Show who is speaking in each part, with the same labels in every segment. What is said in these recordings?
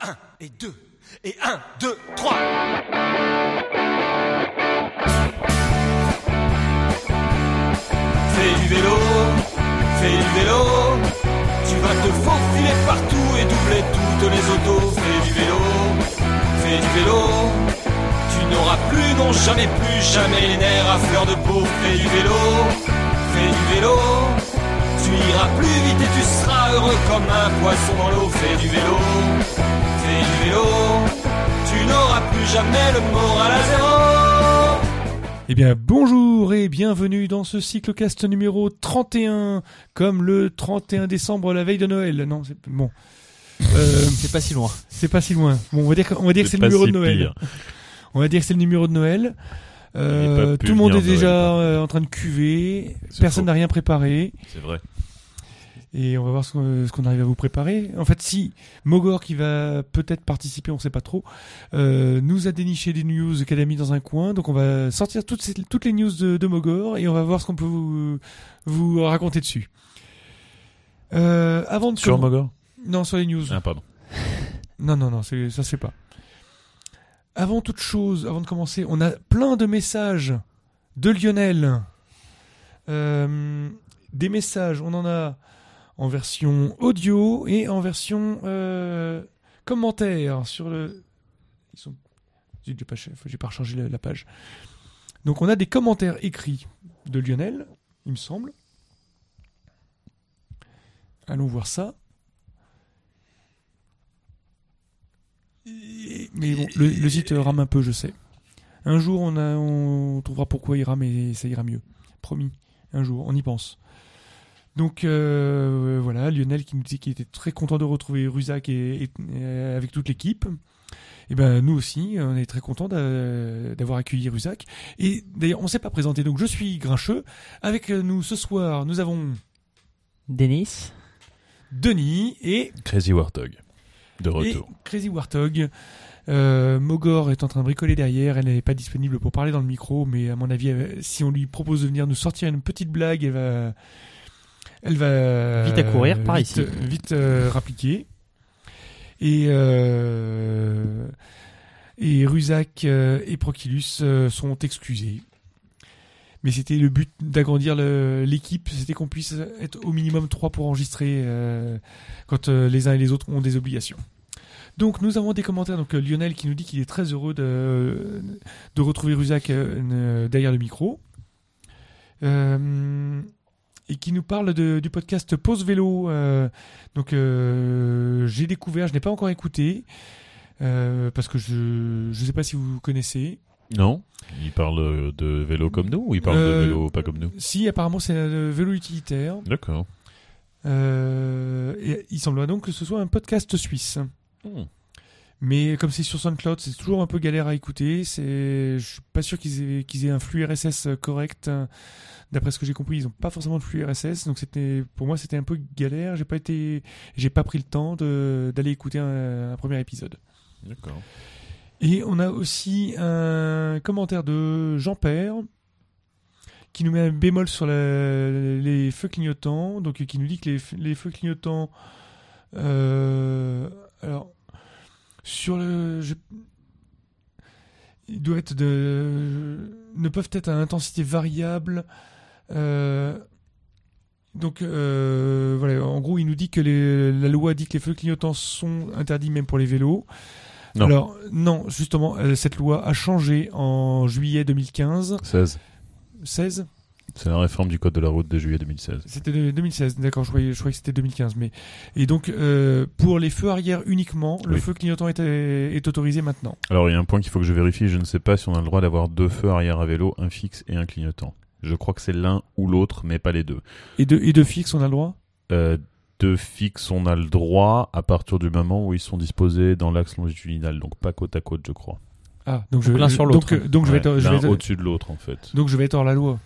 Speaker 1: 1 et 2 et 1, 2, 3. Fais du vélo, fais du vélo. Tu vas te faufiler partout et doubler toutes les autos. Fais du vélo, fais du vélo. Tu n'auras plus, non jamais plus, jamais les nerfs à fleur de peau. Fais du vélo, fais du vélo. Tu iras plus vite et tu seras heureux comme un poisson dans l'eau. Fais du vélo, fais du vélo. Tu n'auras plus jamais le moral à zéro.
Speaker 2: Eh bien, bonjour et bienvenue dans ce cyclocast numéro 31, comme le 31 décembre, la veille de Noël. Non, c'est bon. Euh,
Speaker 3: C'est pas si loin.
Speaker 2: c'est pas si loin. Bon, on va dire, que- on va dire que c'est le numéro de Noël. On va dire que c'est le numéro de Noël.
Speaker 4: Il est
Speaker 2: Euh,
Speaker 4: pas pu
Speaker 2: tout le monde est
Speaker 4: venir Noël,
Speaker 2: déjà
Speaker 4: par contre.
Speaker 2: euh, en train de cuver.
Speaker 4: C'est
Speaker 2: Personne
Speaker 4: faux.
Speaker 2: n'a rien préparé.
Speaker 4: C'est vrai.
Speaker 2: Et on va voir ce qu'on ce qu'on arrive à vous préparer. En fait, si Mogor, qui va peut-être participer, on sait pas trop, euh, nous a déniché des news qu'elle a mis dans un coin. Donc on va sortir toutes, ces- toutes les news de, de Mogor et on va voir ce qu'on peut vous, vous raconter dessus. Euh, avant de
Speaker 4: Sur
Speaker 2: commencer-
Speaker 4: Mogor
Speaker 2: Non, sur les news.
Speaker 4: Ah, pardon.
Speaker 2: Non, non, non, c'est- ça c'est pas. Avant toute chose, avant de commencer, on a plein de messages de Lionel. Euh, des messages, on en a en version audio et en version euh, commentaire sur le. Ils sont. Zut, J'ai pas, ch- j'ai pas rechargé la, la page. Donc on a des commentaires écrits de Lionel, il me semble. Allons voir ça. Mais bon, le, le site euh, rame un peu, je sais. Un jour, on, a, on trouvera pourquoi il rame et ça ira mieux. Promis. Un jour, on y pense. Donc euh, voilà, Lionel qui nous dit qu'il était très content de retrouver Ruzac et, et- euh, avec toute l'équipe. Et ben nous aussi, on est très content d'a- d'avoir accueilli Ruzac. Et d'ailleurs, on s'est pas présenté, donc je suis Grincheux. Avec nous ce soir, nous avons
Speaker 3: Denis
Speaker 2: Denis et
Speaker 4: Crazy Warthog. De
Speaker 2: Et
Speaker 4: retour.
Speaker 2: Crazy Warthog. Euh, Mogor est en train de bricoler derrière, elle n'est pas disponible pour parler dans le micro, mais à mon avis, elle- si on lui propose de venir nous sortir une petite blague, elle va, elle va
Speaker 3: Vite à courir par
Speaker 2: vite-
Speaker 3: ici.
Speaker 2: vite euh, rappliquer. Et euh, et Ruzac euh, et Procilus euh, sont excusés. Mais c'était le but d'agrandir le- l'équipe, c'était qu'on puisse être au minimum 3 pour enregistrer euh, quand euh, les uns et les autres ont des obligations. Donc nous avons des commentaires. Donc euh, Lionel qui nous dit qu'il est très heureux de, de retrouver Ruzac euh, euh, derrière le micro. Euh, et qui nous parle de- du podcast Pause Vélo. euh, donc euh, j'ai découvert, je n'ai pas encore écouté. euh, parce que je ne sais pas si vous connaissez.
Speaker 4: Non Il parle euh, de vélo comme nous ou il parle
Speaker 2: Euh,
Speaker 4: de vélo pas comme nous
Speaker 2: Si, apparemment, c'est un euh, vélo utilitaire.
Speaker 4: D'accord.
Speaker 2: Euh, et il semblerait donc que ce soit un podcast suisse.
Speaker 4: Hmm.
Speaker 2: Mais comme c'est sur SoundCloud, c'est toujours un peu galère à écouter. C'est, je suis pas sûr qu'ils aient, qu'ils aient un flux RSS euh, correct. D'après ce que j'ai compris, ils ont pas forcément de flux RSS, donc c'était, pour moi, c'était un peu galère. J'ai pas été, j'ai pas pris le temps de, d'aller écouter un- un premier épisode.
Speaker 4: D'accord.
Speaker 2: Et on a aussi un commentaire de Jean-Père qui nous met un bémol sur la- les feux clignotants, donc qui nous dit que les, f- les feux clignotants, euh, alors sur le, je- ils doivent être de, ne peuvent être à intensité variable. euh, donc euh, voilà, en gros, il nous dit que les- la loi dit que les feux clignotants sont interdits même pour les vélos.
Speaker 4: Non.
Speaker 2: Alors non, justement, euh, cette loi a changé en juillet 2015,
Speaker 4: 16.
Speaker 2: 16.
Speaker 4: C'est la réforme du code de la route de juillet 2016.
Speaker 2: C'était de- 2016, d'accord, je croyais, je croyais que c'était 2015. Mais... Et donc, euh, pour les feux arrière uniquement, le
Speaker 4: Oui.
Speaker 2: feu clignotant est, est autorisé maintenant.
Speaker 4: Alors il y a un point qu'il faut que je vérifie. Je ne sais pas si on a le droit d'avoir deux feux arrière à vélo, un fixe et un clignotant. Je crois que c'est l'un ou l'autre, mais pas les deux.
Speaker 2: Et de, et de fixe, on a le droit
Speaker 4: Euh, deux fixes, on a le droit à partir du moment où ils sont disposés dans l'axe longitudinal, donc pas côte à côte, je crois.
Speaker 2: Ah, donc je
Speaker 3: Donc
Speaker 2: vais
Speaker 3: l'un sur
Speaker 2: je-
Speaker 3: l'autre.
Speaker 2: Donc, euh, donc je vais
Speaker 4: Ouais,
Speaker 2: être- je vais
Speaker 4: l'un
Speaker 2: être-
Speaker 4: au-dessus de l'autre, en fait.
Speaker 2: donc je vais être hors la loi.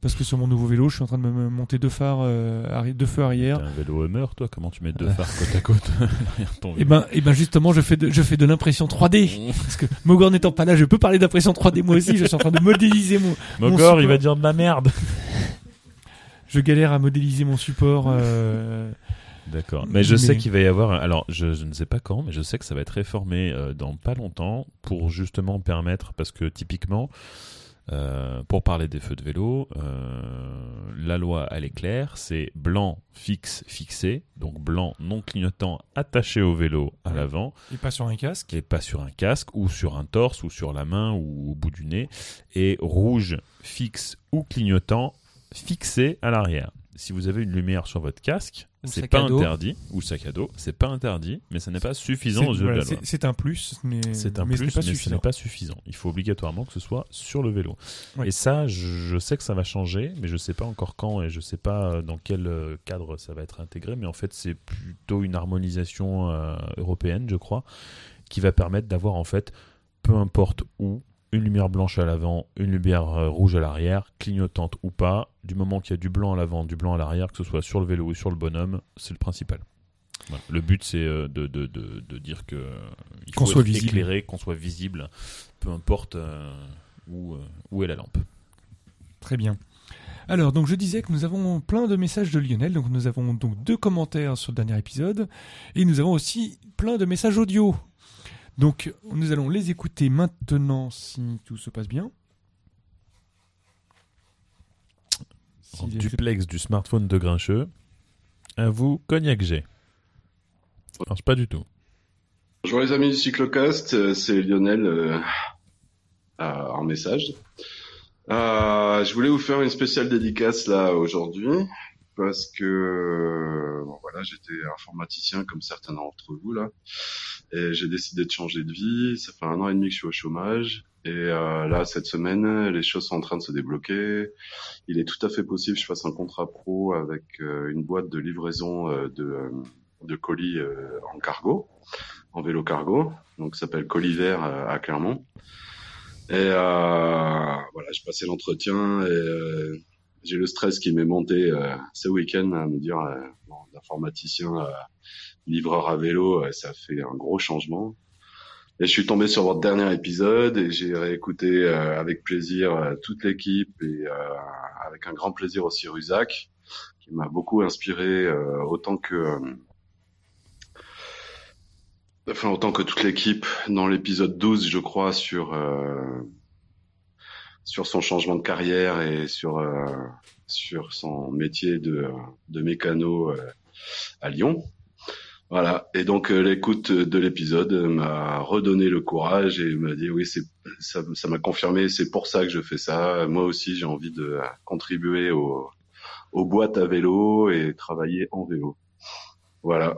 Speaker 2: Parce que sur mon nouveau vélo, je suis en train de me- me monter deux phares, euh, arri- deux feux
Speaker 4: T'es
Speaker 2: arrière.
Speaker 4: un vélo Hummer, toi Comment tu mets deux phares côte à côte derrière ton
Speaker 2: Et
Speaker 4: vélo
Speaker 2: Euh. ben, et ben justement, je fais de, je fais de l'impression 3D. Parce que Mogor n'étant pas là, je peux parler d'impression 3D moi aussi. Je suis en train de modéliser mon. mon support.
Speaker 4: Mogor, il va dire de la merde
Speaker 2: Je galère à modéliser mon support. euh,
Speaker 4: D'accord. Mais je sais
Speaker 2: Mais-
Speaker 4: qu'il va y avoir. Alors, je, je ne sais pas quand, mais je sais que ça va être réformé euh, dans pas longtemps pour justement permettre. Parce que typiquement, euh, pour parler des feux de vélo, euh, la loi, elle est claire c'est blanc fixe fixé. Donc, blanc non clignotant attaché au vélo à
Speaker 2: Ouais.
Speaker 4: l'avant
Speaker 2: Et pas sur un casque.
Speaker 4: qui est pas sur un casque ou sur un torse ou sur la main ou au bout du nez, et rouge fixe ou clignotant fixé à l'arrière. Si vous avez une lumière sur votre casque,
Speaker 3: Ou
Speaker 4: c'est
Speaker 3: sac
Speaker 4: pas
Speaker 3: à dos.
Speaker 4: interdit ou sac à dos, c'est pas interdit, mais ça n'est pas suffisant
Speaker 2: C'est-
Speaker 4: aux yeux
Speaker 2: voilà,
Speaker 4: de la loi.
Speaker 2: c'est- C'est un plus, mais
Speaker 4: C'est un
Speaker 2: mais ce
Speaker 4: plus,
Speaker 2: n'est pas
Speaker 4: mais ce n'est
Speaker 2: suffisant.
Speaker 4: pas suffisant. Il faut obligatoirement que ce soit sur le vélo.
Speaker 2: Ouais.
Speaker 4: Et ça, je, je sais que ça va changer, mais je sais pas encore quand et je sais pas dans quel euh, cadre ça va être intégré. Mais en fait, c'est plutôt une harmonisation euh, européenne, je crois, qui va permettre d'avoir en fait, peu importe où, une lumière blanche à l'avant, une lumière euh, rouge à l'arrière, clignotante ou pas, du moment qu'il y a du blanc à l'avant, du blanc à l'arrière, que ce soit sur le vélo ou sur le bonhomme, c'est le principal. Voilà. Le but, c'est euh, de, de- de- de dire que euh, il
Speaker 2: Qu'on
Speaker 4: faut
Speaker 2: soit
Speaker 4: être
Speaker 2: visible.
Speaker 4: éclairé, qu'on soit visible, peu importe euh, où, euh, où est la lampe.
Speaker 2: Très bien. Alors, donc je disais que nous avons plein de messages de Lionel. Donc nous avons donc deux commentaires sur le dernier épisode et nous avons aussi plein de messages audio. Donc nous allons les écouter maintenant si tout se passe bien.
Speaker 4: En
Speaker 2: Si-
Speaker 4: duplex du smartphone de Grincheux, à vous, Cognac G. Ça marche pas du tout.
Speaker 5: Bonjour les amis du Cyclocast, euh, c'est Lionel euh, euh, en message. Euh, je voulais vous faire une spéciale dédicace là aujourd'hui parce que euh, bon, voilà j'étais informaticien comme certains d'entre vous là et j'ai décidé de changer de vie. Ça fait un an et demi que je suis au chômage et euh, là cette semaine les choses sont en train de se débloquer. Il est tout à fait possible que je fasse un contrat pro avec euh, une boîte de livraison euh, de euh, de colis euh, en cargo en vélo cargo, donc ça s'appelle Coliver euh, à Clermont. Et euh, voilà, je passais l'entretien et euh, j'ai le stress qui m'est monté euh, ce week-end à me dire, euh, bon, l'informaticien, euh, livreur à vélo, euh, ça fait un gros changement. Et je suis tombé sur votre dernier épisode et j'ai réécouté euh, avec plaisir euh, toute l'équipe et euh, avec un grand plaisir aussi Ruzac, qui m'a beaucoup inspiré euh, autant que... euh, enfin autant que toute l'équipe dans l'épisode 12 je crois sur euh, sur son changement de carrière et sur euh, sur son métier de de mécano euh, à Lyon. Voilà et donc euh, l'écoute de l'épisode m'a redonné le courage et m'a dit oui c'est ça ça m'a confirmé c'est pour ça que je fais ça moi aussi j'ai envie de contribuer au aux boîtes à vélo et travailler en vélo. Voilà.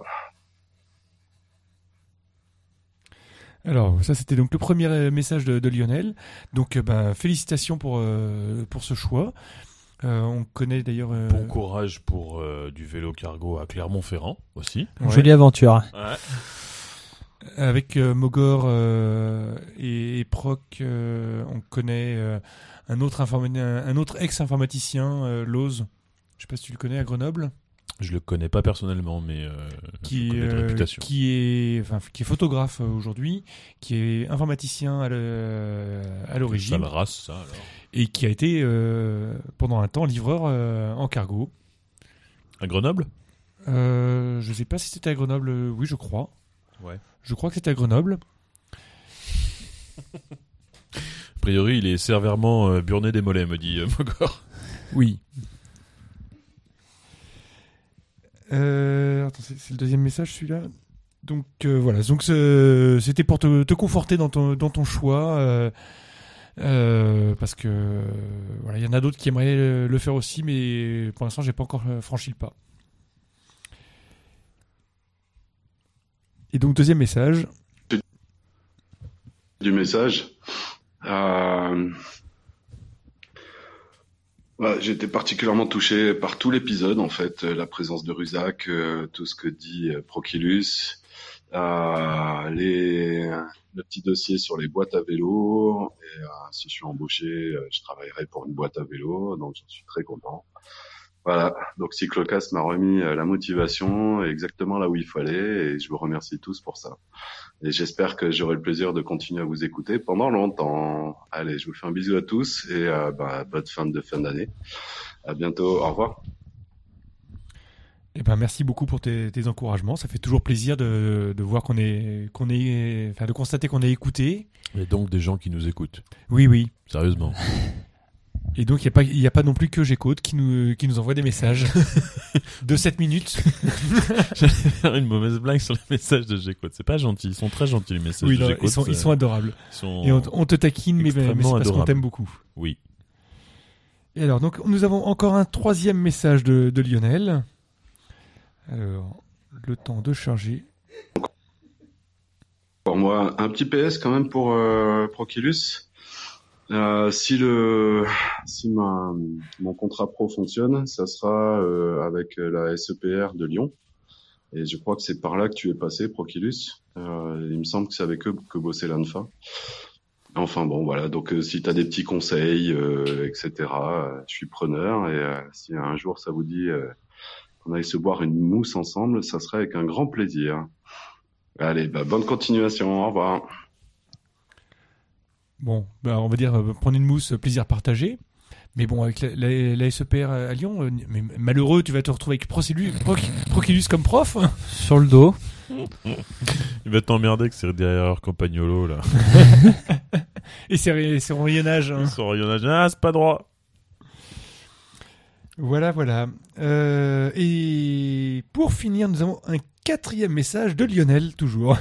Speaker 2: Alors, ça c'était donc le premier euh, message de, de Lionel. Donc, euh, ben, félicitations pour, euh, pour ce choix. Euh, on connaît d'ailleurs. euh,
Speaker 4: Bon courage pour euh, du vélo cargo à Clermont-Ferrand aussi.
Speaker 2: ouais,
Speaker 3: Jolie aventure.
Speaker 2: Avec euh, Mogor euh, et, et Proc, euh, on connaît euh, un autre, informa- un un autre ex-informaticien, euh, Loz. Je sais pas si tu le connais à Grenoble,
Speaker 4: Je le connais pas personnellement, mais euh,
Speaker 2: qui,
Speaker 4: je connais de
Speaker 2: euh,
Speaker 4: réputation.
Speaker 2: qui est, enfin, qui est photographe euh, aujourd'hui, qui est informaticien à le- à
Speaker 4: Ça
Speaker 2: l'origine.
Speaker 4: me race, ça alors.
Speaker 2: et qui a été euh, pendant un temps livreur euh, en cargo.
Speaker 4: À Grenoble
Speaker 2: Euh, je sais pas si c'était à Grenoble, euh, oui je crois.
Speaker 4: Ouais.
Speaker 2: Je crois que c'était à Grenoble.
Speaker 4: A priori, il est sévèrement euh, burné des mollets, me dit euh, Mogor.
Speaker 2: Oui. Euh, attends, c'est c'est le deuxième message celui-là. Donc euh, voilà, donc ce- c'était pour te, te conforter dans ton, dans ton choix. euh, euh, parce que euh, voilà, il y en a d'autres qui aimeraient le, le faire aussi, mais pour l'instant, j'ai pas encore euh, franchi le pas. Et donc deuxième message.
Speaker 5: du message. Euh, ouais, J'ai été particulièrement touché par tout l'épisode, en fait, euh, la présence de Ruzac, euh, tout ce que dit euh, Procilus, euh, les, le petit dossier sur les boîtes à vélo. Et, euh, si je suis embauché, euh, je travaillerai pour une boîte à vélo, donc j'en suis très content. Voilà, donc Cyclocast m'a remis euh, la motivation exactement là où il fallait, et je vous remercie tous pour ça. Et j'espère que j'aurai le plaisir de continuer à vous écouter pendant longtemps. Allez, je vous fais un bisou à tous et euh, bah, bonne fin de fin d'année. À bientôt. Au revoir.
Speaker 2: Eh ben, merci beaucoup pour tes, tes encouragements. Ça fait toujours plaisir de, de voir qu'on est, qu'on est, enfin, de constater qu'on est écouté.
Speaker 4: Il y a donc des gens qui nous écoutent.
Speaker 2: Oui, oui.
Speaker 4: Sérieusement.
Speaker 2: Et donc, il n'y a, pas- il y a pas non plus que j'écoute qui nous, qui nous envoie des messages de 7 minutes.
Speaker 4: J'allais faire une mauvaise blague sur les messages de J'écoute. C'est pas gentil. Ils sont très gentils, les messages
Speaker 2: oui,
Speaker 4: de
Speaker 2: non,
Speaker 4: J'écoute.
Speaker 2: ils, sont, ils
Speaker 4: ça-
Speaker 2: sont adorables.
Speaker 4: ils sont-
Speaker 2: Et on, on te taquine, mais, mais c'est
Speaker 4: extrêmement
Speaker 2: parce qu'on
Speaker 4: adorables.
Speaker 2: t'aime beaucoup.
Speaker 4: Oui.
Speaker 2: Et alors, donc, nous avons encore un troisième message de, de Lionel. Alors, le temps de charger.
Speaker 5: Pour moi, un petit PS quand même pour euh, Procilus. Euh, si le si ma, mon contrat pro fonctionne, ça sera euh, avec la SEPR de Lyon. Et je crois que c'est par là que tu es passé, Procilus. Euh, il me semble que c'est avec eux que bossait l'ANFA. Enfin bon, voilà. Donc euh, si tu as des petits conseils, euh, etc., euh, je suis preneur. Et euh, si un jour ça vous dit euh, qu'on aille se boire une mousse ensemble, ça serait avec un grand plaisir. Allez, bah, bonne continuation. Au revoir.
Speaker 2: Bon, bah, on va dire euh, prendre une mousse, euh, plaisir partagé. Mais bon, avec la, la- la SEPR à Lyon, euh, mais malheureux, tu vas te retrouver avec Procilus, Proc- Procilus comme prof. hein,
Speaker 3: Sur le dos.
Speaker 4: Il va t'emmerder que c'est derrière leur Campagnolo, là.
Speaker 2: Et c'est ri- c'est en rienage. hein.
Speaker 4: Son rayonnage. Ah, c'est pas droit.
Speaker 2: Voilà, voilà. Euh, et pour finir, nous avons un quatrième message de Lionel, toujours.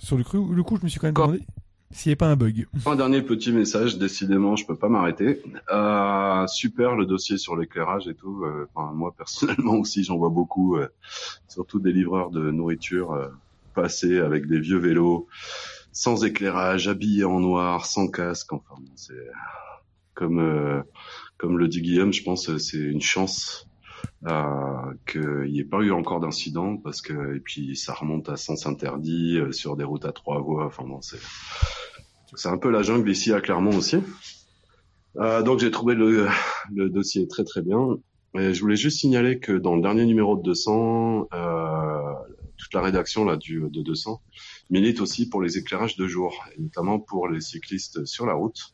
Speaker 2: Sur le, cru- le coup, je me suis quand même
Speaker 5: Quoi
Speaker 2: demandé s'il n'y avait pas un bug.
Speaker 5: Un dernier petit message, décidément, je peux pas m'arrêter. Euh, super le dossier sur l'éclairage et tout. Euh, enfin, moi personnellement aussi, j'en vois beaucoup, euh, surtout des livreurs de nourriture euh, passés avec des vieux vélos, sans éclairage, habillés en noir, sans casque. Enfin, bon, c'est comme euh, comme le dit Guillaume, je pense euh, c'est une chance euh, qu'il n'y ait pas eu encore d'incident parce que et puis ça remonte à sens interdit euh, sur des routes à trois voies. Enfin, bon, c'est c'est un peu la jungle ici à Clermont aussi. Euh, donc j'ai trouvé le, le dossier très très bien. Et je voulais juste signaler que dans le dernier numéro de 200, euh, toute la rédaction là du de 200 milite aussi pour les éclairages de jour, et notamment pour les cyclistes sur la route.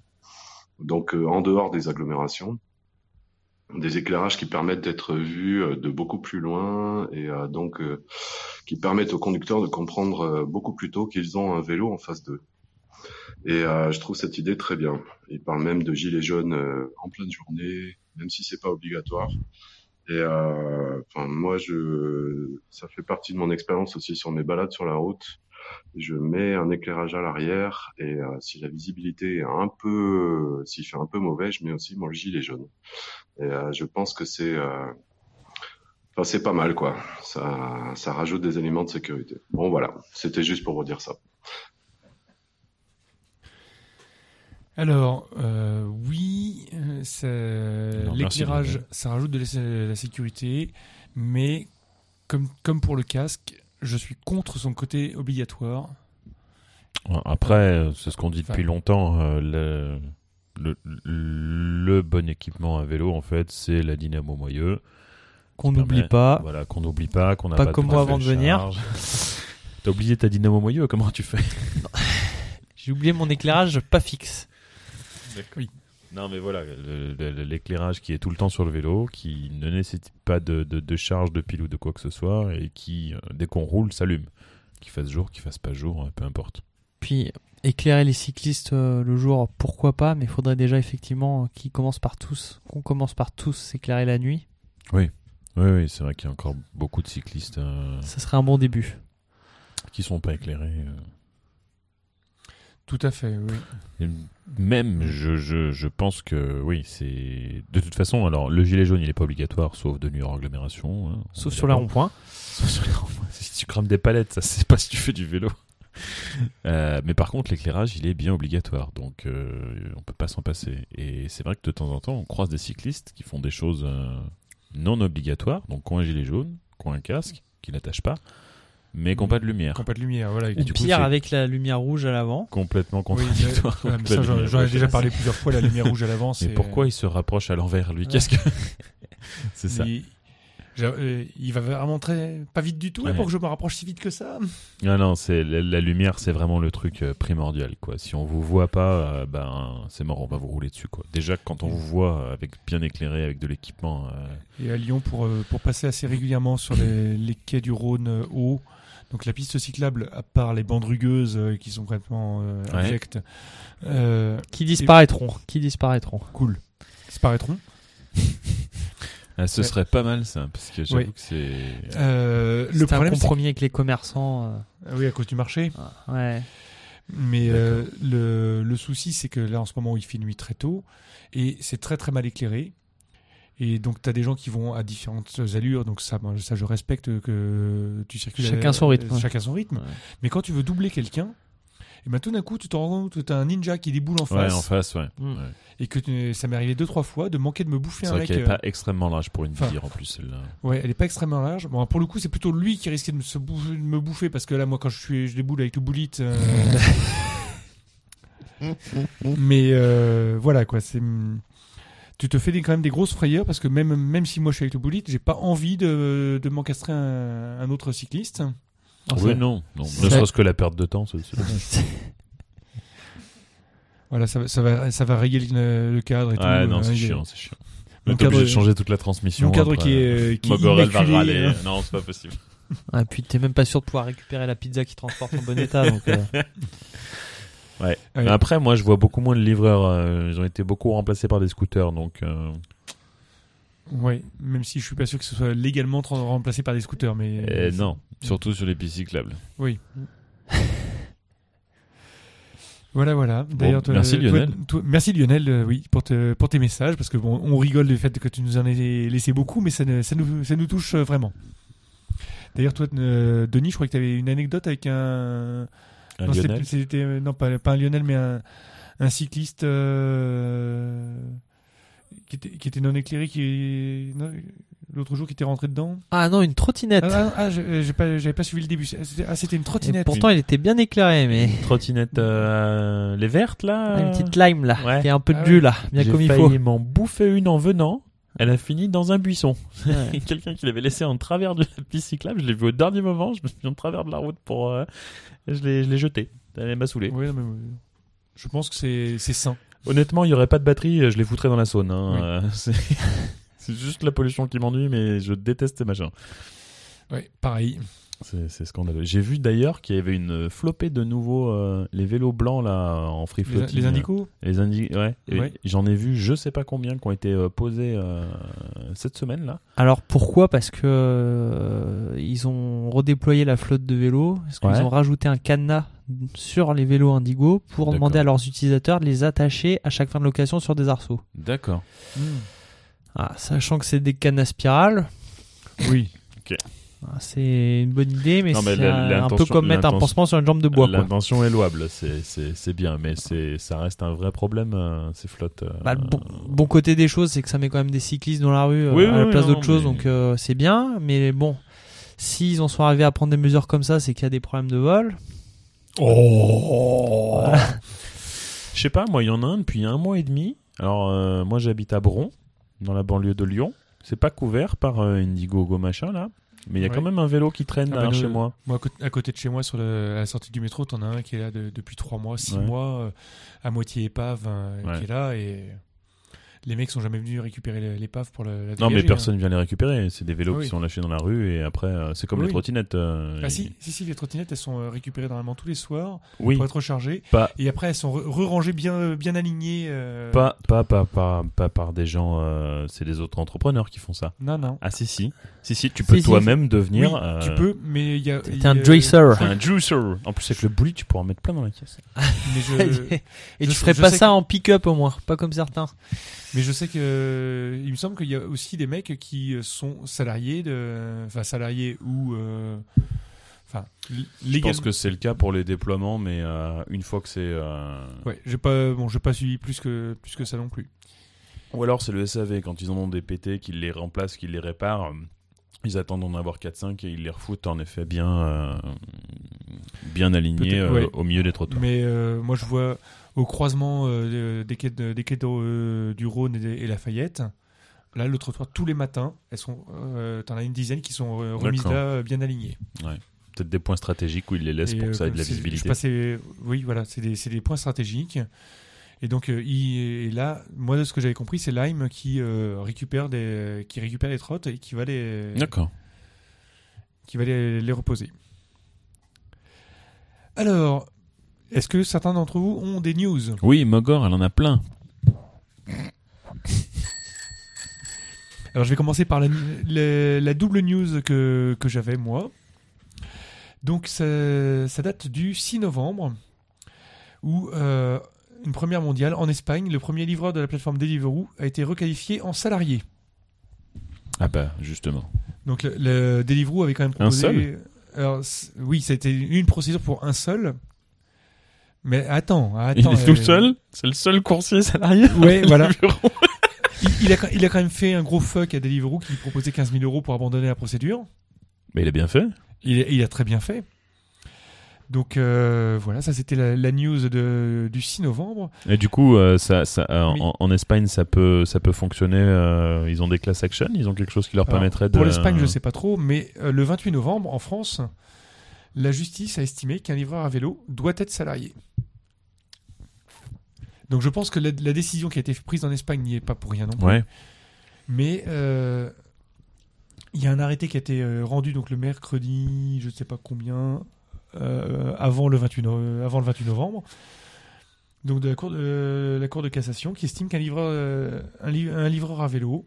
Speaker 5: Donc euh, en dehors des agglomérations, des éclairages qui permettent d'être vus euh, de beaucoup plus loin et euh, donc euh, qui permettent aux conducteurs de comprendre euh, beaucoup plus tôt qu'ils ont un vélo en face d'eux. Et euh, je trouve cette idée très bien. Il parle même de gilets jaunes euh, en pleine journée, même si c'est pas obligatoire. Et euh, enfin, moi, je, ça fait partie de mon expérience aussi sur mes balades sur la route. Je mets un éclairage à l'arrière et euh, si la visibilité est un peu, s'il fait un peu mauvais, je mets aussi mon gilet jaune. Et euh, je pense que c'est, euh, enfin, c'est pas mal quoi. Ça, ça rajoute des éléments de sécurité. Bon voilà, c'était juste pour vous dire ça.
Speaker 2: Alors, euh, oui, euh, ça-
Speaker 4: merci,
Speaker 2: l'éclairage,
Speaker 4: Lionel.
Speaker 2: ça rajoute de la, la sécurité, mais comme, comme pour le casque, je suis contre son côté obligatoire.
Speaker 4: Après, euh, c'est ce qu'on dit
Speaker 2: Enfin.
Speaker 4: depuis longtemps. euh, le... Le, le bon équipement à vélo, en fait, c'est la dynamo moyeu.
Speaker 3: Qu'on
Speaker 4: Permet-
Speaker 3: n'oublie pas.
Speaker 4: Voilà, qu'on n'oublie pas, qu'on n'a
Speaker 3: Ah. Pas
Speaker 4: pas,
Speaker 3: comme
Speaker 4: tout à
Speaker 3: moi
Speaker 4: fait
Speaker 3: avant de
Speaker 4: le
Speaker 3: venir.
Speaker 4: charge. T'as oublié ta dynamo moyeu, comment tu fais
Speaker 3: J'ai oublié mon éclairage pas fixe.
Speaker 2: Oui.
Speaker 4: Non, mais voilà, le- le- le- l'éclairage qui est tout le temps sur le vélo, qui ne nécessite pas de, de- de charge de pile ou de quoi que ce soit, et qui, euh, dès qu'on roule, s'allume. Qu'il fasse jour, qu'il fasse pas jour, euh, peu importe.
Speaker 3: Puis éclairer les cyclistes euh, le jour, pourquoi pas, mais il faudrait déjà effectivement euh, qu'ils commencent par tous, qu'on commence par tous éclairer la nuit.
Speaker 4: Oui, oui, c'est vrai qu'il y a encore beaucoup de cyclistes euh,
Speaker 3: Ça serait un bon début.
Speaker 4: qui sont pas éclairés. euh.
Speaker 2: Tout à fait, oui.
Speaker 4: Et Même, je, je, je pense que oui, c'est. De toute façon, alors, le gilet jaune, il est pas obligatoire, sauf de nuit hors agglomération. hein. On
Speaker 3: Sauf
Speaker 4: est
Speaker 3: sur la
Speaker 4: d'accord.
Speaker 3: rond-point.
Speaker 4: Sauf sur les ronds-points. si tu crames des palettes, ça c'est pas si tu fais du vélo. Euh, mais par contre, l'éclairage, il est bien obligatoire, donc euh, on peut pas s'en passer. Et c'est vrai que de temps en temps, on croise des cyclistes qui font des choses euh, non obligatoires, donc qui ont un gilet jaune, qui ont un casque, qui n'attachent pas, mais qui n'ont pas de lumière.
Speaker 2: Quand pas de lumière, voilà. et
Speaker 3: Ou
Speaker 2: du coup,
Speaker 3: pire
Speaker 4: c'est-
Speaker 3: avec la lumière rouge à l'avant.
Speaker 4: Complètement
Speaker 2: Oui,
Speaker 4: contradictoire.
Speaker 2: ouais, mais
Speaker 4: avec la
Speaker 2: ça, j'en
Speaker 4: lumière
Speaker 2: j'en ai
Speaker 4: rouge.
Speaker 2: déjà parlé plusieurs fois, la lumière rouge à l'avance.
Speaker 4: Mais
Speaker 2: c'est- euh,
Speaker 4: pourquoi il se rapproche à l'envers, lui Qu'est-ce que. c'est ça.
Speaker 2: Mais J'ai- euh, il va vraiment très pas vite du tout là,
Speaker 4: Ouais.
Speaker 2: pour que je me rapproche si vite que ça.
Speaker 4: Non, Ah non, c'est la, la lumière, c'est vraiment le truc euh, primordial, quoi. Si on vous voit pas, euh, ben c'est mort, on va vous rouler dessus, quoi. Déjà quand on vous voit euh, avec bien éclairé, avec de l'équipement, euh,
Speaker 2: Et à Lyon, pour, euh, pour passer assez régulièrement sur les, les quais du Rhône euh, haut, donc la piste cyclable, à part les bandes rugueuses euh, qui sont complètement euh,
Speaker 4: Ouais.
Speaker 2: abjectes, euh,
Speaker 3: Qui disparaîtront Qui disparaîtront
Speaker 2: cool, disparaîtront.
Speaker 4: ah, ce
Speaker 2: Ouais.
Speaker 4: serait pas mal ça, parce que j'avoue
Speaker 2: Oui.
Speaker 4: que c'est.
Speaker 2: Euh, le
Speaker 3: C'est un
Speaker 2: problème, c'est
Speaker 3: compromis avec les commerçants.
Speaker 2: que- Ah oui, à cause du marché.
Speaker 3: euh, ouais.
Speaker 2: Mais euh, le, le souci, c'est que là, en ce moment, il fait nuit très tôt et c'est très très mal éclairé. Et donc, tu as des gens qui vont à différentes allures. Donc, ça, moi, ça je respecte que tu circules. à-
Speaker 3: Chacun son rythme, ouais.
Speaker 2: Chacun son rythme.
Speaker 3: Ouais.
Speaker 2: Mais quand tu veux doubler quelqu'un, et ben, tout d'un coup, tu te rends compte que tu as un ninja qui déboule en
Speaker 4: Ouais,
Speaker 2: face.
Speaker 4: en face, ouais.
Speaker 3: Mm.
Speaker 4: Ouais.
Speaker 2: Et que tu- ça m'est arrivé deux, trois fois de manquer de me bouffer
Speaker 4: C'est
Speaker 2: un
Speaker 4: vrai
Speaker 2: mec.
Speaker 4: qu'elle est
Speaker 2: euh,
Speaker 4: pas extrêmement large pour une
Speaker 2: enfin,
Speaker 4: bière en plus celle-là.
Speaker 2: Ouais, elle est pas extrêmement large. Bon, pour le coup, c'est plutôt lui qui risquait de me, se bouffer, de me bouffer parce que là, moi, quand je suis, je déboule avec le bullet. euh, Mais euh, voilà quoi, c'est. Tu te fais des, quand même des grosses frayeurs parce que même, même si moi je suis avec le bullet, j'ai pas envie de, de m'encastrer un, un autre cycliste.
Speaker 3: Oh,
Speaker 4: oui,
Speaker 3: ça-
Speaker 4: non, non. Ne
Speaker 3: c'est-
Speaker 4: serait-ce que la perte de temps, c'est c'est dommage.
Speaker 2: Voilà, ça, va- ça va, ça va rayer le, le cadre et tout.
Speaker 4: Ouais, Ah, non,
Speaker 2: hein,
Speaker 4: c'est
Speaker 2: il y a-
Speaker 4: chiant, c'est chiant.
Speaker 2: Mon
Speaker 4: Mais t'es
Speaker 2: cadre-
Speaker 4: obligé de changer toute la transmission.
Speaker 2: Mon cadre
Speaker 4: après,
Speaker 2: qui
Speaker 4: euh,
Speaker 2: est, qui est
Speaker 4: Mogorel va
Speaker 2: immaculé,
Speaker 4: râler.
Speaker 2: hein.
Speaker 4: Non, c'est pas possible.
Speaker 3: Ah, puis t'es même pas sûr de pouvoir récupérer la pizza qui transporte en bon état. donc, euh,
Speaker 2: Ouais.
Speaker 4: Après, moi, je vois beaucoup moins de livreurs. euh, Ils ont été beaucoup remplacés par des scooters, donc. euh,
Speaker 2: Ouais, même si je suis pas sûr que ce soit légalement tra- remplacé par des scooters, mais.
Speaker 4: euh, non, surtout sur les pistes cyclables.
Speaker 2: Oui. voilà, voilà. D'ailleurs, toi,
Speaker 4: merci
Speaker 2: toi-
Speaker 4: Lionel.
Speaker 2: toi- merci Lionel, euh, oui, pour, te- pour tes messages, parce que bon, on rigole du fait que tu nous en aies laissé beaucoup, mais ça, ne- ça, nous, ça nous touche euh, vraiment. D'ailleurs, toi, euh, Denis, je crois que tu avais une anecdote avec un.
Speaker 4: Un
Speaker 2: non, c'était-
Speaker 4: Ah, Lionel
Speaker 2: c'était- euh, non, pas, pas un Lionel, mais un, un cycliste euh, qui, était, qui était non éclairé, qui non, l'autre jour qui était rentré dedans.
Speaker 3: Ah non, une trottinette.
Speaker 2: Ah, ah, ah, j'ai j'ai pas, j'avais pas suivi le début. C'était- Ah, c'était une
Speaker 3: Et
Speaker 2: trottinette.
Speaker 3: pourtant, il était bien éclairé, mais
Speaker 4: Une trottinette, euh, les vertes là. euh,
Speaker 3: Ah, une petite lime là,
Speaker 4: Ouais.
Speaker 3: qui est un peu de
Speaker 2: Ah
Speaker 3: jus là, bien comme
Speaker 4: J'ai
Speaker 3: il faut.
Speaker 4: failli m'en bouffer une en venant. Elle a fini dans un buisson.
Speaker 3: Ouais.
Speaker 4: Quelqu'un qui l'avait laissé en travers de la piste cyclable, je l'ai vu au dernier moment, je me suis mis en travers de la route pour. euh, je l'ai je l'ai jetée. Elle m'a saoulé.
Speaker 2: Ouais, non, mais, euh, je pense que c'est c'est sain.
Speaker 4: Honnêtement, il n'y aurait pas de batterie, je les foutrais dans la Saône. hein.
Speaker 2: Oui.
Speaker 4: Euh, c'est... c'est juste la pollution qui m'ennuie, mais je déteste ces machins.
Speaker 2: Ouais, pareil.
Speaker 4: C'est, c'est scandaleux. J'ai vu d'ailleurs qu'il y avait une flopée de nouveaux euh, les vélos blancs là en free
Speaker 2: Les,
Speaker 4: floating. euh,
Speaker 2: les indicaux
Speaker 4: Les indi- ouais. Et
Speaker 2: Ouais.
Speaker 4: J'en ai vu, je sais pas combien, qui ont été euh, posés euh, cette semaine là.
Speaker 3: Alors pourquoi Parce que euh, ils ont redéployé la flotte de vélos, parce qu'ils
Speaker 4: Ouais.
Speaker 3: ont rajouté un cadenas sur les vélos Indigo pour
Speaker 4: D'accord.
Speaker 3: demander à leurs utilisateurs de les attacher à chaque fin de location sur des arceaux.
Speaker 4: D'accord.
Speaker 3: Ah, sachant que c'est des cadenas spirales,
Speaker 2: Oui.
Speaker 3: ah, c'est une bonne idée, mais
Speaker 4: Non, mais
Speaker 3: c'est
Speaker 4: la-
Speaker 3: un
Speaker 4: l'intention-
Speaker 3: peu comme mettre un
Speaker 4: l'intention-
Speaker 3: pansement sur une jambe de bois. quoi.
Speaker 4: L'intention est louable, c'est, c'est, c'est bien, mais c'est, ça reste un vrai problème euh, ces flottes. euh,
Speaker 3: Bah, le bon, bon côté des choses, c'est que ça met quand même des cyclistes dans la rue euh,
Speaker 4: Oui,
Speaker 3: à
Speaker 4: oui,
Speaker 3: la
Speaker 4: oui,
Speaker 3: place
Speaker 4: non,
Speaker 3: d'autres choses,
Speaker 4: mais-
Speaker 3: donc euh, c'est bien. Mais bon, s'ils en sont arrivés à prendre des mesures comme ça, c'est qu'il y a des problèmes de vol.
Speaker 2: Oh
Speaker 4: Je sais pas, moi, il y en a un depuis un mois et demi. Alors, euh, moi, j'habite à Bron, dans la banlieue de Lyon. C'est pas couvert par euh, Indiegogo, machin, là. Mais il y a
Speaker 2: Ouais.
Speaker 4: quand même un vélo qui traîne
Speaker 2: Ah,
Speaker 4: derrière
Speaker 2: bah,
Speaker 4: chez
Speaker 2: nous-
Speaker 4: moi.
Speaker 2: Moi, à côté- à côté de chez moi, sur le- à la sortie du métro, t'en as un qui est là de- depuis 3 mois, 6
Speaker 4: Ouais.
Speaker 2: mois, euh, à moitié épave, hein,
Speaker 4: Ouais.
Speaker 2: qui est là et. Les mecs sont jamais venus récupérer le- l'épave pour le, la
Speaker 4: Non, mais
Speaker 2: dégager, hein.
Speaker 4: personne vient les récupérer. C'est des vélos
Speaker 2: Ah oui.
Speaker 4: qui sont lâchés dans la rue et après, euh, c'est comme
Speaker 2: Oui.
Speaker 4: les trottinettes. euh,
Speaker 2: hein. Ah si, si, si, les trottinettes, elles sont euh, récupérées normalement tous les soirs
Speaker 4: Oui,
Speaker 2: pour être rechargées.
Speaker 4: Pas-
Speaker 2: Et après, elles sont re- re-rangées bien, bien alignées. euh,
Speaker 4: pas, pas, pas, pas, pas par des gens. euh, c'est des autres entrepreneurs qui font ça.
Speaker 2: Non, non.
Speaker 4: Ah, si, si. Si, si, tu peux
Speaker 3: Si, si.
Speaker 4: toi-même devenir.
Speaker 2: Oui,
Speaker 4: euh,
Speaker 2: tu peux, mais il y a. il
Speaker 3: C'est
Speaker 2: y
Speaker 3: un
Speaker 2: a-
Speaker 3: juicer.
Speaker 4: Un juicer. En plus, avec le bully, tu pourras en mettre plein dans la caisse.
Speaker 2: Mais je,
Speaker 3: Et
Speaker 2: Je
Speaker 3: tu
Speaker 2: sais-
Speaker 3: ferais
Speaker 2: je
Speaker 3: pas
Speaker 2: sais
Speaker 3: ça en pick-up au moins, pas comme certains.
Speaker 2: mais je sais que il me semble qu'il y a aussi des mecs qui euh, sont salariés de, enfin salariés ou, euh, enfin l-
Speaker 4: Je
Speaker 2: légal.
Speaker 4: pense que c'est le cas pour les déploiements, mais euh, une fois que c'est. euh,
Speaker 2: Ouais, j'ai pas, bon, j'ai pas suivi plus que plus que ça non plus.
Speaker 4: Ou alors c'est le SAV, quand ils en ont des pétés, qu'ils les remplacent, qu'ils les réparent, euh, ils attendent d'en avoir 4-5 et ils les refoutent en effet bien, euh, bien alignés
Speaker 2: Peut-être,
Speaker 4: euh,
Speaker 2: ouais.
Speaker 4: au milieu des trottoirs.
Speaker 2: Mais euh, moi, je vois euh, au croisement euh, des quais de- des quais de- du Rhône et, des- et Lafayette. Là, le trottoir, tous les matins, elles sont, euh, t'en as une dizaine qui sont euh, remises
Speaker 4: D'accord.
Speaker 2: là, euh, bien alignées.
Speaker 4: Peut-être des points stratégiques où ils les laissent
Speaker 2: Et,
Speaker 4: pour
Speaker 2: euh,
Speaker 4: que ça ait de la
Speaker 2: c'est- je
Speaker 4: visibilité.
Speaker 2: passais- oui, voilà, c'est des, c'est des points stratégiques. Et donc, euh, il- et là, moi, de ce que j'avais compris, c'est Lime qui euh, récupère des, qui récupère les trottes et qui va les,
Speaker 4: D'accord.
Speaker 2: qui va les, les reposer. Alors, est-ce que certains d'entre vous ont des news
Speaker 4: Oui, Mogor, elle en a plein.
Speaker 2: Alors je vais commencer par la, la- la double news que, que j'avais moi. Donc ça, ça date du 6 novembre, où euh, une première mondiale en Espagne, le premier livreur de la plateforme Deliveroo a été requalifié en salarié.
Speaker 4: Ah bah, justement.
Speaker 2: Donc le, le Deliveroo avait quand même
Speaker 4: Un
Speaker 2: proposé...
Speaker 4: seul
Speaker 2: Alors, c'est- oui, c'était une procédure pour un seul. Mais attends,
Speaker 4: Il
Speaker 2: attends.
Speaker 4: est
Speaker 2: euh,
Speaker 4: tout seul C'est le seul coursier salarié
Speaker 2: Ouais, voilà.
Speaker 4: du bureau.
Speaker 2: Il, il a, il a quand même fait un gros fuck à Deliveroo qui lui proposait 15 000 euros pour abandonner la procédure.
Speaker 4: Mais il a bien fait.
Speaker 2: Il, il a très bien fait. Donc euh, voilà, ça c'était la, la news de, du 6 novembre.
Speaker 4: Et du coup, euh, ça, ça, euh,
Speaker 2: Oui.
Speaker 4: en, en Espagne, ça peut, ça peut fonctionner. euh, ils ont des class action, ils ont quelque chose qui leur
Speaker 2: Alors,
Speaker 4: permettrait de.
Speaker 2: Pour l'Espagne, je ne sais pas trop, mais euh, le 28 novembre, en France, la justice a estimé qu'un livreur à vélo doit être salarié. Donc je pense que la, la décision qui a été prise en Espagne n'y est pas pour rien non plus.
Speaker 4: Ouais.
Speaker 2: Mais euh, il y a un arrêté qui a été euh, rendu donc le mercredi, je ne sais pas combien, euh, avant, le 28 no- euh, avant le 28 novembre. Donc de la cour de, euh, la cour de cassation qui estime qu'un livreur, euh, un, li- un livreur à vélo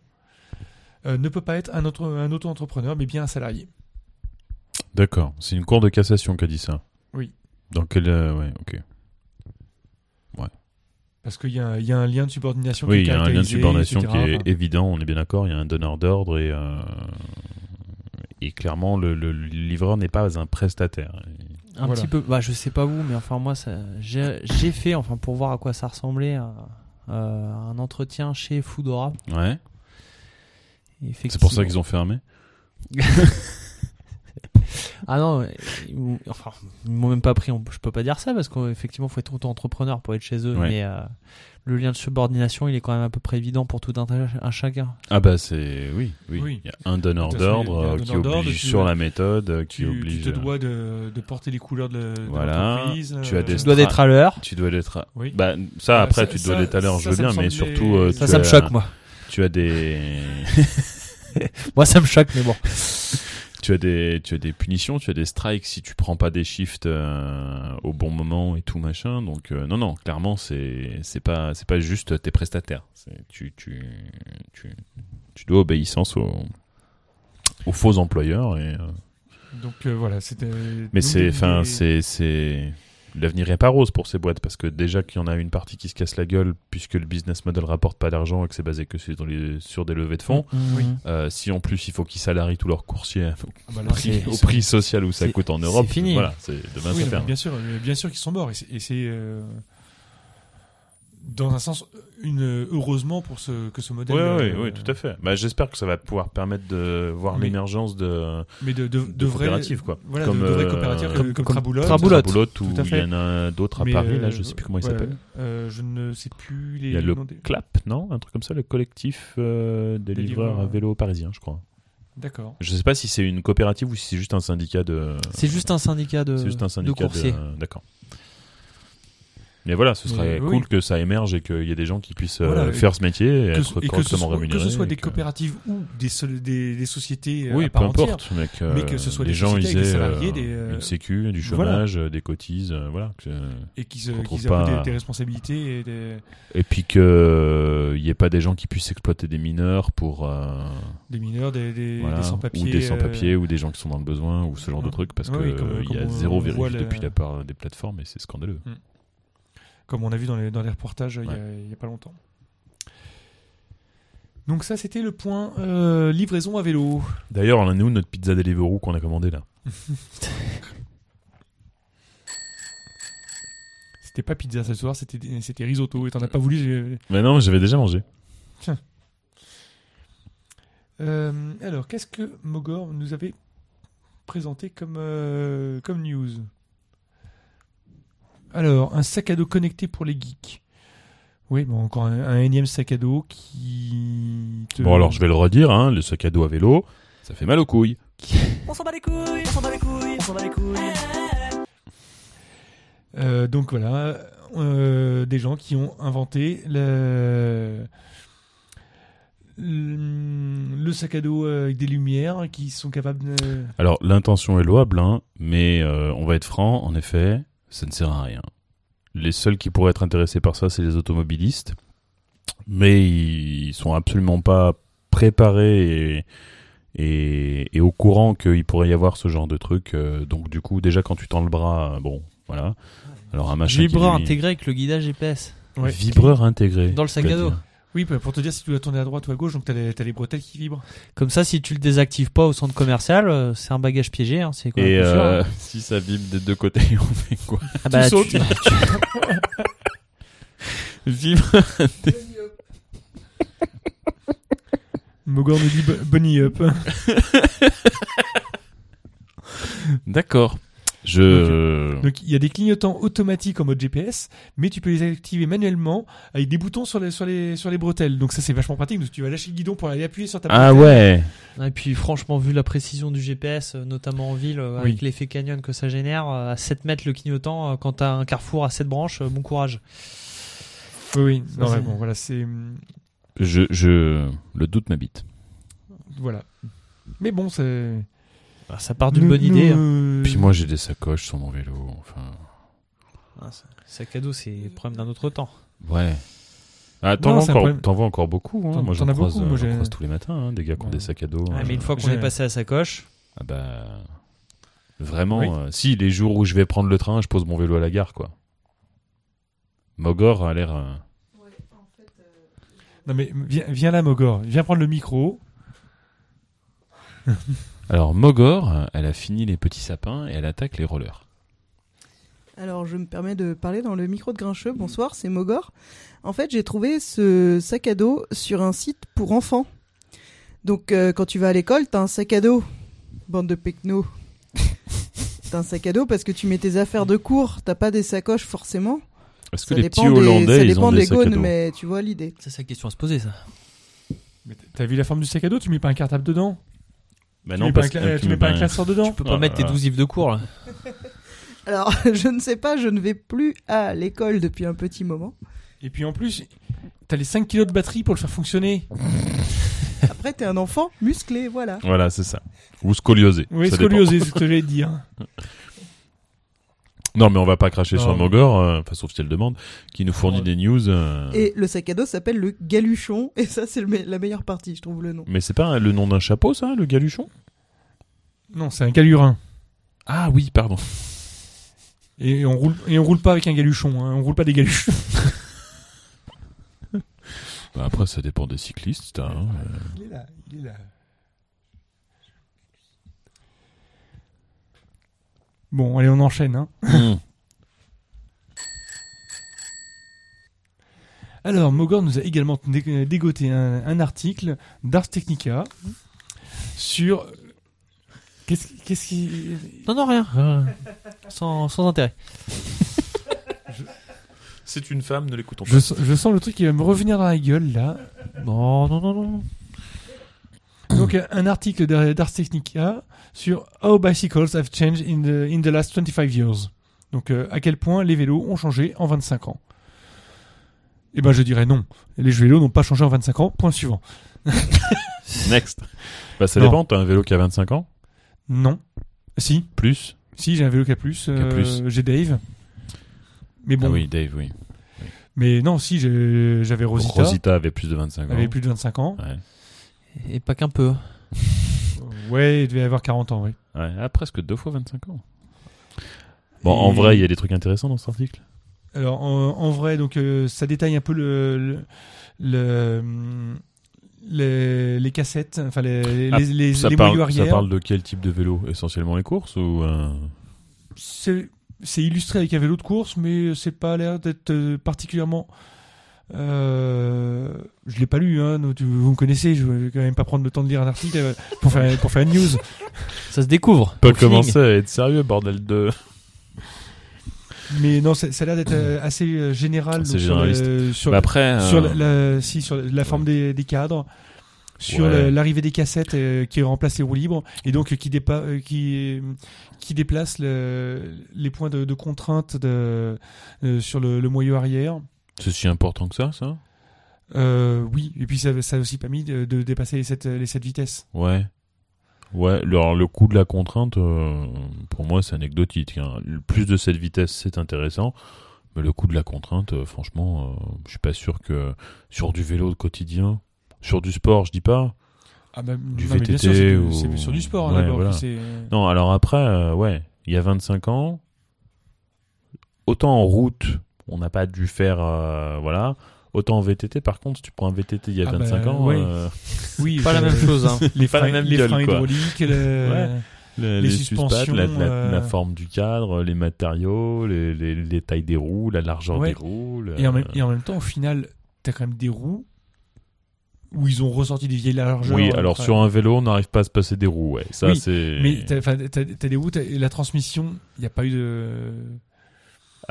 Speaker 2: euh, ne peut pas être un, autre, un auto-entrepreneur, mais bien un salarié.
Speaker 4: D'accord. C'est une cour de cassation qui a dit ça.
Speaker 2: Oui.
Speaker 4: Dans quel. euh, ouais, ok.
Speaker 2: Parce qu'il y, a un- il y a un lien de subordination
Speaker 4: Oui,
Speaker 2: qui est
Speaker 4: il y a un lien de
Speaker 2: caractérisé,
Speaker 4: subordination qui
Speaker 2: etc.
Speaker 4: est
Speaker 2: Enfin,
Speaker 4: évident, on est bien d'accord, il y a un donneur d'ordre et, euh, et clairement le, le livreur n'est pas un prestataire.
Speaker 3: Un
Speaker 2: Voilà.
Speaker 3: petit peu, bah, je sais pas vous, mais enfin moi, ça- j'ai j'ai fait, enfin pour voir à quoi ça ressemblait, un, euh, un entretien chez Foodora.
Speaker 4: Ouais, c'est
Speaker 3: Effectivement.
Speaker 4: pour ça qu'ils ont fermé.
Speaker 3: Ah non, euh, ils m'ont- enfin, ils m'ont même pas pris, on- je peux pas dire ça parce qu'effectivement, faut être auto-entrepreneur pour être chez eux,
Speaker 4: Ouais.
Speaker 3: mais euh, le lien de subordination, il est quand même à peu près évident pour tout un, un chacun.
Speaker 4: Ah bah c'est oui, oui,
Speaker 2: Oui.
Speaker 4: il y a un donneur
Speaker 2: De toute façon,
Speaker 4: d'ordre
Speaker 2: il y a un
Speaker 4: euh, qui
Speaker 2: donneur d'ordre,
Speaker 4: oblige
Speaker 2: tu-
Speaker 4: sur la méthode, euh, qui
Speaker 2: tu, tu
Speaker 4: oblige.
Speaker 2: te
Speaker 4: euh,
Speaker 2: dois de, de porter les couleurs de, de
Speaker 4: Voilà,
Speaker 2: l'entreprise. euh,
Speaker 4: tu as des-
Speaker 3: Tu
Speaker 4: dois
Speaker 3: dois
Speaker 4: d'être
Speaker 3: d'être à l'heure.
Speaker 4: Tu dois l'être. à-
Speaker 2: Oui.
Speaker 4: Bah, ça,
Speaker 2: Ah,
Speaker 4: après,
Speaker 2: ça-
Speaker 4: tu dois
Speaker 2: ça-
Speaker 4: l'être à l'heure, je
Speaker 2: ça,
Speaker 4: veux
Speaker 2: ça
Speaker 4: bien,
Speaker 2: me
Speaker 4: mais
Speaker 2: semblait-
Speaker 4: surtout. euh,
Speaker 3: Ça,
Speaker 4: tu
Speaker 3: ça me
Speaker 4: as-
Speaker 3: choque, moi.
Speaker 4: Tu as des.
Speaker 3: Moi, ça me choque, mais bon.
Speaker 4: tu as des tu as des punitions, tu as des strikes si tu prends pas des shifts euh, au bon moment et tout machin. Donc euh, non non, clairement c'est c'est pas c'est pas juste tes prestataires. C'est- Tu tu tu tu dois obéissance aux aux faux employeurs et euh,
Speaker 2: Donc euh, voilà, c'était.
Speaker 4: mais
Speaker 2: donc
Speaker 4: c'est
Speaker 2: des-
Speaker 4: enfin
Speaker 2: des-
Speaker 4: c'est c'est L'avenir est pas rose pour ces boîtes parce que déjà qu'il y en a une partie qui se casse la gueule puisque le business model rapporte pas d'argent et que c'est basé que sur, les- sur des levées de
Speaker 2: Mm.
Speaker 4: fonds.
Speaker 3: Oui.
Speaker 4: Euh, si en plus il faut qu'ils salariés tous leurs coursiers,
Speaker 2: Ah bah là,
Speaker 4: prix-
Speaker 3: c'est-
Speaker 4: au prix social où ça
Speaker 3: c'est-
Speaker 4: coûte en Europe.
Speaker 3: c'est fini.
Speaker 4: Voilà, c'est demain
Speaker 2: Oui,
Speaker 4: ça
Speaker 2: non,
Speaker 4: ferme.
Speaker 2: bien sûr, euh, bien sûr qu'ils sont morts. Et c'est, et c'est, euh, dans un sens, une, heureusement pour ce, que ce modèle.
Speaker 4: Oui, oui,
Speaker 2: euh,
Speaker 4: oui, tout à fait. Bah, j'espère que ça va pouvoir permettre de voir
Speaker 2: Mais-
Speaker 4: l'émergence de,
Speaker 2: Mais de, de, de,
Speaker 4: de
Speaker 2: vrais-
Speaker 4: coopératives, quoi.
Speaker 2: Voilà, de, de vraies
Speaker 4: euh,
Speaker 2: coopératives comme, comme,
Speaker 3: comme
Speaker 2: Traboulotte.
Speaker 3: Traboulotte. Boulotte.
Speaker 4: Boulotte, où
Speaker 2: Tout à
Speaker 4: il y
Speaker 2: fait.
Speaker 4: en a d'autres à
Speaker 2: Mais,
Speaker 4: Paris,
Speaker 2: euh,
Speaker 4: là, je sais plus comment ils
Speaker 2: ouais,
Speaker 4: s'appellent.
Speaker 2: euh, Je ne sais plus les
Speaker 4: Il y a le
Speaker 2: noms des-
Speaker 4: CLAP, non Un truc comme ça, le collectif euh, des,
Speaker 2: Des
Speaker 4: livreurs,
Speaker 2: livreurs,
Speaker 4: à
Speaker 2: ouais.
Speaker 4: vélo parisiens, je crois.
Speaker 2: D'accord.
Speaker 4: Je sais pas si c'est une coopérative ou si c'est juste un syndicat
Speaker 2: Euh,
Speaker 4: de.
Speaker 3: C'est juste un syndicat de,
Speaker 4: C'est juste un syndicat
Speaker 3: de coursiers.
Speaker 4: euh, D'accord. Mais voilà, ce serait
Speaker 2: Mais oui.
Speaker 4: cool que ça émerge et qu'il y ait des gens qui puissent euh,
Speaker 2: Voilà, et
Speaker 4: faire ce métier et
Speaker 2: Que
Speaker 4: être
Speaker 2: ce- et que ce
Speaker 4: correctement
Speaker 2: soit, que
Speaker 4: rémunérés.
Speaker 2: ce soit
Speaker 4: et
Speaker 2: des
Speaker 4: que-
Speaker 2: coopératives ou des, sol- des, des sociétés euh,
Speaker 4: Oui,
Speaker 2: à
Speaker 4: peu
Speaker 2: part entière.
Speaker 4: importe, mais que,
Speaker 2: mais que ce soit
Speaker 4: les
Speaker 2: des
Speaker 4: gens ils aient
Speaker 2: sociétés avec des salariés,
Speaker 4: euh,
Speaker 2: des, euh,
Speaker 4: une sécu, du
Speaker 2: voilà.
Speaker 4: chômage, euh, des cotises, euh, voilà. que-
Speaker 2: Et qu'ils,
Speaker 4: qu'on
Speaker 2: euh,
Speaker 4: trouve
Speaker 2: qu'ils avouent
Speaker 4: pas-
Speaker 2: des, des responsabilités et des,
Speaker 4: et puis que il n'y ait pas des gens qui puissent exploiter des mineurs pour euh,
Speaker 2: des mineurs, des, des,
Speaker 4: voilà,
Speaker 2: des sans-papiers.
Speaker 4: ou des sans-papiers
Speaker 2: euh,
Speaker 4: ou des gens qui sont dans le besoin ou ce genre de
Speaker 2: Ouais.
Speaker 4: trucs parce
Speaker 2: Ouais,
Speaker 4: que
Speaker 2: oui, comme-
Speaker 4: euh, il y a
Speaker 2: comme on
Speaker 4: zéro
Speaker 2: voit
Speaker 4: vérif
Speaker 2: la-
Speaker 4: depuis la part des plateformes et c'est scandaleux.
Speaker 2: comme on a vu dans les, dans les reportages euh, il y a- il n'y a, pas longtemps. Donc ça, c'était le point euh, livraison à vélo.
Speaker 4: D'ailleurs, on a nous notre pizza Deliveroo qu'on a commandé là.
Speaker 2: C'était pas pizza ce soir, c'était des- c'était risotto et t'en as pas voulu. j'ai-
Speaker 4: Mais non, j'avais déjà mangé.
Speaker 2: Euh, alors, qu'est-ce que Mogor nous avait présenté comme, euh, comme news Alors, un sac à dos connecté pour les geeks. Oui, bon, encore un, un énième sac à dos qui. te-
Speaker 4: Bon, alors je vais le redire, hein, le sac à dos à vélo, ça fait mal aux couilles.
Speaker 6: On s'en bat les couilles, on s'en bat les couilles, on s'en bat les couilles.
Speaker 2: Euh, donc voilà, euh, des gens qui ont inventé le, le, le sac à dos euh, avec des lumières qui sont capables de.
Speaker 4: Alors l'intention est louable, hein, mais euh, on va être franc, en effet, ça ne sert à rien. Les seuls qui pourraient être intéressés par ça, c'est les automobilistes, mais ils sont absolument pas préparés et, et- et au courant qu'il pourrait y avoir ce genre de truc. euh, donc du coup, déjà quand tu tends le bras, euh, bon, voilà. Alors un machin qui
Speaker 3: Vibreur
Speaker 4: lui-
Speaker 3: intégré avec le guidage GPS.
Speaker 2: Ouais.
Speaker 4: vibreur intégré
Speaker 3: Dans le sac à dos.
Speaker 4: C'est-à-dire
Speaker 2: Oui, bah, pour pour te dire si tu dois tourner à droite ou à gauche, donc t'as les, t'as les bretelles qui vibrent.
Speaker 3: Comme ça, si tu le désactives pas au centre commercial, euh, c'est un bagage piégé. hein, c'est quoi
Speaker 4: Et
Speaker 3: un peu sûr,
Speaker 4: euh,
Speaker 3: hein.
Speaker 4: si ça vibre des deux côtés, on fait quoi
Speaker 3: Ah bah,
Speaker 4: sautes.
Speaker 3: tu-
Speaker 4: Vibreur
Speaker 2: Mogor nous dit bu- bunny up.
Speaker 4: D'accord. Je. Ah
Speaker 2: Donc il y a des clignotants automatiques en mode GPS, mais tu peux les activer manuellement avec des boutons sur les, sur les, sur les bretelles. Donc ça c'est vachement pratique, parce que tu vas lâcher le guidon pour aller appuyer sur ta
Speaker 4: Ah
Speaker 2: bretelle.
Speaker 4: ouais.
Speaker 3: Et puis franchement, vu la précision du GPS, euh, notamment en ville, euh, avec
Speaker 2: Oui.
Speaker 3: l'effet canyon que ça génère, euh, à 7 mètres le clignotant, euh, quand t'as un carrefour à 7 branches, euh, bon courage.
Speaker 2: Oui, oui.
Speaker 3: Ça,
Speaker 2: Non,
Speaker 3: c'est-
Speaker 2: mais bon, voilà, c'est... hum,
Speaker 4: Je, je, le doute m'habite.
Speaker 2: Voilà. Mais bon, c'est...
Speaker 3: Bah, ça part d'une
Speaker 2: Nous-
Speaker 3: bonne
Speaker 2: nous,
Speaker 3: idée. hein.
Speaker 2: euh,
Speaker 4: Puis moi, j'ai des sacoches sur mon vélo. Enfin,
Speaker 3: Ah, ça- sac à dos, c'est le problème d'un autre temps.
Speaker 4: ouais. Ah,
Speaker 2: Non,
Speaker 4: t'en
Speaker 2: c'est
Speaker 4: vois
Speaker 2: un
Speaker 4: encore,
Speaker 2: problème.
Speaker 4: t'en vois encore beaucoup. hein.
Speaker 2: T'en-
Speaker 4: Moi, j'en
Speaker 2: t'en as
Speaker 4: croise,
Speaker 2: beaucoup,
Speaker 4: euh,
Speaker 2: moi,
Speaker 4: j'en
Speaker 2: j'ai-
Speaker 4: croise tous les matins hein, des gars qui ont
Speaker 2: Ouais. Ah,
Speaker 4: des sacs à dos.
Speaker 3: Ouais,
Speaker 4: hein.
Speaker 3: mais une fois qu'on
Speaker 2: j'ai-
Speaker 3: est passé à la sacoche,
Speaker 4: Ah bah, vraiment.
Speaker 2: Oui.
Speaker 4: euh, si les jours où je vais prendre le train, je pose mon vélo à la gare, quoi. Mogor a l'air. euh,
Speaker 2: Non mais viens, viens là, Mogor. Viens prendre le micro.
Speaker 4: Alors Mogor, euh, elle a fini les petits sapins et elle attaque les rollers.
Speaker 7: Alors, je me permets de parler dans le micro de Grincheux. Bonsoir, c'est Mogor. En fait, j'ai trouvé ce sac à dos sur un site pour enfants. Donc, euh, quand tu vas à l'école, t'as un sac à dos. Bande de pecnos. t'as un sac à dos parce que tu mets tes affaires de cours. T'as pas des sacoches forcément.
Speaker 4: Est-ce que
Speaker 7: Ça
Speaker 4: les
Speaker 7: dépend
Speaker 4: petits
Speaker 7: des-
Speaker 4: Hollandais,
Speaker 7: ça
Speaker 4: ils
Speaker 7: dépend
Speaker 4: ont des,
Speaker 7: des
Speaker 4: sacs à
Speaker 7: gones,
Speaker 4: dos
Speaker 7: mais tu vois l'idée.
Speaker 3: c'est sa question à se poser, ça.
Speaker 2: Mais T'as vu la forme du sac à dos Tu mets pas un cartable dedans
Speaker 4: Bah
Speaker 2: Tu
Speaker 4: non,
Speaker 2: mets pas
Speaker 4: parce
Speaker 2: un cla-
Speaker 4: que-
Speaker 2: euh, Tu mets pas un classeur
Speaker 3: Tu
Speaker 2: dedans
Speaker 3: peux pas
Speaker 4: Ah,
Speaker 3: mettre tes
Speaker 4: ah.
Speaker 3: 12 livres de cours là.
Speaker 7: Alors, je ne sais pas, je ne vais plus à l'école depuis un petit moment.
Speaker 2: Et puis en plus, t'as les 5 kilos de batterie pour le faire fonctionner.
Speaker 7: Après, t'es un enfant musclé, voilà.
Speaker 4: Voilà, c'est ça. Ou scoliosé.
Speaker 2: Oui,
Speaker 4: ça dépend.
Speaker 2: scoliosé, c'est ce que j'allais te dire.
Speaker 4: Non, mais on va pas cracher
Speaker 2: Non,
Speaker 4: sur
Speaker 2: mais-
Speaker 4: Mogor, euh, enfin, sauf si elle demande, qui nous fournit
Speaker 2: Ouais.
Speaker 4: des news. euh,
Speaker 7: Et le sac à dos s'appelle le galuchon, et ça, c'est le me- la meilleure partie, je trouve le nom.
Speaker 4: Mais c'est pas le nom d'un chapeau, ça, le galuchon
Speaker 2: Non, c'est un galurin.
Speaker 4: Ah oui, pardon.
Speaker 2: Et on roule, et on roule pas avec un galuchon. hein. On roule pas des galuchons.
Speaker 4: Bah, après, ça dépend des cyclistes. hein, euh.
Speaker 2: Il est là, il est là. Bon, allez, on enchaîne. Hein.
Speaker 4: Hmm.
Speaker 2: Alors, Mogor nous a également dé- dégoté un, un article d'Ars Technica sur. Qu'est-ce qui- qu'est-ce qui.
Speaker 3: Non, non, rien. Euh, sans, sans intérêt.
Speaker 4: C'est une femme, ne l'écoutons
Speaker 2: Je, sens- je sens le truc qui va me revenir dans la gueule là.
Speaker 3: Non, non, non, non.
Speaker 2: Donc, euh, un article d'A- d'Ars Technica sur How bicycles have changed in the, in the last 25 years. Donc, euh, à quel point les vélos ont changé en 25 ans Eh ben, je dirais non. Les vélos n'ont pas changé en 25 ans. Point suivant.
Speaker 4: Next. Bah, ça
Speaker 2: Non.
Speaker 4: dépend, t'as un vélo qui a 25 ans
Speaker 2: Non. Si,
Speaker 4: Plus
Speaker 2: si, j'ai un vélo qui a plus. euh,
Speaker 4: plus.
Speaker 2: j'ai Dave. Mais bon,
Speaker 4: Ah oui, Dave, oui.
Speaker 2: Mais non, si, j'ai- j'avais Rosita.
Speaker 4: avait plus de 25
Speaker 2: Elle
Speaker 4: ans.
Speaker 2: avait plus de 25 ans.
Speaker 4: Ouais.
Speaker 3: Et pas qu'un peu. hein.
Speaker 4: Ah.
Speaker 2: Ouais, elle devait avoir 40 ans, oui.
Speaker 4: Ouais, ah, presque deux fois 25 ans. Bon, en vrai, il y a des trucs intéressants dans cet article.
Speaker 2: Alors, en, en vrai, donc, euh, ça détaille un peu le, le, le, hum, les, les cassettes, enfin, les, les,
Speaker 4: Ah,
Speaker 2: les,
Speaker 4: ça,
Speaker 2: les moyeux
Speaker 4: parle, ça
Speaker 2: arrière.
Speaker 4: parle de quel type de vélo Essentiellement les courses ou... euh,
Speaker 2: C'est c'est illustré avec un vélo de course, mais c'est pas à l'air d'être euh, particulièrement. Euh, je l'ai pas lu, hein, donc, vous vous me connaissez, je vais quand même pas prendre le temps de lire un article euh, pour faire, pour faire une news.
Speaker 3: Ça se découvre.
Speaker 4: Pas
Speaker 3: Au feeling.
Speaker 4: commencer à être sérieux, bordel de...
Speaker 2: Mais non, ça, ça a l'air d'être euh, assez euh, général
Speaker 4: Assez
Speaker 2: donc, sur, le- sur,
Speaker 4: Bah après,
Speaker 2: sur
Speaker 4: euh,
Speaker 2: la, la- si, sur la forme des, des cadres, sur
Speaker 4: Ouais.
Speaker 2: la- l'arrivée des cassettes euh, qui remplacent les roues libres et donc euh, qui, dépa- euh, qui, euh, qui déplace le- les points de, de contrainte de, euh, sur le, le moyeu arrière.
Speaker 4: c'est si important que ça, ça
Speaker 2: Euh, oui, et puis ça, ça a aussi permis de, de dépasser les 7, les sept vitesses.
Speaker 4: Ouais. Ouais, le- alors le coût de la contrainte, euh, pour moi, c'est anecdotique. hein. Le plus de cette vitesse, c'est intéressant. Mais le coût de la contrainte, euh, franchement, euh, je suis pas sûr que sur du vélo de quotidien, sur du sport, je dis pas.
Speaker 2: Ah bah,
Speaker 4: Du
Speaker 2: mais bien
Speaker 4: VTT
Speaker 2: sûr, c'est du-
Speaker 4: ou-
Speaker 2: c'est sur du sport hein,
Speaker 4: Ouais,
Speaker 2: d'abord.
Speaker 4: voilà.
Speaker 2: puis c'est-
Speaker 4: Non, alors après, euh, ouais, il y a 25 ans, autant en route, on n'a pas dû faire, euh, voilà, autant en VTT, par contre, si tu prends un VTT il y a
Speaker 2: Ah bah,
Speaker 4: 25 ans,
Speaker 2: ouais.
Speaker 4: euh,
Speaker 2: Oui,
Speaker 3: Pas la
Speaker 2: je-
Speaker 3: même chose. Hein.
Speaker 2: Les
Speaker 4: Pas la
Speaker 2: freins,
Speaker 4: même
Speaker 2: les
Speaker 4: gueule,
Speaker 2: freins
Speaker 4: quoi.
Speaker 2: hydrauliques, le-
Speaker 4: Ouais. les,
Speaker 2: les
Speaker 4: suspensions,
Speaker 2: suspensions,
Speaker 4: la, la-
Speaker 2: euh,
Speaker 4: la forme du cadre, les matériaux, les, les- les tailles des roues, la largeur
Speaker 2: Ouais.
Speaker 4: des roues. le-
Speaker 2: Et en, même, et en même temps, au final, t'as quand même des roues où ils ont ressorti des vieilles largeurs.
Speaker 4: oui,
Speaker 2: euh,
Speaker 4: alors
Speaker 2: enfin,
Speaker 4: sur un vélo, on n'arrive pas à se passer des roues, ouais. Ça,
Speaker 2: Oui,
Speaker 4: c'est.
Speaker 2: Mais t'as enfin, t'as- t'as des roues, t'as- et la transmission, il n'y a pas eu de.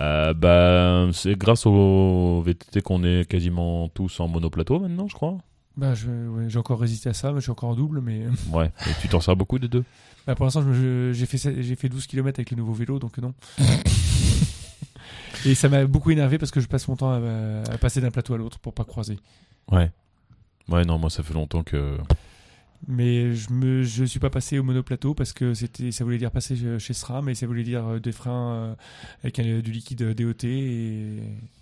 Speaker 4: Euh, bah, c'est grâce au VTT qu'on est quasiment tous en monoplateau maintenant, je crois.
Speaker 2: Bah, je- ouais, j'ai encore résisté à ça, mais je suis encore en double. Mais
Speaker 4: Ouais. Et tu t'en sers beaucoup des deux.
Speaker 2: Bah, pour l'instant, je me- je- j'ai fait, sept- j'ai fait 12 km avec le nouveau vélo, donc non. et ça m'a beaucoup énervé parce que je passe mon temps à, à passer d'un plateau à l'autre pour pas croiser.
Speaker 4: Ouais. Ouais, non, moi ça fait longtemps que.
Speaker 2: Mais je me je suis pas passé au monoplateau parce que c'était ça voulait dire passer chez- chez SRAM et ça voulait dire euh, des freins euh, avec un- du liquide euh, DOT et,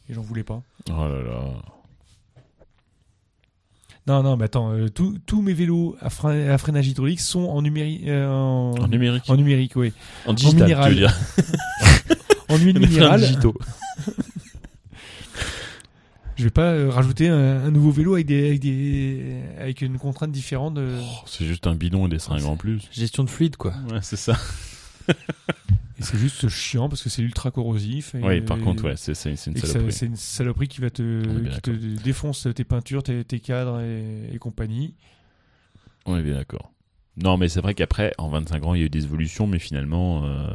Speaker 2: et j'en voulais pas.
Speaker 4: Oh là là.
Speaker 2: Non non mais attends euh, tous tous mes vélos à, frein- à freinage hydraulique sont en numérique euh, en,
Speaker 4: En numérique.
Speaker 2: en numérique oui
Speaker 4: En digital,
Speaker 2: minéral.
Speaker 4: tu veux dire.
Speaker 2: en huile
Speaker 4: Les freins
Speaker 2: minérale.
Speaker 4: digitaux.
Speaker 2: Je vais pas euh, rajouter un, un nouveau vélo avec des avec des avec une contrainte différente. euh,
Speaker 4: Oh, c'est juste un bidon et des seringues en plus.
Speaker 3: Gestion de fluide, quoi.
Speaker 4: Ouais, c'est ça.
Speaker 2: et c'est juste chiant parce que c'est ultra corrosif. et-
Speaker 4: Oui, par contre, ouais, c'est, c'est- c'est une
Speaker 2: Et que ça-
Speaker 4: saloperie.
Speaker 2: c'est une saloperie qui va
Speaker 4: On est
Speaker 2: te,
Speaker 4: bien
Speaker 2: qui te défonce tes peintures, tes, tes cadres et, et compagnie.
Speaker 4: On est bien d'accord. Non, mais c'est vrai qu'après, en 25 ans, il y a eu des évolutions, mais finalement, euh,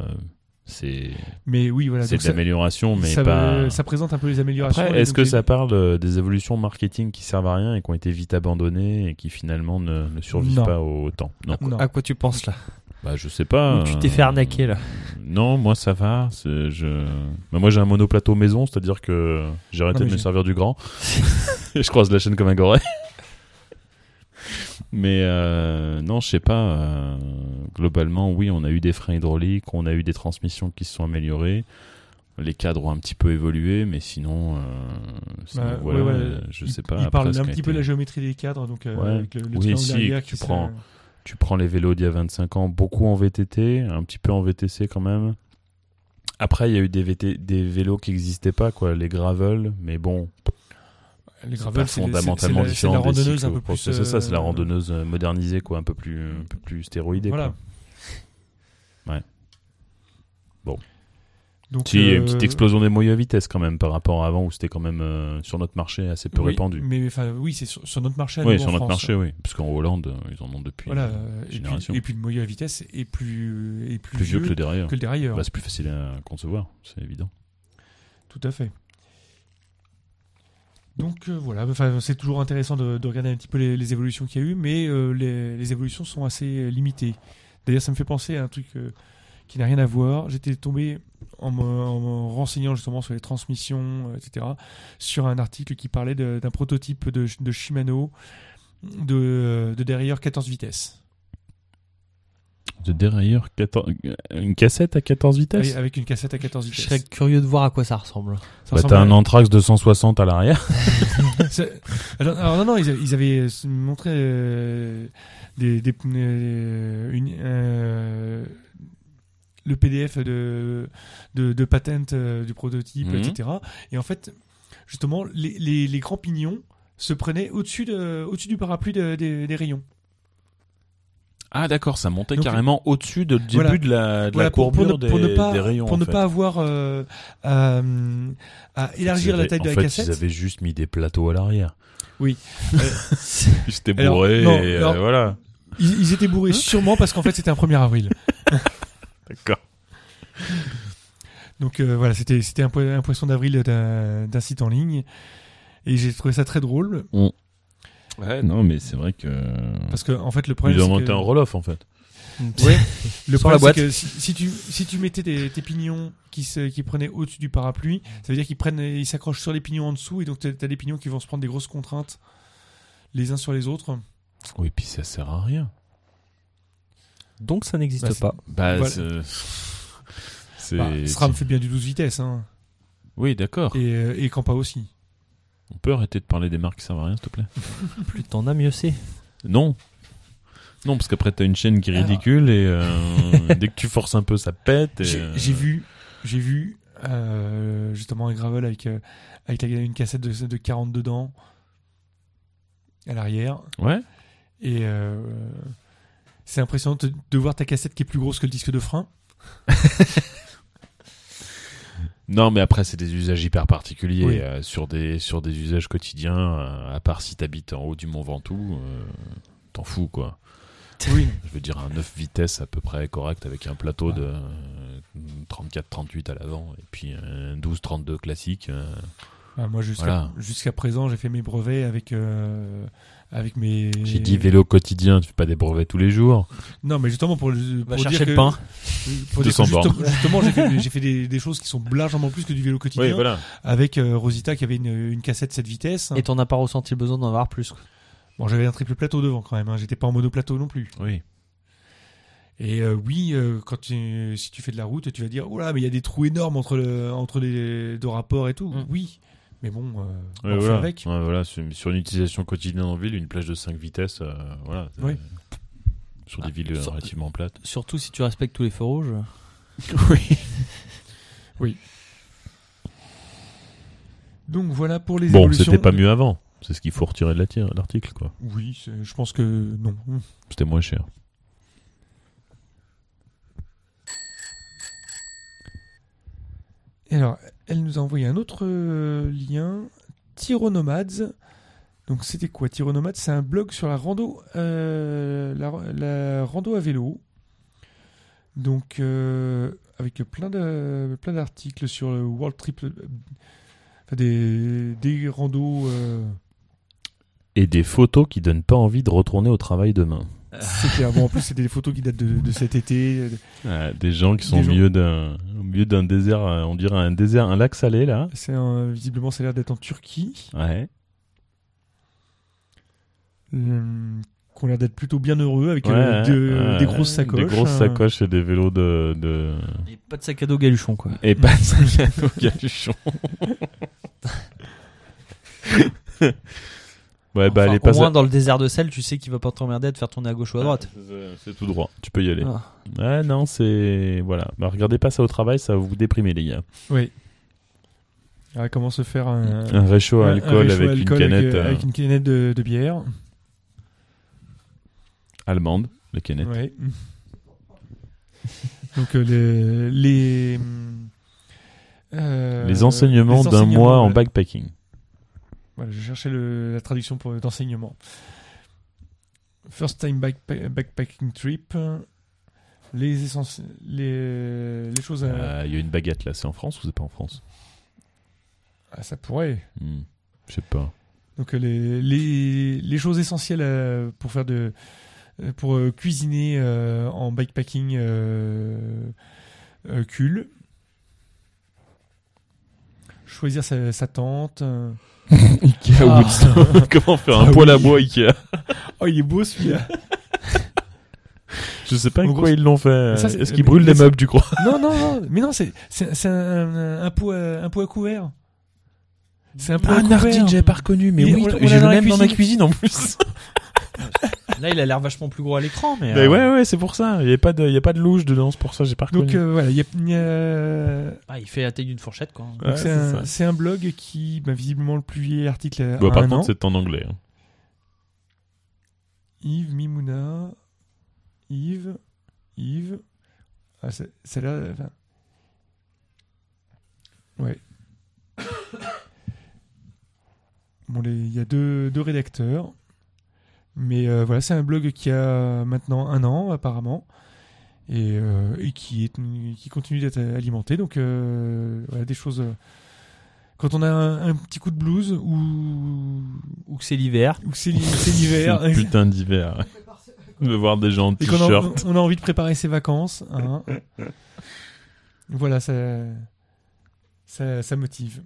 Speaker 4: c'est,
Speaker 2: Mais oui, voilà.
Speaker 4: c'est
Speaker 2: donc
Speaker 4: de
Speaker 2: ça,
Speaker 4: l'amélioration, mais
Speaker 2: ça,
Speaker 4: pas.
Speaker 2: va- ça présente un peu les améliorations.
Speaker 4: Après,
Speaker 2: et
Speaker 4: est-ce
Speaker 2: donc
Speaker 4: que
Speaker 2: les-
Speaker 4: ça parle euh, des évolutions marketing qui servent à rien et qui ont été vite abandonnées et qui finalement ne, ne survivent
Speaker 2: Non.
Speaker 4: pas au temps Non.
Speaker 2: Non.
Speaker 3: À quoi tu penses là
Speaker 4: Bah, je sais pas.
Speaker 3: Ou Tu t'es fait
Speaker 4: euh,
Speaker 3: arnaquer là.
Speaker 4: Non, moi ça va. c'est- Je... Bah, moi j'ai un monoplateau maison, c'est-à-dire que j'ai arrêté
Speaker 2: Non, mais
Speaker 4: de me
Speaker 2: j'ai-
Speaker 4: servir du grand. je croise la chaîne comme un goré. mais euh, non, je sais pas. euh, globalement, oui, on a eu des freins hydrauliques, on a eu des transmissions qui se sont améliorées. Les cadres ont un petit peu évolué, mais sinon, euh, sinon,
Speaker 2: Bah,
Speaker 4: voilà,
Speaker 2: ouais, ouais.
Speaker 4: euh, je
Speaker 2: il-
Speaker 4: sais pas.
Speaker 2: Il
Speaker 4: après,
Speaker 2: parle
Speaker 4: ce
Speaker 2: un
Speaker 4: qui a
Speaker 2: petit peu de
Speaker 4: été-
Speaker 2: la géométrie des cadres, donc euh,
Speaker 4: Ouais.
Speaker 2: avec le, le
Speaker 4: Oui,
Speaker 2: triangle
Speaker 4: si,
Speaker 2: arrière
Speaker 4: que
Speaker 2: qui
Speaker 4: tu
Speaker 2: se-
Speaker 4: prends. tu prends les vélos d'il y a 25 ans, beaucoup en VTT, un petit peu en VTC quand même. Après, il y a eu des, VT des vélos qui n'existaient pas, quoi, les gravel, mais bon,
Speaker 2: Les
Speaker 4: c'est
Speaker 2: gravels,
Speaker 4: pas
Speaker 2: c'est le- c'est-
Speaker 4: fondamentalement
Speaker 2: c'est la-
Speaker 4: différent. des
Speaker 2: C'est la randonneuse un peu
Speaker 4: cyclos.
Speaker 2: plus.
Speaker 4: C'est ça, c'est la
Speaker 2: euh,
Speaker 4: randonneuse euh, modernisée, quoi, un peu plus, un peu plus stéroïdée.
Speaker 2: Voilà.
Speaker 4: quoi. Ouais. Bon.
Speaker 2: Donc,
Speaker 4: Si, il y a une
Speaker 2: euh,
Speaker 4: petite explosion des moyeux à vitesse quand même par rapport à avant où c'était quand même euh, sur notre marché assez peu
Speaker 2: oui,
Speaker 4: répandu.
Speaker 2: Mais enfin, oui, c'est sur, sur notre marché. à
Speaker 4: Oui,
Speaker 2: nous, en
Speaker 4: sur notre
Speaker 2: France. hein.
Speaker 4: marché, oui. Parce qu'en Hollande, euh, ils en ont depuis
Speaker 2: Voilà.
Speaker 4: euh,
Speaker 2: euh, Et
Speaker 4: génération.
Speaker 2: puis, et puis le moyeu à vitesse est plus, est plus,
Speaker 4: plus vieux que le derrière.
Speaker 2: que le derrière.
Speaker 4: Bah, c'est plus facile à concevoir, c'est évident.
Speaker 2: Tout à fait. Donc euh, voilà, enfin, c'est toujours intéressant de, de regarder un petit peu les, les évolutions qu'il y a eu, mais euh, les, les évolutions sont assez euh, limitées. D'ailleurs, ça me fait penser à un truc euh, qui n'a rien à voir. J'étais tombé en me, en me renseignant justement sur les transmissions, euh, etc., sur un article qui parlait de- d'un prototype de, de Shimano de, de derrière 14 vitesses,
Speaker 4: De dérailleur, 14 une cassette à 14 vitesses
Speaker 2: avec avec une cassette à 14
Speaker 3: Je
Speaker 2: vitesses.
Speaker 3: serais curieux de voir à quoi ça ressemble.
Speaker 2: Ça
Speaker 4: bah,
Speaker 2: ressemble
Speaker 4: T'as
Speaker 2: à-
Speaker 4: un Anthrax 260 à l'arrière.
Speaker 2: C'est- Alors, alors non, non, ils, a- ils avaient euh, montré euh, des, des pneus, euh, une- euh, le PDF de, de, de patente euh, du prototype,
Speaker 4: Mhm.
Speaker 2: etc. Et en fait, justement, les, les, les grands pignons se prenaient au-dessus de, au du parapluie de- des- des rayons.
Speaker 4: Ah d'accord, ça montait
Speaker 2: Donc-
Speaker 4: carrément au-dessus de- du
Speaker 2: Voilà.
Speaker 4: début de la, de la
Speaker 2: Voilà, pour, pour
Speaker 4: courbure
Speaker 2: ne,
Speaker 4: des,
Speaker 2: pour ne pas,
Speaker 4: des rayons.
Speaker 2: pour
Speaker 4: en
Speaker 2: ne
Speaker 4: fait.
Speaker 2: pas avoir euh, à, à élargir la taille de la
Speaker 4: en fait,
Speaker 2: cassette.
Speaker 4: Ils avaient juste mis des plateaux à l'arrière.
Speaker 2: Oui.
Speaker 4: J'étais
Speaker 2: Alors,
Speaker 4: bourré
Speaker 2: non,
Speaker 4: et
Speaker 2: alors-
Speaker 4: euh, voilà.
Speaker 2: Ils, ils étaient
Speaker 4: Hein
Speaker 2: bourrés sûrement parce qu'en fait c'était un 1er avril.
Speaker 4: D'accord.
Speaker 2: Donc euh, voilà, c'était c'était un, po- un poisson d'avril d'un d'un site en ligne. Et j'ai trouvé ça très drôle.
Speaker 4: Ouais,
Speaker 8: Non, mais c'est vrai que.
Speaker 2: Parce que, en fait, le problème.
Speaker 4: Ils ont
Speaker 2: c'est
Speaker 4: inventé
Speaker 2: que-
Speaker 4: un roll-off en fait.
Speaker 2: Le
Speaker 3: Sans
Speaker 2: problème,
Speaker 3: la
Speaker 2: c'est
Speaker 3: boîte.
Speaker 2: que si, si tu, si tu mettais des- tes pignons qui, se, qui prenaient au-dessus du parapluie, ça veut dire qu'ils prennent, ils s'accrochent sur les pignons en dessous et donc t'as as des pignons qui vont se prendre des grosses contraintes les uns sur les autres.
Speaker 4: Oui, puis ça sert à rien.
Speaker 3: Donc
Speaker 2: Bah,
Speaker 3: ça n'existe
Speaker 2: c'est-
Speaker 3: pas.
Speaker 4: Bah,
Speaker 2: Voilà.
Speaker 4: c'est- c'est.
Speaker 2: Bah, SRAM fait bien du 12 vitesses, hein.
Speaker 4: Oui, d'accord.
Speaker 2: Et, euh, et Campa aussi.
Speaker 4: On peut arrêter de parler des marques qui servent à rien, s'il te plaît
Speaker 3: Plus t'en as, mieux c'est.
Speaker 4: Non. Non, parce qu'après, t'as une chaîne qui est ridicule et euh, dès que tu forces un peu, ça pète. et,
Speaker 2: J'ai
Speaker 4: euh,
Speaker 2: j'ai vu, j'ai vu euh, justement un gravel avec, euh, avec la- une cassette de, de 40 dedans à l'arrière.
Speaker 4: Ouais.
Speaker 2: Et euh, c'est impressionnant de, de voir ta cassette qui est plus grosse que le disque de frein.
Speaker 4: Non, mais après, c'est des usages hyper particuliers.
Speaker 2: Oui.
Speaker 4: euh, sur, des, sur des usages quotidiens, euh, à part si t'habites en haut du Mont Ventoux, euh, t'en fous, quoi.
Speaker 2: Oui,
Speaker 4: Je veux dire, un 9 vitesses à peu près correct avec un plateau de euh, 34-38 à l'avant et puis euh, un 12-32 classique. euh,
Speaker 2: Ah, moi, jusqu'à
Speaker 4: Voilà.
Speaker 2: jusqu'à présent, j'ai fait mes brevets avec, euh, avec mes.
Speaker 4: J'ai dit vélo quotidien, tu fais pas des brevets tous les jours.
Speaker 2: Non, mais justement pour, le-
Speaker 3: Va
Speaker 2: pour dire
Speaker 3: chercher
Speaker 2: que-
Speaker 3: le pain.
Speaker 2: pour dire que
Speaker 4: 200 bornes.
Speaker 2: justement, justement, j'ai fait, j'ai fait des, des choses qui sont largement plus que du vélo quotidien.
Speaker 4: voilà.
Speaker 2: Avec euh, Rosita qui avait une, une cassette 7 vitesses.
Speaker 3: Et t'en as pas ressenti le besoin d'en avoir plus. quoi.
Speaker 2: Bon, j'avais un triple plateau devant quand même. hein. J'étais pas en monoplateau non plus.
Speaker 4: Oui.
Speaker 2: Et euh, oui, euh, quand tu- si tu fais de la route, tu vas dire oh là, mais il y a des trous énormes entre le, entre les deux rapports et tout.
Speaker 3: Mm.
Speaker 2: Oui, mais bon, euh, on
Speaker 4: Ouais,
Speaker 2: fait
Speaker 4: voilà.
Speaker 2: avec.
Speaker 4: Ouais, voilà, sur sur une utilisation quotidienne en ville, une plage de 5 vitesses, euh, voilà.
Speaker 2: Oui.
Speaker 4: Euh, Sur
Speaker 3: Ah,
Speaker 4: des villes euh,
Speaker 3: sur-
Speaker 4: relativement plates.
Speaker 3: Surtout si tu respectes tous les feux rouges.
Speaker 2: Donc voilà pour les
Speaker 4: Bon,
Speaker 2: évolutions.
Speaker 4: c'était pas mieux avant. C'est ce qu'il faut retirer de la tire- l'article, quoi.
Speaker 2: Oui, c'est- je pense que non.
Speaker 4: C'était moins cher.
Speaker 2: Et alors, elle nous a envoyé un autre euh, lien, Tyronomades. Donc, c'était quoi Tyronomades C'est un blog sur la rando, euh, la, la rando à vélo. Donc, euh, avec plein de plein d'articles sur le World Trip, euh, enfin, des des randos. euh,
Speaker 4: Et des photos qui donnent pas envie de retourner au travail demain.
Speaker 2: c'était ah bon, en plus c'était des photos qui datent de, de cet été.
Speaker 4: Ah, des gens qui
Speaker 2: Des
Speaker 4: sont au
Speaker 2: gens-
Speaker 4: milieu d'un au milieu d'un désert, euh, on dirait un désert, un lac salé là.
Speaker 2: C'est un- visiblement ça a l'air d'être en Turquie.
Speaker 4: Ouais.
Speaker 2: Euh, qu'on a l'air d'être plutôt bien heureux avec
Speaker 4: Ouais,
Speaker 2: euh, de-
Speaker 4: ouais,
Speaker 2: des
Speaker 4: ouais.
Speaker 2: grosses sacoches.
Speaker 4: Des grosses
Speaker 2: euh,
Speaker 4: sacoches et des vélos de. de...
Speaker 3: Et pas de sac à dos galuchon quoi.
Speaker 4: Et pas de sac à dos galuchon. ouais, bah
Speaker 3: Enfin,
Speaker 4: allez,
Speaker 3: au
Speaker 4: passe.
Speaker 3: moins
Speaker 4: à-
Speaker 3: dans le désert de sel, tu sais qu'il va pas t'emmerder à te faire tourner à gauche ou à droite.
Speaker 4: C'est- C'est tout droit, tu peux y aller.
Speaker 3: Ah.
Speaker 4: Ouais, non, c'est. Voilà. Bah, regardez pas ça au travail, ça va vous déprimer, les gars.
Speaker 2: Oui. Ah, comment se faire un,
Speaker 4: Un réchaud à
Speaker 2: un- un
Speaker 4: alcool
Speaker 2: réchaud
Speaker 4: avec
Speaker 2: à
Speaker 4: une
Speaker 2: alcool
Speaker 4: canette
Speaker 2: avec, euh,
Speaker 4: euh,
Speaker 2: avec une canette de, de bière.
Speaker 4: allemande, la canette.
Speaker 2: Ouais. Donc euh, les les, hum, euh,
Speaker 4: Les enseignements
Speaker 2: les
Speaker 4: d'un
Speaker 2: enseignements,
Speaker 4: mois en
Speaker 2: voilà.
Speaker 4: backpacking.
Speaker 2: Voilà, je cherchais le- la traduction pour d'enseignement. First time backpa- backpacking trip. Les essences, les, les choses
Speaker 4: Euh,
Speaker 2: à,
Speaker 4: Il y a une baguette là, c'est en France ou c'est pas en France
Speaker 2: ah, ça pourrait.
Speaker 4: Hmm, Je sais pas.
Speaker 2: Donc euh, les, les, les choses essentielles euh, pour faire de euh, pour euh, cuisiner euh, en bikepacking euh, euh, cul. Choisir sa, sa tente. euh.
Speaker 4: Ikea
Speaker 2: Ah.
Speaker 4: Woodstock. Comment faire un
Speaker 2: Ah
Speaker 4: poêle à
Speaker 2: oui.
Speaker 4: bois Ikea
Speaker 2: Oh, il est beau celui-là.
Speaker 4: Je sais pas
Speaker 2: En
Speaker 4: en
Speaker 2: gros,
Speaker 4: quoi ils l'ont fait.
Speaker 2: ça, c'est-
Speaker 4: Est-ce qu'ils
Speaker 2: mais-
Speaker 4: brûlent
Speaker 2: mais
Speaker 4: les
Speaker 2: ça-
Speaker 4: meubles, tu crois
Speaker 2: non, non, non. Mais non, c'est c'est c'est un, un pot à, un pot à couvert. C'est un pot à couvert.
Speaker 4: pas reconnu,
Speaker 2: Il- on- on l'a dans la cuisine.
Speaker 4: en plus.
Speaker 3: Là, il a l'air vachement plus gros à l'écran, mais.
Speaker 4: Mais
Speaker 3: euh,
Speaker 4: ouais, ouais, c'est pour ça. Il n'y a, pas de- il y a pas de louche dedans, c'est pour ça que j'ai pas reconnu.
Speaker 2: Donc euh, voilà, il y a- il y a
Speaker 3: ah, il fait la taille d'une fourchette quoi.
Speaker 4: Ouais,
Speaker 2: Donc c'est
Speaker 4: c'est
Speaker 2: un-
Speaker 4: ça.
Speaker 2: c'est un, blog qui, bah, visiblement, le plus vieil article a
Speaker 4: Bah,
Speaker 2: a
Speaker 4: par
Speaker 2: un
Speaker 4: contre,
Speaker 2: an.
Speaker 4: c'est en anglais. hein.
Speaker 2: Yves Mimouna, Yves, Yves. Ah, c'est- celle-là. euh, enfin, Ouais. Bon, les- il y a deux, deux rédacteurs. Mais euh, voilà, c'est un blog qui a maintenant un an, apparemment. et, euh, et qui, est, qui continue d'être alimenté. Donc, euh, voilà, des choses. euh, Quand on a un, un petit coup de blues ou,
Speaker 3: Ou que c'est l'hiver.
Speaker 2: ou que c'est l'hi- c'est l'hiver et
Speaker 4: Putain d'hiver. De voir des gens en
Speaker 2: qu'on a,
Speaker 4: t-shirt.
Speaker 2: on a envie de préparer ses vacances, hein. voilà, ça, ça, ça motive.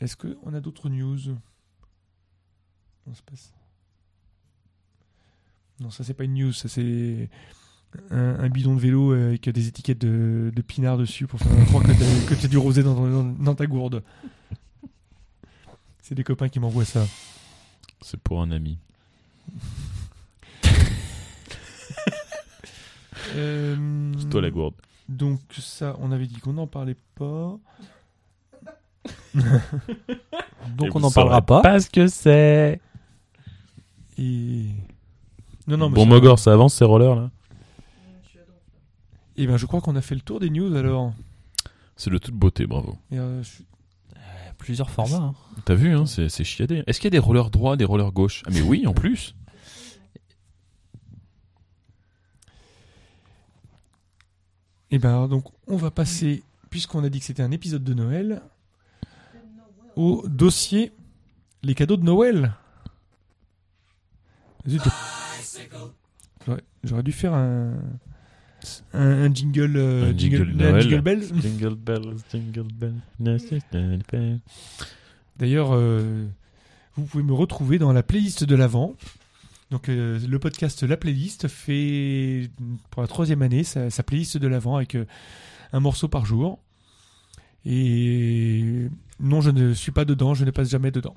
Speaker 2: Est-ce qu'on a d'autres news Non, c'est pas ça. Non, ça c'est pas une news, ça c'est un, un bidon de vélo avec des étiquettes de, de pinard dessus pour faire croire que t'as- que t'as du rosé dans, ton- dans- dans ta gourde. C'est des copains qui m'envoient ça.
Speaker 4: C'est pour un ami.
Speaker 2: Euh,
Speaker 4: C'est toi la gourde.
Speaker 2: Donc ça, on avait dit qu'on n'en parlait pas.
Speaker 4: Et
Speaker 3: Donc on
Speaker 4: vous
Speaker 3: n'en parlera
Speaker 4: saurez
Speaker 2: Ah.
Speaker 3: pas.
Speaker 4: Pas ce que c'est.
Speaker 2: Et Ah non, non, mais
Speaker 4: Bon
Speaker 2: ça-
Speaker 4: Mogor, ça avance ces rollers là.
Speaker 2: Eh ben, je crois qu'on a fait le tour des news alors.
Speaker 4: C'est de toute beauté, bravo.
Speaker 2: Et, euh, je suis-
Speaker 3: Plusieurs formats. hein.
Speaker 4: T'as vu, hein, c'est c'est chiadé. Est-ce qu'il y a des rollers droits, des rollers gauche Ah mais oui, en plus.
Speaker 2: Eh ben, alors, donc on va passer, puisqu'on a dit que c'était un épisode de Noël, au dossier les cadeaux de Noël. Zut. J'aurais- J'aurais dû faire un un, un jingle, euh,
Speaker 4: Un jingle de
Speaker 2: un
Speaker 4: Noël.
Speaker 2: jingle bell.
Speaker 4: Jingle bells, jingle bells,
Speaker 2: D'ailleurs, euh, vous pouvez me retrouver dans la playlist de l'avant. Donc euh, le podcast La Playlist fait pour la troisième année sa, sa playlist de l'avant avec euh, un morceau par jour. Et non, je ne suis pas dedans, je ne passe jamais dedans.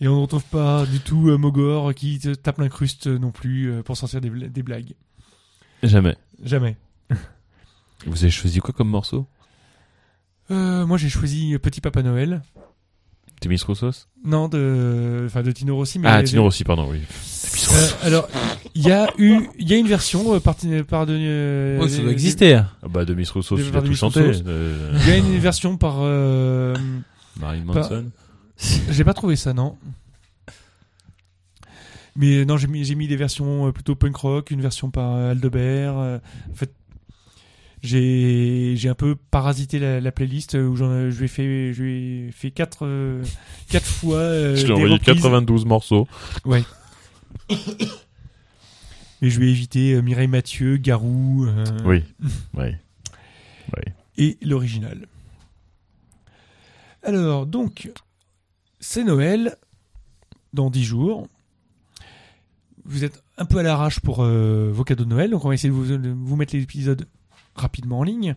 Speaker 2: Et on ne retrouve pas du tout euh, Mogor qui te tape l'incruste non plus euh, pour sortir des, bla- des blagues.
Speaker 4: Jamais.
Speaker 2: Jamais.
Speaker 4: Vous avez choisi quoi comme morceau
Speaker 2: Euh, moi j'ai choisi Petit Papa Noël.
Speaker 4: Timis Roussos
Speaker 2: Non, de, enfin de Tino Rossi. Mais
Speaker 4: Ah, Tino Rossi, pardon, oui.
Speaker 2: Euh, alors, il y a eu, il y a une version euh, par, par de, euh,
Speaker 3: Ouais, ça doit
Speaker 2: des-
Speaker 3: exister.
Speaker 4: Ah bah Demis Roussos,
Speaker 2: Des
Speaker 4: il a
Speaker 2: Demis
Speaker 4: tout chanté.
Speaker 2: Roussos.
Speaker 4: Euh,
Speaker 2: Il y a une version par, euh,
Speaker 4: Marilyn Manson.
Speaker 2: j'ai pas trouvé ça non. Mais euh, non, j'ai mis, j'ai mis des versions euh, plutôt punk rock, une version par euh, Aldebert. euh, en fait, j'ai, j'ai un peu parasité la, la playlist euh, où j'en, je lui ai fait, je lui ai fait quatre, euh, quatre fois. euh,
Speaker 4: Je lui
Speaker 2: des
Speaker 4: ai envoyé
Speaker 2: reprises.
Speaker 4: 92 morceaux.
Speaker 2: Mais je lui ai évité euh, Mireille Mathieu, Garou. euh,
Speaker 4: Oui. oui. Oui.
Speaker 2: et l'original. Alors, donc, c'est Noël dans 10 jours. Vous êtes un peu à l'arrache pour euh, vos cadeaux de Noël, donc on va essayer de vous, de vous mettre l'épisode rapidement en ligne.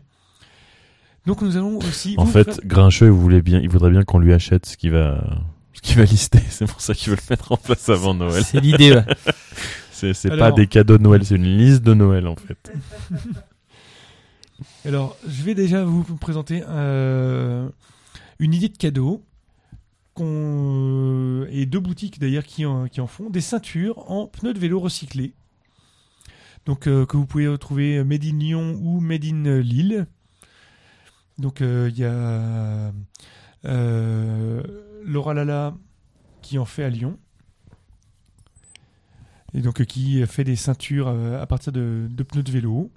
Speaker 2: Donc nous allons aussi...
Speaker 4: En
Speaker 2: vous
Speaker 4: fait,
Speaker 2: faire-
Speaker 4: Grincheux, il, voulait bien, il voudrait bien qu'on lui achète ce qu'il va, ce qu'il va lister. C'est pour ça qu'il veut le mettre en place avant Noël.
Speaker 3: C'est l'idée. ouais.
Speaker 4: C'est c'est pas
Speaker 2: Alors-
Speaker 4: des cadeaux de Noël, c'est une liste de Noël en fait.
Speaker 2: Alors, je vais déjà vous présenter euh, une idée de cadeau qu'on- euh, et deux boutiques d'ailleurs qui en, qui en font des ceintures en pneus de vélo recyclés. Donc euh, que vous pouvez retrouver Made in Lyon ou Made in Lille. Donc euh, il y a euh, Laura Lala qui en fait à Lyon. Et donc euh, qui fait des ceintures euh, à partir de, de pneus de vélo.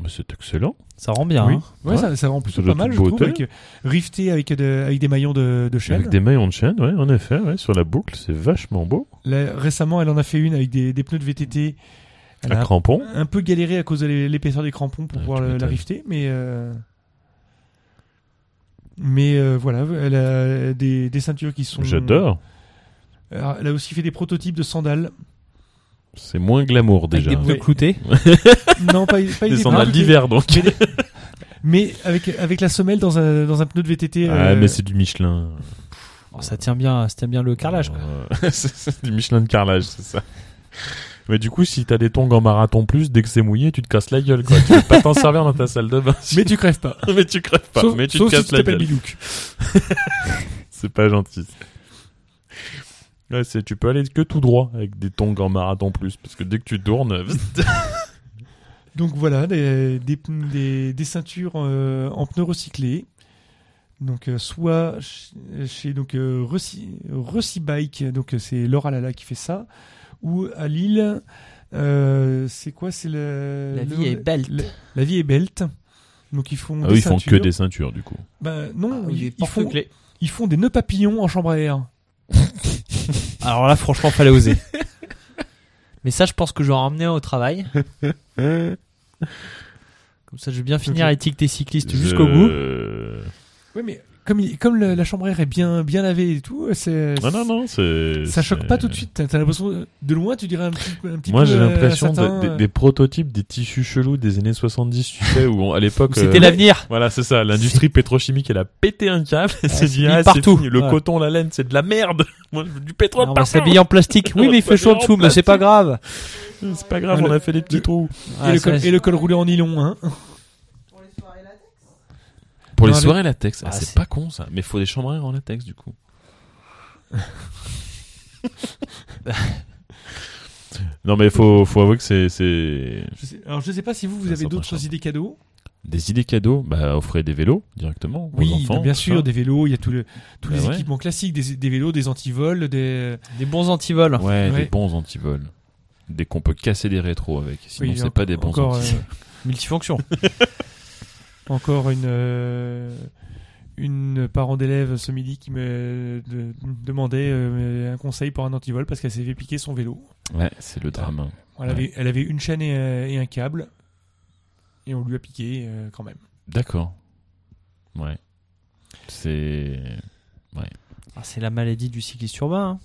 Speaker 4: Mais c'est excellent.
Speaker 3: Ça rend bien.
Speaker 2: Oui.
Speaker 3: hein.
Speaker 2: Ah, Ouais,
Speaker 4: Ouais.
Speaker 2: Ça, ça rend plutôt
Speaker 4: doit
Speaker 2: pas
Speaker 4: être
Speaker 2: mal, je
Speaker 4: beau
Speaker 2: trouve,
Speaker 4: hôtel.
Speaker 2: avec, euh, rifté avec, de- avec des maillons de, de chaîne.
Speaker 4: Avec des maillons de chaîne, ouais, en effet, ouais, sur la boucle, c'est vachement beau.
Speaker 2: Là, récemment, elle en a fait une avec des, des pneus de VTT. Elle
Speaker 4: À
Speaker 2: a
Speaker 4: crampons.
Speaker 2: un, un peu galéré à cause de l'é- l'épaisseur des crampons pour
Speaker 4: Ah,
Speaker 2: pouvoir
Speaker 4: tu
Speaker 2: la, la
Speaker 4: m'étonnes.
Speaker 2: rifter, mais... euh, Mais euh, voilà, elle a des, des ceintures qui sont...
Speaker 4: J'adore.
Speaker 2: Alors, elle a aussi fait des prototypes de sandales.
Speaker 4: C'est moins glamour
Speaker 3: Avec
Speaker 4: déjà.
Speaker 3: des pneus
Speaker 2: Oui.
Speaker 3: cloutés.
Speaker 2: non, pas, pas des
Speaker 4: Des sandales
Speaker 2: prototypes,
Speaker 4: d'hiver donc.
Speaker 2: mais, des- mais avec, avec la semelle dans un, dans un pneu de VTT.
Speaker 4: Ah,
Speaker 2: euh,
Speaker 4: mais c'est du Michelin.
Speaker 3: Oh, ça tient bien, ça tient bien le carrelage. quoi.
Speaker 4: Euh, c'est- c'est du Michelin de carrelage, c'est ça. Mais du coup, si t'as des tongs en marathon plus, dès que c'est mouillé, tu te casses la gueule, quoi. tu peux pas t'en servir dans ta salle de bain.
Speaker 2: mais tu crèves pas.
Speaker 4: mais tu crèves pas,
Speaker 2: sauf
Speaker 4: mais tu
Speaker 2: sauf
Speaker 4: te
Speaker 2: si
Speaker 4: casses
Speaker 2: tu
Speaker 4: la
Speaker 2: t'appelles
Speaker 4: gueule.
Speaker 2: Bilouk.
Speaker 4: C'est pas gentil. Ouais, c'est, tu peux aller que tout droit avec des tongs en marathon plus, parce que dès que tu tournes,
Speaker 2: Ah Donc voilà, des, des, pn- des- des ceintures euh, en pneus recyclés Donc euh, soit ch- chez donc euh, Reci- Recibike, donc euh, c'est Laura Lala qui fait ça, ou à Lille, euh, c'est quoi C'est le
Speaker 3: La
Speaker 2: le-
Speaker 3: vie est belle.
Speaker 2: La, la vie est belt. Donc ils font
Speaker 4: Ah,
Speaker 2: des
Speaker 4: eux, ils font que
Speaker 2: ceintures.
Speaker 4: des ceintures, du coup.
Speaker 2: Ben, non,
Speaker 3: Ah, il est
Speaker 2: ils, ils font
Speaker 3: porte-clés.
Speaker 2: ils font des nœuds papillons en chambre à air.
Speaker 3: Alors là, franchement, fallait oser. Mais ça, je pense que je vais en ramener un au travail. Comme ça, je vais bien finir à étiqueter cycliste jusqu'au bout.
Speaker 4: Euh,
Speaker 2: Oui, mais comme il- comme le- la chambre à air est bien bien lavée et tout, c'est
Speaker 4: Ah Non, non, non, c'est.
Speaker 2: ça choque
Speaker 4: Euh, c'est-
Speaker 2: pas tout de suite. T'as t'as l'impression euh, de loin, tu dirais un petit, un petit
Speaker 4: Moi,
Speaker 2: peu.
Speaker 4: j'ai
Speaker 2: euh,
Speaker 4: l'impression de-
Speaker 2: satin,
Speaker 4: des,
Speaker 2: euh.
Speaker 4: des prototypes des tissus chelous des années 70, tu sais, où on- à l'époque.
Speaker 3: C'était
Speaker 4: euh,
Speaker 3: l'avenir.
Speaker 4: Voilà, c'est ça. L'industrie pétrochimique, elle a pété un câble. Elle s'est dit,
Speaker 3: mis
Speaker 4: ah, c'est
Speaker 3: partout.
Speaker 4: fini. Le
Speaker 3: Ouais.
Speaker 4: coton, la laine, c'est de la merde. Moi, je veux du pétrole
Speaker 3: On va
Speaker 4: partout.
Speaker 3: s'habiller en plastique. Oui, mais il fait chaud en dessous, mais c'est pas grave.
Speaker 4: C'est pas grave,
Speaker 2: Ouais,
Speaker 4: Ah, on
Speaker 2: le-
Speaker 4: a fait des petits
Speaker 2: le-
Speaker 4: trous.
Speaker 2: et,
Speaker 3: Ah,
Speaker 2: le
Speaker 3: ça,
Speaker 2: col, et le col roulé en nylon, hein.
Speaker 4: Pour
Speaker 2: les
Speaker 4: les
Speaker 2: Non, le-
Speaker 4: soirées latex. Ah,
Speaker 3: Ah,
Speaker 4: c'est
Speaker 3: c'est-
Speaker 4: pas con, ça. Mais faut des chambres à air en latex, du coup. non, mais faut, faut avouer que c'est, c'est
Speaker 2: Je sais- alors je sais pas si vous vous
Speaker 4: Ça
Speaker 2: avez
Speaker 4: sort pas cher.
Speaker 2: d'autres idées cadeaux.
Speaker 4: des idées cadeaux. Bah, offrez des vélos directement. aux enfants,
Speaker 2: bien
Speaker 4: tout
Speaker 2: sûr,
Speaker 4: ça.
Speaker 2: des vélos, il y a tout le- tous
Speaker 4: Bah
Speaker 2: les
Speaker 4: ouais.
Speaker 2: équipements classiques, des, des vélos, des antivols, des.
Speaker 3: Des bons antivols.
Speaker 4: Ouais,
Speaker 2: Ouais.
Speaker 4: des bons antivols. Dès qu'on peut casser des rétros avec. Sinon,
Speaker 2: Oui,
Speaker 4: c'est
Speaker 2: encore-
Speaker 4: pas des bons
Speaker 2: encore, euh,
Speaker 4: antivols.
Speaker 3: Multifonction.
Speaker 2: encore une euh, une parent d'élève ce midi qui me de- demandait euh, un conseil pour un antivol parce qu'elle s'est fait piquer son vélo.
Speaker 4: Ouais, c'est le drame.
Speaker 2: Elle avait, elle avait une chaîne et, euh, et un câble et on lui a piqué euh, quand même.
Speaker 4: D'accord. Ouais. C'est.
Speaker 3: Ah, c'est la maladie du cycliste urbain. hein.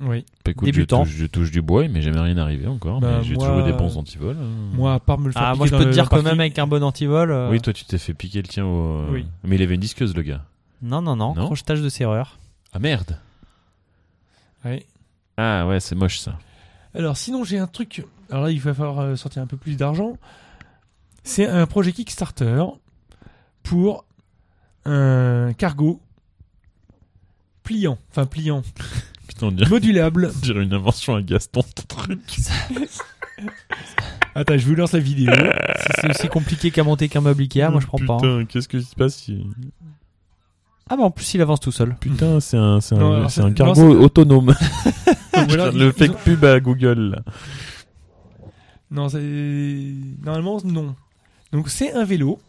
Speaker 2: Oui.
Speaker 4: Bah, écoute, je
Speaker 3: Débutant.
Speaker 4: touche, je touche du bois, mais jamais rien arrivé encore.
Speaker 2: Bah,
Speaker 4: mais j'ai
Speaker 2: moi-
Speaker 4: toujours eu des bons antivols. hein.
Speaker 2: Moi, à part me le faire
Speaker 3: Ah,
Speaker 2: piquer
Speaker 3: moi, je
Speaker 2: dans
Speaker 3: peux te
Speaker 2: le-
Speaker 3: dire
Speaker 2: dans
Speaker 3: quand
Speaker 2: le
Speaker 3: même
Speaker 2: parking-
Speaker 3: avec un bon antivol. euh,
Speaker 4: Oui, toi, tu t'es fait piquer le tien au.
Speaker 2: Ah.
Speaker 4: euh,
Speaker 2: Oui.
Speaker 4: Mais il avait une disqueuse, le gars.
Speaker 3: Non, non, non.
Speaker 4: Non.
Speaker 3: Crochetage de serrure.
Speaker 4: Ah merde
Speaker 2: Ouais.
Speaker 4: Ah ouais, c'est moche ça.
Speaker 2: Alors sinon j'ai un truc. Alors là il va falloir euh, sortir un peu plus d'argent. C'est un projet Kickstarter pour un cargo pliant, enfin pliant,
Speaker 4: Putain, on dirait,
Speaker 2: modulable.
Speaker 4: on dirait une invention à Gaston, ton truc.
Speaker 2: Attends, je vous lance la vidéo.
Speaker 3: Si c'est aussi compliqué qu'à monter qu'un meuble Ikea, moi, je prends pas. hein.
Speaker 4: Putain, qu'est-ce qui se passe si-
Speaker 3: Ah, bah en plus, il avance tout seul.
Speaker 4: Putain, c'est un, c'est un-
Speaker 2: Non, alors,
Speaker 4: c'est
Speaker 2: c'est-
Speaker 4: un
Speaker 2: non,
Speaker 4: cargo
Speaker 2: c'est-
Speaker 4: autonome.
Speaker 2: Ou
Speaker 4: Putain,
Speaker 2: alors, ils-
Speaker 4: le
Speaker 2: ils
Speaker 4: fake
Speaker 2: ont-
Speaker 4: pub à Google. là.
Speaker 2: Non, c'est normalement non. Donc c'est un vélo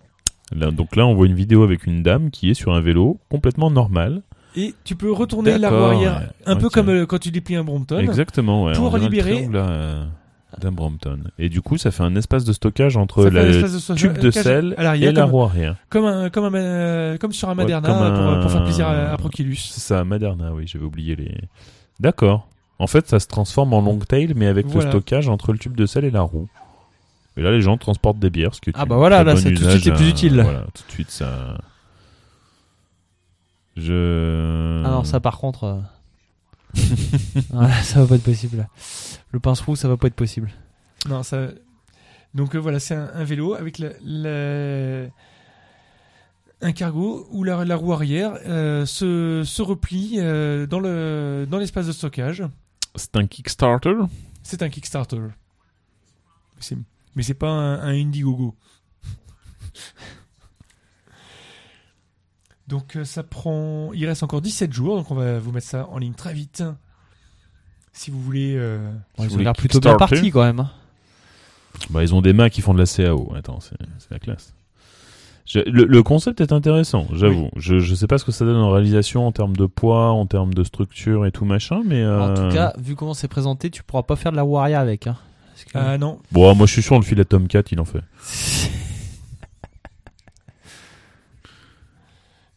Speaker 4: Là, donc là, on voit une vidéo avec une dame qui est sur un vélo complètement normal.
Speaker 2: et tu peux retourner la roue
Speaker 4: D'accord,
Speaker 2: arrière,
Speaker 4: ouais.
Speaker 2: un peu
Speaker 4: Ok.
Speaker 2: comme euh, quand tu déplies un Brompton.
Speaker 4: Exactement, ouais.
Speaker 2: Pour
Speaker 4: on dirait le
Speaker 2: libérer-
Speaker 4: triangle, là, euh, d'un Brompton. Et du coup, ça fait un espace de stockage
Speaker 3: Euh,
Speaker 4: entre
Speaker 2: Ça fait un
Speaker 4: le
Speaker 2: espèce so- euh,
Speaker 4: tube de
Speaker 2: cage-
Speaker 4: sel
Speaker 2: à l'arrière,
Speaker 4: et la
Speaker 2: comme-
Speaker 4: roue arrière.
Speaker 2: Comme un, comme un, euh, comme sur un Maderna
Speaker 4: comme
Speaker 2: pour,
Speaker 4: un-
Speaker 2: pour faire plaisir à, à Proculus.
Speaker 4: C'est ça, Maderna, oui, j'avais oublié les. D'accord. En fait, ça se transforme en long tail, mais avec
Speaker 2: Voilà.
Speaker 4: le stockage entre le tube de sel et la roue. Et là, les gens transportent des bières, ce qui est
Speaker 3: Ah
Speaker 4: une
Speaker 3: bah voilà,
Speaker 4: très
Speaker 3: là,
Speaker 4: bonne
Speaker 3: c'est tout de
Speaker 4: usage,
Speaker 3: suite, c'est plus
Speaker 4: euh,
Speaker 3: utile.
Speaker 4: Voilà, tout de suite, ça. Je.
Speaker 3: Ah non, ça par contre. euh, voilà, ça va pas être possible. Le pince roux, ça va pas être possible.
Speaker 2: Non, ça. Donc euh, voilà, c'est un, un vélo avec la, la- un cargo où la, la roue arrière euh, se, se replie euh, dans le dans l'espace de stockage.
Speaker 4: C'est un Kickstarter
Speaker 2: C'est un Kickstarter. Mais c'est- Mais c'est pas un, un Indiegogo. Donc euh, ça prend. Il reste encore 17 jours, donc on va vous mettre ça en ligne très vite. Si vous voulez. euh,
Speaker 4: Si vous
Speaker 3: ils ont
Speaker 4: voulez
Speaker 3: l'air plutôt bien
Speaker 4: Kickstarter.
Speaker 3: partis quand même. hein.
Speaker 4: Bah, ils ont des mains qui font de la CAO. Attends, c'est c'est la classe. Je- le, le concept est intéressant, j'avoue. Je, je sais pas ce que ça donne en réalisation, en termes de poids, en termes de structure et tout machin, mais. euh,
Speaker 3: En tout cas, vu comment c'est présenté, tu pourras pas faire de la roue arrière avec. Hein. Parce que-
Speaker 2: Ah non,
Speaker 4: Bon, moi je suis sûr, on le fil à Tomcat, il en fait.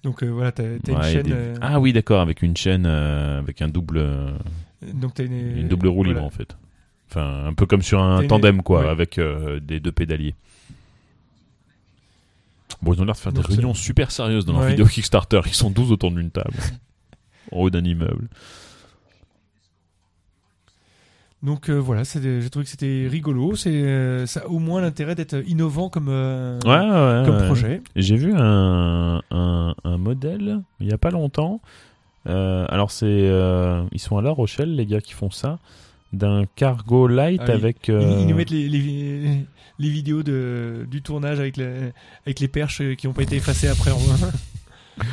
Speaker 2: donc euh, voilà, t'as t'as une
Speaker 4: Ouais,
Speaker 2: chaîne.
Speaker 4: des-
Speaker 2: euh,
Speaker 4: Ah oui, d'accord, avec une chaîne, euh, avec un double, euh,
Speaker 2: Donc t'as une,
Speaker 4: une double roue
Speaker 2: voilà.
Speaker 4: libre en fait. Enfin, un peu comme sur un
Speaker 2: T'as une-
Speaker 4: tandem quoi,
Speaker 2: ouais.
Speaker 4: avec euh, des deux pédaliers. Bon, ils ont l'air de faire
Speaker 2: Donc,
Speaker 4: des réunions super sérieuses dans leur
Speaker 2: Ouais.
Speaker 4: vidéo Kickstarter. Ils sont 12 autour d'une table, en haut d'un immeuble.
Speaker 2: Donc euh, voilà, c'est des- j'ai trouvé que c'était rigolo. C'est euh, ça a au moins l'intérêt d'être innovant comme euh,
Speaker 4: Ouais, ouais,
Speaker 2: comme
Speaker 4: ouais.
Speaker 2: projet.
Speaker 4: J'ai vu un, un, un modèle il n'y a pas longtemps. Euh, alors, c'est euh, ils sont à La Rochelle, les gars qui font ça, d'un cargo light
Speaker 2: Ah oui.
Speaker 4: avec.
Speaker 2: Ils,
Speaker 4: euh,
Speaker 2: ils nous mettent les, les, les vidéos de, du tournage avec les, avec les perches qui n'ont pas été effacées après. en-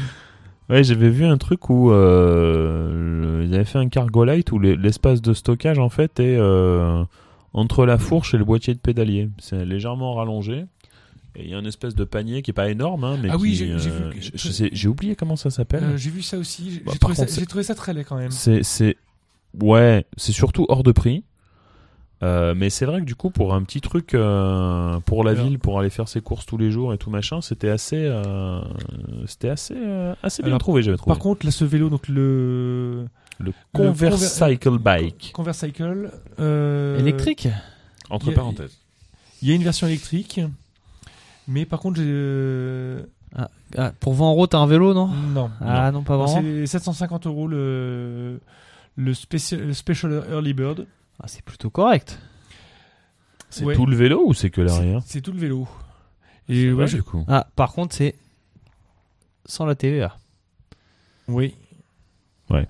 Speaker 4: Ouais, j'avais vu un truc où euh, le- ils avaient fait un cargo light où le- l'espace de stockage en fait est euh, entre la fourche et le boîtier de pédalier. C'est légèrement rallongé. Et il y a un espèce de panier qui est pas énorme, hein, mais
Speaker 2: Ah oui,
Speaker 4: qui,
Speaker 2: j'ai- j'ai vu
Speaker 4: euh,
Speaker 2: que-
Speaker 4: je- je sais- j'ai oublié comment ça s'appelle.
Speaker 2: Euh, j'ai vu ça aussi. J'ai
Speaker 4: Bah,
Speaker 2: j'ai
Speaker 4: par
Speaker 2: trouvé,
Speaker 4: contre,
Speaker 2: ça-
Speaker 4: c'est-
Speaker 2: j'ai trouvé ça très laid quand même.
Speaker 4: C'est, c'est, ouais, c'est surtout hors de prix. Euh, mais c'est vrai que du coup, pour un petit truc euh, pour la
Speaker 2: Alors.
Speaker 4: ville, pour aller faire ses courses tous les jours et tout machin, c'était assez, euh, c'était assez, euh, assez bien
Speaker 2: Alors,
Speaker 4: trouvé, j'avais trouvé.
Speaker 2: Par contre, là, ce vélo, donc le
Speaker 4: le
Speaker 2: le
Speaker 4: Convercycle Bike,
Speaker 2: Convercycle. euh,
Speaker 3: Électrique
Speaker 2: y
Speaker 4: entre
Speaker 2: a-
Speaker 4: parenthèses.
Speaker 2: Il y a une version électrique, mais par contre, j'ai. euh,
Speaker 3: Ah, Pour 20 euros, t'as un vélo,
Speaker 4: Oh.
Speaker 3: non
Speaker 2: non.
Speaker 3: Ah non, pas
Speaker 2: Non,
Speaker 3: vraiment.
Speaker 2: C'est 750 euros le, le, spécial, le Special Early Bird.
Speaker 3: Ah, c'est plutôt correct.
Speaker 4: C'est
Speaker 2: ouais.
Speaker 4: tout le vélo ou c'est que l'arrière
Speaker 2: C'est tout le vélo. Et
Speaker 4: C'est
Speaker 2: ouais,
Speaker 4: vrai,
Speaker 2: je-
Speaker 4: du coup.
Speaker 3: Ah, par contre, c'est sans la TVA.
Speaker 2: oui.
Speaker 4: Ouais.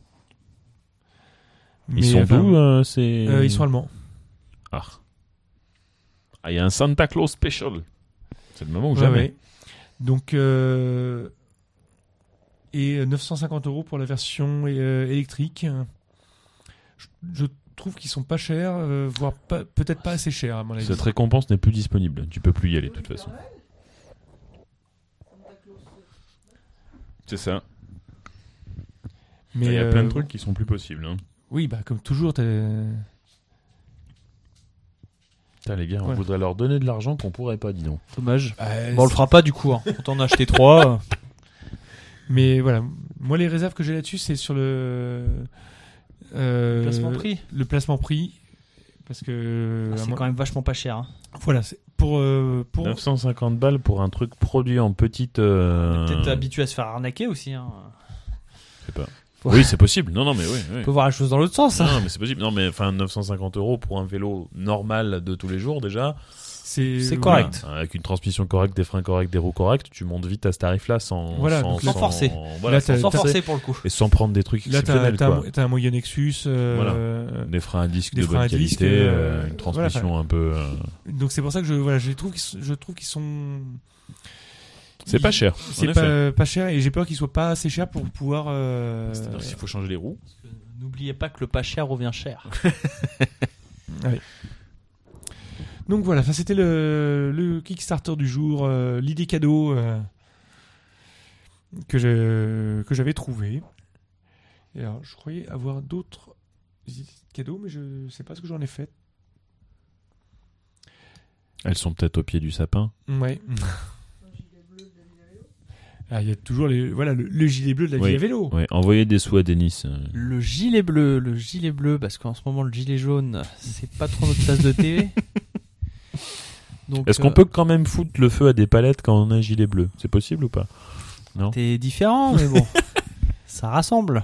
Speaker 2: Mais,
Speaker 4: Ils sont
Speaker 2: enfin,
Speaker 4: d'où euh, c'est...
Speaker 2: euh, Ils sont allemands.
Speaker 4: Ah, Ah, il y a un Santa Claus Special. C'est le moment ou
Speaker 2: Ouais,
Speaker 4: jamais.
Speaker 2: ouais. Donc. euh, et euh, 950 euros pour la version euh, électrique. Je, je trouve qu'ils sont pas chers, euh, voire pas- peut-être pas assez chers à mon avis.
Speaker 4: Cette récompense n'est plus disponible. Tu peux plus y aller de toute façon. C'est ça.
Speaker 2: Mais
Speaker 4: Il y a plein de
Speaker 2: euh,
Speaker 4: trucs qui sont plus possibles. Hein.
Speaker 2: Oui, bah comme toujours, t'as-
Speaker 4: les gars, on
Speaker 2: Ouais.
Speaker 4: voudrait leur donner de l'argent qu'on pourrait pas, dis donc.
Speaker 3: Dommage.
Speaker 2: Euh,
Speaker 3: Bon, on le fera pas du coup. Hein. Quand on a acheté 3.
Speaker 2: Mais voilà, moi les réserves que j'ai là-dessus, c'est sur le euh,
Speaker 3: Placement prix.
Speaker 2: le placement prix, parce que à
Speaker 3: Ah, c'est
Speaker 2: moi-
Speaker 3: quand même vachement pas cher. hein.
Speaker 2: voilà, c'est pour euh, pour
Speaker 4: 950 balles pour un truc produit en petite. euh,
Speaker 3: Peut-être habitué à se faire arnaquer aussi. Hein.
Speaker 4: je sais pas.
Speaker 3: Faut-
Speaker 4: Oui, c'est possible. Non, non, mais oui. oui.
Speaker 3: On peut voir la chose dans l'autre sens. hein.
Speaker 4: Non, mais c'est possible. Non, mais enfin, 950 euros pour un vélo normal de tous les jours déjà.
Speaker 2: c'est
Speaker 3: c'est
Speaker 2: voilà.
Speaker 3: correct.
Speaker 4: Voilà. Avec une transmission correcte, des freins corrects, des roues correctes, tu montes vite à ce tarif-là sans,
Speaker 2: Voilà,
Speaker 4: sans,
Speaker 2: donc
Speaker 3: là- Sans forcer.
Speaker 4: voilà,
Speaker 2: Là,
Speaker 4: sans
Speaker 2: t'as-
Speaker 3: Sans
Speaker 4: forcer.
Speaker 3: forcer pour le coup.
Speaker 4: Et sans prendre des trucs
Speaker 2: Là, t'as
Speaker 4: exceptionnels.
Speaker 2: t'as un,
Speaker 4: quoi.
Speaker 2: t'as un Moyo Nexus, euh,
Speaker 4: Des freins à disque
Speaker 2: Des
Speaker 4: de
Speaker 2: freins
Speaker 4: bonne
Speaker 2: à disque,
Speaker 4: qualité,
Speaker 2: euh,
Speaker 4: euh,
Speaker 2: voilà,
Speaker 4: une transmission un peu. euh,
Speaker 2: donc c'est pour ça que je voilà, je les trouve qu'ils sont- je trouve qu'ils sont
Speaker 4: C'est
Speaker 2: ils-
Speaker 4: pas cher.
Speaker 2: c'est
Speaker 4: en
Speaker 2: pas,
Speaker 4: effet.
Speaker 2: pas cher et j'ai peur qu'ils soient pas assez chers pour pouvoir euh,
Speaker 4: C'est-à-dire qu'il faut changer les roues.
Speaker 3: N'oubliez pas que le pas cher revient cher.
Speaker 2: Donc voilà, ça c'était le, le Kickstarter du jour, euh, l'idée cadeau euh, que je- que j'avais trouvé. Et alors, je croyais avoir d'autres idées de cadeaux, mais je ne sais pas ce que j'en ai fait.
Speaker 4: Elles sont peut-être au pied du sapin.
Speaker 2: Ouais. Ah, il y a toujours les, voilà, le, le gilet bleu de la
Speaker 4: Oui.
Speaker 2: vie à vélo.
Speaker 4: Ouais, envoyez des sous à Denis. euh.
Speaker 3: Le gilet bleu, le gilet bleu, parce qu'en ce moment le gilet jaune, c'est pas trop notre tasse de thé. Donc,
Speaker 4: Est-ce
Speaker 3: euh,
Speaker 4: qu'on peut quand même foutre le feu à des palettes quand on a un gilet bleu C'est possible ou pas
Speaker 3: T'es différent, mais bon, ça rassemble.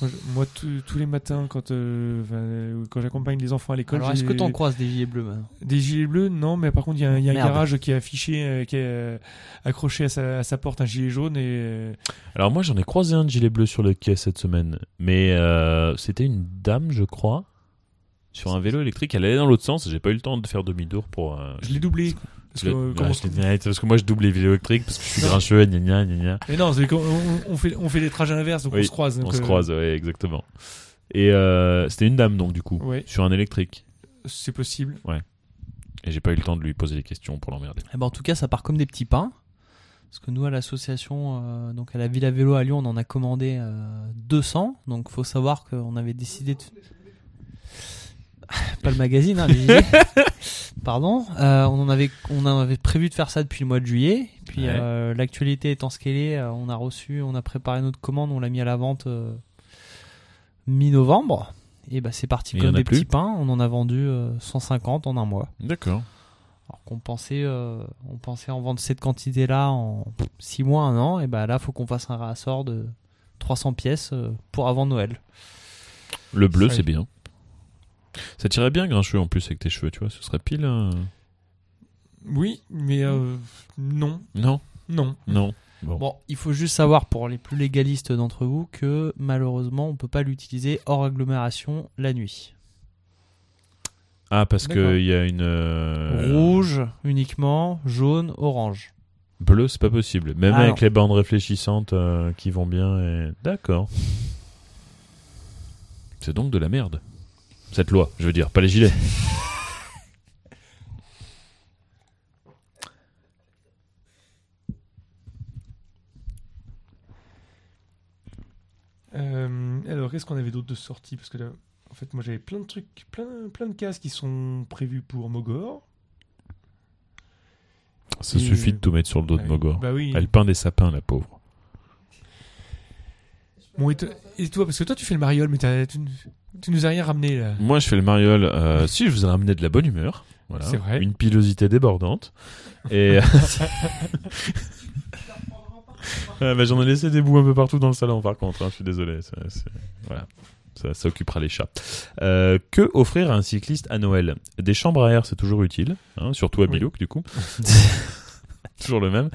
Speaker 2: Moi, je- moi, tous- tous les matins, quand, euh, enfin, quand j'accompagne les enfants à l'école,
Speaker 3: Alors, est-ce
Speaker 2: j'ai-
Speaker 3: que t'en croises des gilets bleus maintenant
Speaker 2: Des gilets bleus, non, mais par contre, il y a, un- il y a un
Speaker 3: Merde.
Speaker 2: garage qui est affiché, euh, qui est euh, accroché à sa, à sa porte un gilet jaune et. euh,
Speaker 4: Alors moi j'en ai croisé un de gilet bleu sur le quai cette semaine, mais euh, c'était une dame je crois sur un vélo électrique. Elle allait dans l'autre sens. J'ai pas eu le temps de faire demi-tour pour. euh,
Speaker 2: Je l'ai doublé. Parce que,
Speaker 4: le-
Speaker 2: euh,
Speaker 4: Ouais,
Speaker 2: comment-
Speaker 4: je l'ai- ouais, parce que moi je double les vélos électriques parce que je suis grincheux. gna gna gna gna.
Speaker 2: Mais non, c'est qu'on- on, on fait, on fait des trajets inverses, donc
Speaker 4: Oui,
Speaker 2: on se croise. donc,
Speaker 4: On se
Speaker 2: euh,
Speaker 4: croise, ouais, exactement. Et euh, c'était une dame donc du coup
Speaker 2: Ouais,
Speaker 4: sur un électrique.
Speaker 2: c'est possible.
Speaker 4: Et j'ai pas eu le temps de lui poser des questions pour l'emmerder.
Speaker 3: Eh ben, En tout cas, ça part comme des petits pains. Parce que nous, à l'association, euh, donc à la Villa Vélo à Lyon, on en a commandé euh, 200. Donc, faut savoir qu'on avait décidé de. Pas le magazine, hein, les gilets. Pardon. Euh, on, en avait, on en avait prévu de faire ça depuis le mois de juillet. Puis,
Speaker 4: Ouais.
Speaker 3: euh, l'actualité étant ce qu'elle est, euh, on a reçu, on a préparé notre commande, on l'a mis à la vente euh, mi-novembre. Et bah, c'est parti
Speaker 4: Et il y en
Speaker 3: comme
Speaker 4: a
Speaker 3: des
Speaker 4: plus
Speaker 3: petits pains. On en a vendu euh, 150 en un mois.
Speaker 4: D'accord.
Speaker 3: Alors qu'on pensait, euh, on pensait en vendre cette quantité-là en 6 mois, 1 an, et ben là, faut qu'on fasse un rassort de 300 pièces euh, pour avant Noël.
Speaker 4: Le bleu
Speaker 2: Ça,
Speaker 4: c'est bien. Ça tirait bien grincheux en plus avec tes cheveux, tu vois. Ce serait pile. euh,
Speaker 2: Oui, mais euh, non,
Speaker 4: Non,
Speaker 2: non.
Speaker 4: non.
Speaker 3: Bon, il faut juste savoir pour les plus légalistes d'entre vous que malheureusement, on peut pas l'utiliser hors agglomération la nuit.
Speaker 4: Ah, parce
Speaker 2: D'accord.
Speaker 4: qu'il y a une. euh,
Speaker 3: Rouge uniquement, jaune, orange.
Speaker 4: Bleu, c'est pas possible. Même
Speaker 3: Ah,
Speaker 4: avec
Speaker 3: non.
Speaker 4: les bandes réfléchissantes euh, qui vont bien. Et... D'accord. C'est donc de la merde. Cette loi, je veux dire, pas les gilets.
Speaker 2: Euh, alors, qu'est-ce qu'on avait d'autre de sortie Parce que là, en fait, moi j'avais plein de trucs, plein, plein de cases qui sont prévues pour Mogor.
Speaker 4: Ça
Speaker 2: Et-
Speaker 4: suffit de tout mettre sur le dos
Speaker 2: Ah
Speaker 4: de
Speaker 2: oui.
Speaker 4: Mogor.
Speaker 2: Bah oui.
Speaker 4: Elle peint des sapins, la pauvre.
Speaker 2: Bon, et, toi- et toi, parce que toi tu fais le mariole, mais t'as- tu, tu nous as rien ramené là.
Speaker 4: Moi, je fais le mariole. euh, si, je vous ai ramené de la bonne humeur. Voilà.
Speaker 2: C'est vrai.
Speaker 4: Une pilosité débordante. Et. euh, Ah, bah, J'en ai laissé des bouts un peu partout dans le salon, par contre. hein, je suis désolé. Ça, c'est- voilà. Ça, ça occupera les chats. Euh, que offrir à un cycliste à Noël Des chambres à air, c'est toujours utile. hein, surtout à
Speaker 2: Oui.
Speaker 4: Bilouk, du coup. toujours le même.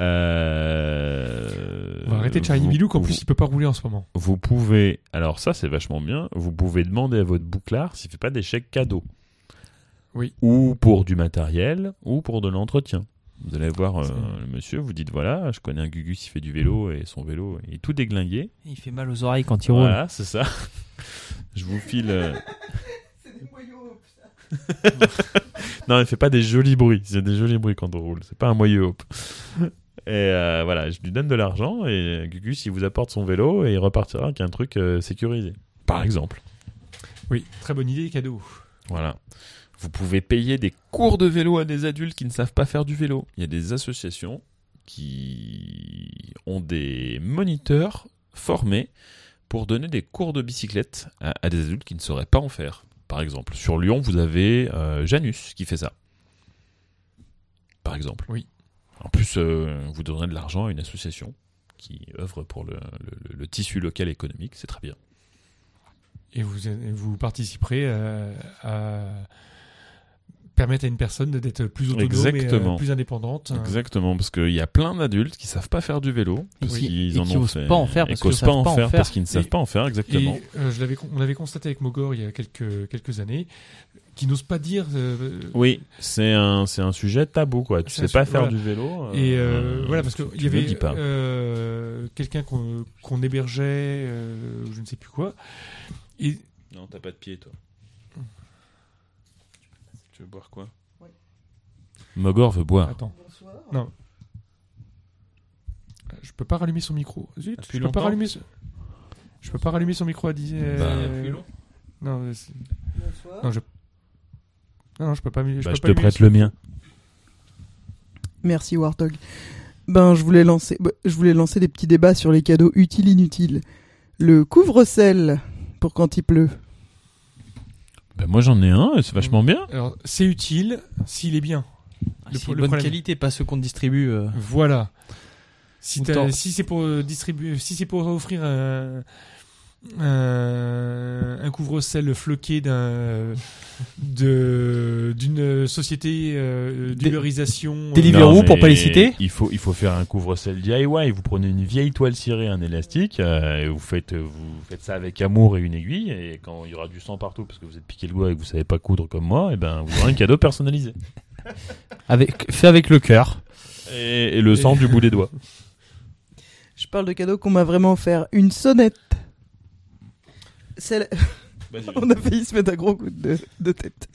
Speaker 4: Euh,
Speaker 2: On va arrêter de charrier
Speaker 4: vous-
Speaker 2: Bilou, qu'en
Speaker 4: vous-
Speaker 2: plus il peut pas rouler en ce moment.
Speaker 4: vous pouvez, alors ça c'est vachement bien, vous pouvez demander à votre bouclard s'il fait pas des chèques cadeaux.
Speaker 2: Oui.
Speaker 4: Ou pour du matériel, ou pour de l'entretien. Vous allez voir euh,
Speaker 2: C'est vrai.
Speaker 4: le monsieur, vous dites voilà, je connais un Gugus, il fait du vélo et son vélo est tout déglingué.
Speaker 3: Il fait mal aux oreilles quand il roule.
Speaker 4: Voilà, c'est ça. je vous file. euh, Non, il fait pas des jolis bruits. C'est des jolis bruits quand on roule. C'est pas un moyeu hop. Et euh, voilà, je lui donne de l'argent et Gugus, il vous apporte son vélo et il repartira avec un truc euh, sécurisé. Par exemple.
Speaker 2: Oui, très bonne idée, cadeau.
Speaker 4: Voilà. Vous pouvez payer des cours de vélo à des adultes qui ne savent pas faire du vélo. Il y a des associations qui ont des moniteurs formés pour donner des cours de bicyclette à, à des adultes qui ne sauraient pas en faire. Par exemple, sur Lyon, vous avez euh, Janus qui fait ça. Par exemple.
Speaker 2: Oui.
Speaker 4: En plus, euh, vous donnerez de l'argent à une association qui œuvre pour le, le- le- le tissu local économique. C'est très bien.
Speaker 2: Et vous, et vous participerez euh, à permettre à une personne d'être plus autonome et euh,
Speaker 4: Exactement.
Speaker 2: plus indépendante.
Speaker 4: Exactement, parce qu'il y a plein d'adultes qui savent pas faire du vélo, parce
Speaker 3: Oui.
Speaker 4: qu'ils
Speaker 3: Et
Speaker 4: en
Speaker 3: qui
Speaker 4: ont
Speaker 3: osent
Speaker 4: fait-
Speaker 3: pas en faire
Speaker 4: et
Speaker 3: parce
Speaker 4: qui osent
Speaker 3: qu'ils savent
Speaker 4: en
Speaker 3: pas en
Speaker 4: faire
Speaker 3: faire.
Speaker 4: parce qu'ils ne savent
Speaker 2: Et-
Speaker 4: pas en faire, exactement.
Speaker 2: Et euh, je l'avais, con- on l'avait constaté avec Mogor il y a quelques, quelques années, qui n'ose pas dire. euh,
Speaker 4: Oui, c'est un, c'est un sujet tabou, quoi. Tu
Speaker 2: C'est un
Speaker 4: sais pas
Speaker 2: su-
Speaker 4: faire
Speaker 2: voilà.
Speaker 4: du vélo. euh,
Speaker 2: Et euh, voilà, parce
Speaker 4: tu-
Speaker 2: qu'il
Speaker 4: tu
Speaker 2: y
Speaker 4: le dis
Speaker 2: avait
Speaker 4: pas.
Speaker 2: euh, quelqu'un qu'on qu'on hébergeait, euh, je ne sais plus quoi. Et
Speaker 4: Non, t'as pas de pied, toi. Tu veux boire quoi
Speaker 7: Ouais.
Speaker 4: Mogor veut boire.
Speaker 2: Attends. Non. Euh, Je peux pas rallumer son micro. Zut, je peux
Speaker 4: Depuis
Speaker 2: pas
Speaker 4: longtemps
Speaker 2: rallumer. son- Je peux pas rallumer son micro à 10. euh,
Speaker 4: Bah. Depuis
Speaker 2: Non, euh, c'est-
Speaker 7: Bonsoir.
Speaker 2: non, je. Non, non, je peux pas. mu- Je,
Speaker 4: Bah,
Speaker 2: peux
Speaker 4: je
Speaker 2: pas
Speaker 4: te
Speaker 2: lui-
Speaker 4: prête le mien.
Speaker 7: Merci Warthog. Ben, je voulais lancer, bah, je voulais lancer des petits débats sur les cadeaux utiles inutiles. Le couvre-sel pour quand il pleut.
Speaker 4: Bah, moi, j'en ai un,
Speaker 2: Mmh.
Speaker 4: et c'est vachement bien.
Speaker 2: Alors, c'est utile s'il est bien.
Speaker 3: Ah,
Speaker 2: Le
Speaker 3: c'est
Speaker 2: pro-
Speaker 3: de
Speaker 2: le
Speaker 3: bonne
Speaker 2: problème.
Speaker 3: qualité, pas ceux qu'on distribue. euh.
Speaker 2: Voilà. Si,
Speaker 3: Ou
Speaker 2: t'as-
Speaker 3: t'en-
Speaker 2: si c'est pour euh, distribuer, si c'est pour offrir un, un, un couvre-sel floqué d'un de d'une société euh, d'uberisation.
Speaker 3: Deliveroo.
Speaker 2: euh,
Speaker 3: Deliveroo,
Speaker 4: Non,
Speaker 3: pour
Speaker 4: mais
Speaker 3: pas les citer.
Speaker 4: Il faut, il faut faire un couvre-sel DIY. Vous prenez une vieille toile cirée, un élastique, euh, et vous faites, vous faites ça avec amour et une aiguille. Et quand il y aura du sang partout, parce que vous êtes piqué le doigt et que vous savez pas coudre comme moi, et ben vous aurez un cadeau personnalisé.
Speaker 3: Avec, fait avec le cœur.
Speaker 4: Et, et le sang du bout des doigts.
Speaker 7: Je parle de cadeaux qu'on m'a vraiment offert. Une sonnette. Celle... On a failli se mettre un gros coup de, de tête.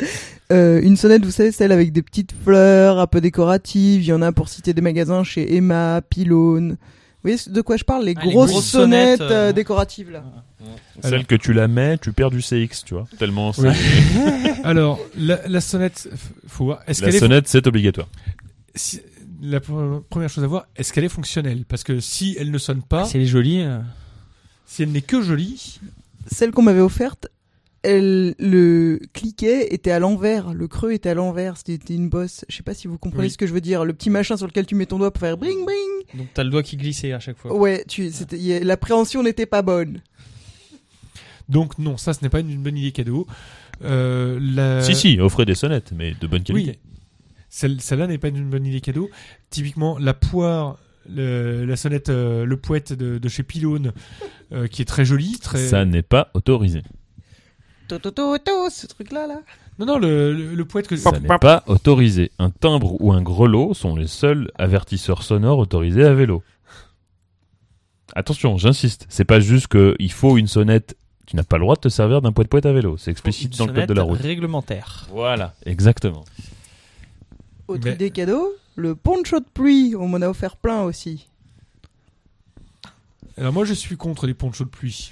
Speaker 7: Euh, une sonnette, vous savez, celle avec des petites fleurs un peu décoratives. Il y en a pour citer des magasins chez Emma, Pylone. Vous voyez de quoi je parle Les
Speaker 3: Ah, les
Speaker 7: grosses,
Speaker 3: grosses
Speaker 7: sonnettes,
Speaker 3: sonnettes, euh,
Speaker 7: euh, décoratives là.
Speaker 4: Celle que tu la mets, tu perds du CX, tu vois. Tellement c'est-
Speaker 2: Ouais. Alors la, la sonnette, f- faut voir. Est-ce
Speaker 4: la
Speaker 2: qu'elle est
Speaker 4: sonnette, c'est obligatoire.
Speaker 2: si- la pre- première chose à voir, est-ce qu'elle est fonctionnelle Parce que si elle ne sonne pas,
Speaker 3: C'est les jolis. euh.
Speaker 2: si elle n'est que jolie,
Speaker 7: Celle qu'on m'avait offerte, elle, le cliquet était à l'envers. Le creux était à l'envers. C'était une bosse. Je sais pas si vous comprenez
Speaker 2: Oui.
Speaker 7: ce que je veux dire. Le petit machin sur lequel tu mets ton doigt pour faire bring bring.
Speaker 3: Donc t'as le doigt qui glissait à chaque fois.
Speaker 7: Ouais, tu, c'était, y a- l'appréhension n'était pas bonne.
Speaker 2: donc non, ça ce n'est pas une, bonne idée cadeau. Euh, la...
Speaker 4: Si, si, offrez des sonnettes, mais de bonne qualité.
Speaker 2: Oui. Celle- Celle-là n'est pas une bonne idée cadeau. Typiquement, la poire, le- la sonnette, euh, le poète de, de chez Pylone, euh, qui est très jolie, très.
Speaker 4: Ça n'est pas autorisé.
Speaker 7: tout, tout, tout, tout, ce truc-là, là.
Speaker 2: Non, non, le, le, le poète que.
Speaker 4: Ça n'est pas autorisé. Un timbre ou un grelot sont les seuls avertisseurs sonores autorisés à vélo. Attention, j'insiste, c'est pas juste que il faut une sonnette. Tu n'as pas le droit de te servir d'un poète-poète à vélo. C'est explicite
Speaker 3: Une
Speaker 4: dans le code de la
Speaker 3: sonnette
Speaker 4: route.
Speaker 3: réglementaire.
Speaker 4: Voilà, exactement.
Speaker 7: Autre
Speaker 2: Mais-
Speaker 7: idée cadeau, le poncho de pluie, on m'en a offert plein aussi.
Speaker 2: Alors moi, je suis contre les ponchos de pluie.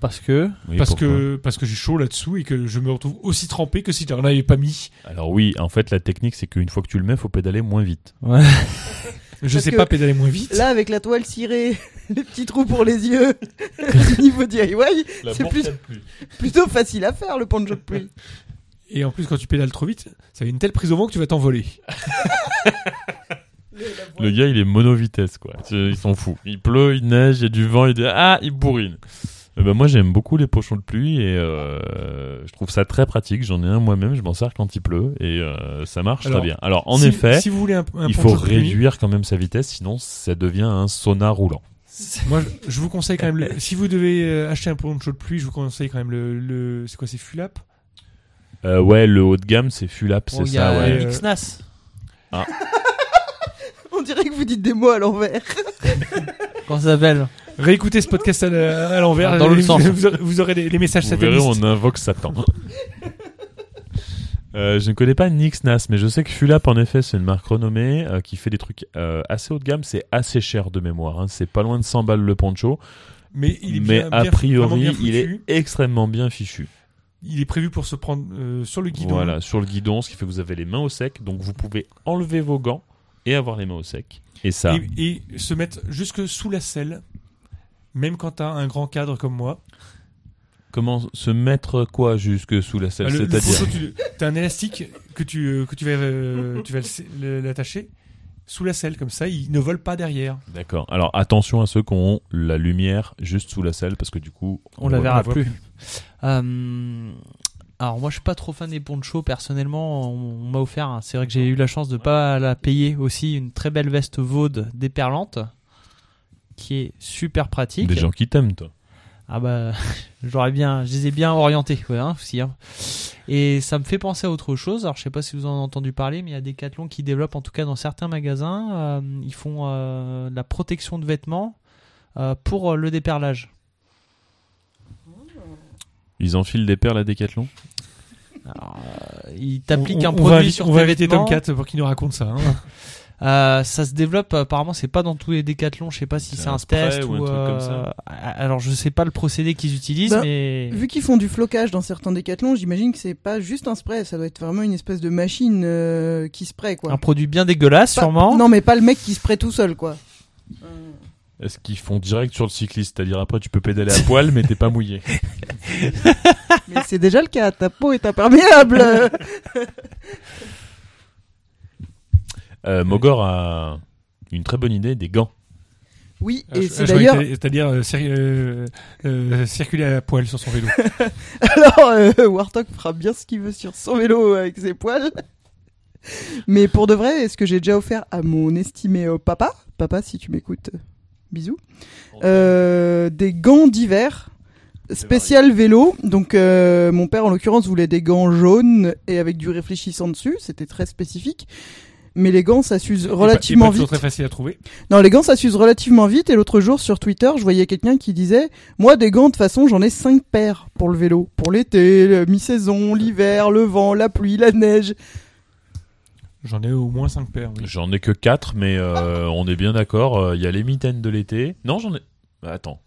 Speaker 3: Parce que
Speaker 4: Oui,
Speaker 2: parce,
Speaker 4: pourquoi
Speaker 2: que, parce que j'ai chaud là-dessous et que je me retrouve aussi trempé que si je n'en avais pas mis.
Speaker 4: Alors oui, en fait, la technique, c'est qu'une fois que tu le mets, faut pédaler moins vite.
Speaker 2: Je
Speaker 7: Parce
Speaker 2: sais
Speaker 7: que
Speaker 2: pas pédaler moins vite.
Speaker 7: Là, avec la toile cirée, les petits trous pour les yeux, du niveau DIY, c'est plus- plutôt facile à faire le poncho de pluie.
Speaker 2: Et en plus, quand tu pédales trop vite, ça fait une telle prise au vent que tu vas t'envoler.
Speaker 4: Le gars, il est mono-vitesse, quoi. C'est- Il s'en fout. Il pleut, il neige, il y a du vent, il dit Ah, il bourrine. Eh ben, moi, j'aime beaucoup les pochons de pluie et euh, je trouve ça très pratique. J'en ai un moi-même, je m'en sers quand il pleut et euh, ça marche
Speaker 2: Alors,
Speaker 4: très bien. Alors, en
Speaker 2: Si-
Speaker 4: effet,
Speaker 2: si vous voulez un, un
Speaker 4: il faut
Speaker 2: poncho de pluie,
Speaker 4: réduire quand même sa vitesse, sinon ça devient un sauna roulant.
Speaker 2: Moi, je- je vous conseille quand même. le- si vous devez euh, acheter un poncho de pluie, je vous conseille quand même le. le- c'est quoi, c'est Fulap
Speaker 4: Euh, ouais, le haut de gamme, c'est Fulap,
Speaker 3: Oh,
Speaker 4: c'est
Speaker 3: il y
Speaker 4: ça,
Speaker 3: a
Speaker 4: ouais.
Speaker 2: euh,
Speaker 3: Xnas.
Speaker 7: On dirait que vous dites des mots à l'envers.
Speaker 3: Comment ça s'appelle
Speaker 2: Réécoutez ce podcast à, la- à l'envers.
Speaker 3: Ah, dans le
Speaker 2: vous-
Speaker 3: sens.
Speaker 2: Vous aurez, vous aurez les, les messages
Speaker 4: Vous verrez,
Speaker 2: satanistes.
Speaker 4: on invoque Satan. Euh, je ne connais pas Nixnas, mais je sais que Fulap, en effet, c'est une marque renommée euh, qui fait des trucs euh, assez haut de gamme. C'est assez cher de mémoire. hein. C'est pas loin de 100 balles le poncho.
Speaker 2: Mais il est
Speaker 4: mais
Speaker 2: bien-
Speaker 4: a
Speaker 2: bien- vraiment
Speaker 4: priori,
Speaker 2: bien
Speaker 4: il est
Speaker 2: foutu.
Speaker 4: extrêmement bien fichu.
Speaker 2: Il est prévu pour se prendre euh, sur le guidon.
Speaker 4: Voilà, sur le guidon, ce qui fait que vous avez les mains au sec. Donc vous pouvez enlever vos gants et avoir les mains au sec. Et ça,
Speaker 2: Et, et se mettre jusque sous la selle, même quand t'as un grand cadre comme moi.
Speaker 4: comment se mettre quoi jusque sous la selle
Speaker 2: Bah, le- le
Speaker 4: C'est-à-dire.
Speaker 2: poncho, tu t'as un élastique que tu euh, que tu vas euh, tu vas le- le- l'attacher sous la selle comme ça, il ne vole pas derrière.
Speaker 4: D'accord. Alors attention à ceux qui ont la lumière juste sous la selle parce que du coup,
Speaker 3: On la verra
Speaker 2: voit
Speaker 3: plus. Euh, alors moi je suis pas trop fan des ponchos personnellement. On, on m'a offert. un. C'est vrai que j'ai eu la chance de pas la payer aussi une très belle veste Vaude déperlante qui est super pratique.
Speaker 4: des gens qui t'aiment, toi.
Speaker 3: Ah bah, j'aurais bien, je les ai bien orientés, ouais, hein, aussi, hein. Et ça me fait penser à autre chose. Alors, je sais pas si vous en avez entendu parler, mais il y a Decathlon qui développe, en tout cas dans certains magasins, euh, ils font euh, de la protection de vêtements euh, pour euh, le déperlage.
Speaker 4: Ils enfilent des perles à Décathlon
Speaker 3: Alors, euh, ils t'appliquent
Speaker 2: On-
Speaker 3: un
Speaker 2: on- on
Speaker 3: produit
Speaker 2: va,
Speaker 3: sur
Speaker 2: on
Speaker 3: tes
Speaker 2: va arrêter
Speaker 3: vêtements.
Speaker 2: Tom 4 pour qu'il nous raconte ça. hein.
Speaker 3: Euh, ça se développe. Apparemment, c'est pas dans tous les Decathlon. Je sais pas si
Speaker 4: C'est
Speaker 3: c'est
Speaker 4: un
Speaker 3: un,
Speaker 4: spray
Speaker 3: test
Speaker 4: ou
Speaker 3: ou,
Speaker 4: un truc
Speaker 3: euh,
Speaker 4: comme ça.
Speaker 3: Alors, je sais pas le procédé qu'ils utilisent,
Speaker 7: Ben,
Speaker 3: mais
Speaker 7: Vu qu'ils font du flocage dans certains décathlons, j'imagine que c'est pas juste un spray, ça doit être vraiment une espèce de machine euh, qui spray quoi.
Speaker 3: un produit bien dégueulasse,
Speaker 7: Pas-
Speaker 3: sûrement.
Speaker 7: Bah, Non mais pas le mec qui spray tout seul quoi.
Speaker 4: Est-ce qu'ils font direct sur le cycliste C'est-à-dire après tu peux pédaler à poil mais t'es pas mouillé.
Speaker 7: mais c'est déjà le cas, ta peau est imperméable.
Speaker 4: Euh, Mogor a une très bonne idée des gants.
Speaker 7: oui,
Speaker 2: Ah,
Speaker 7: et
Speaker 2: je- ah,
Speaker 7: c'est
Speaker 2: je croyais
Speaker 7: d'ailleurs
Speaker 2: que t'allais- C'est-à-dire euh, cir- euh, euh, circuler à poil sur son vélo.
Speaker 7: Alors, euh, Warthog fera bien ce qu'il veut sur son vélo avec ses poils. Mais pour de vrai, ce que j'ai déjà offert à mon estimé euh, papa, papa si tu m'écoutes, euh, bisous, euh, des gants d'hiver spécial vélo. Donc euh, mon père en l'occurrence voulait des gants jaunes et avec du réfléchissant dessus, c'était très spécifique. Mais les gants, ça s'use relativement
Speaker 2: Et pas- et pas toujours
Speaker 7: vite.
Speaker 2: très facile à trouver.
Speaker 7: Non, les gants, ça s'use relativement vite. Et l'autre jour, sur Twitter, je voyais quelqu'un qui disait Moi, des gants, de toute façon, j'en ai cinq paires pour le vélo. Pour l'été, le- mi-saison, l'hiver, le vent, la pluie, la neige.
Speaker 2: J'en ai au moins 5 paires. oui.
Speaker 4: J'en ai que 4 mais euh, on est bien d'accord, euh, il y a les mitaines de l'été. Non, j'en ai Bah, Attends.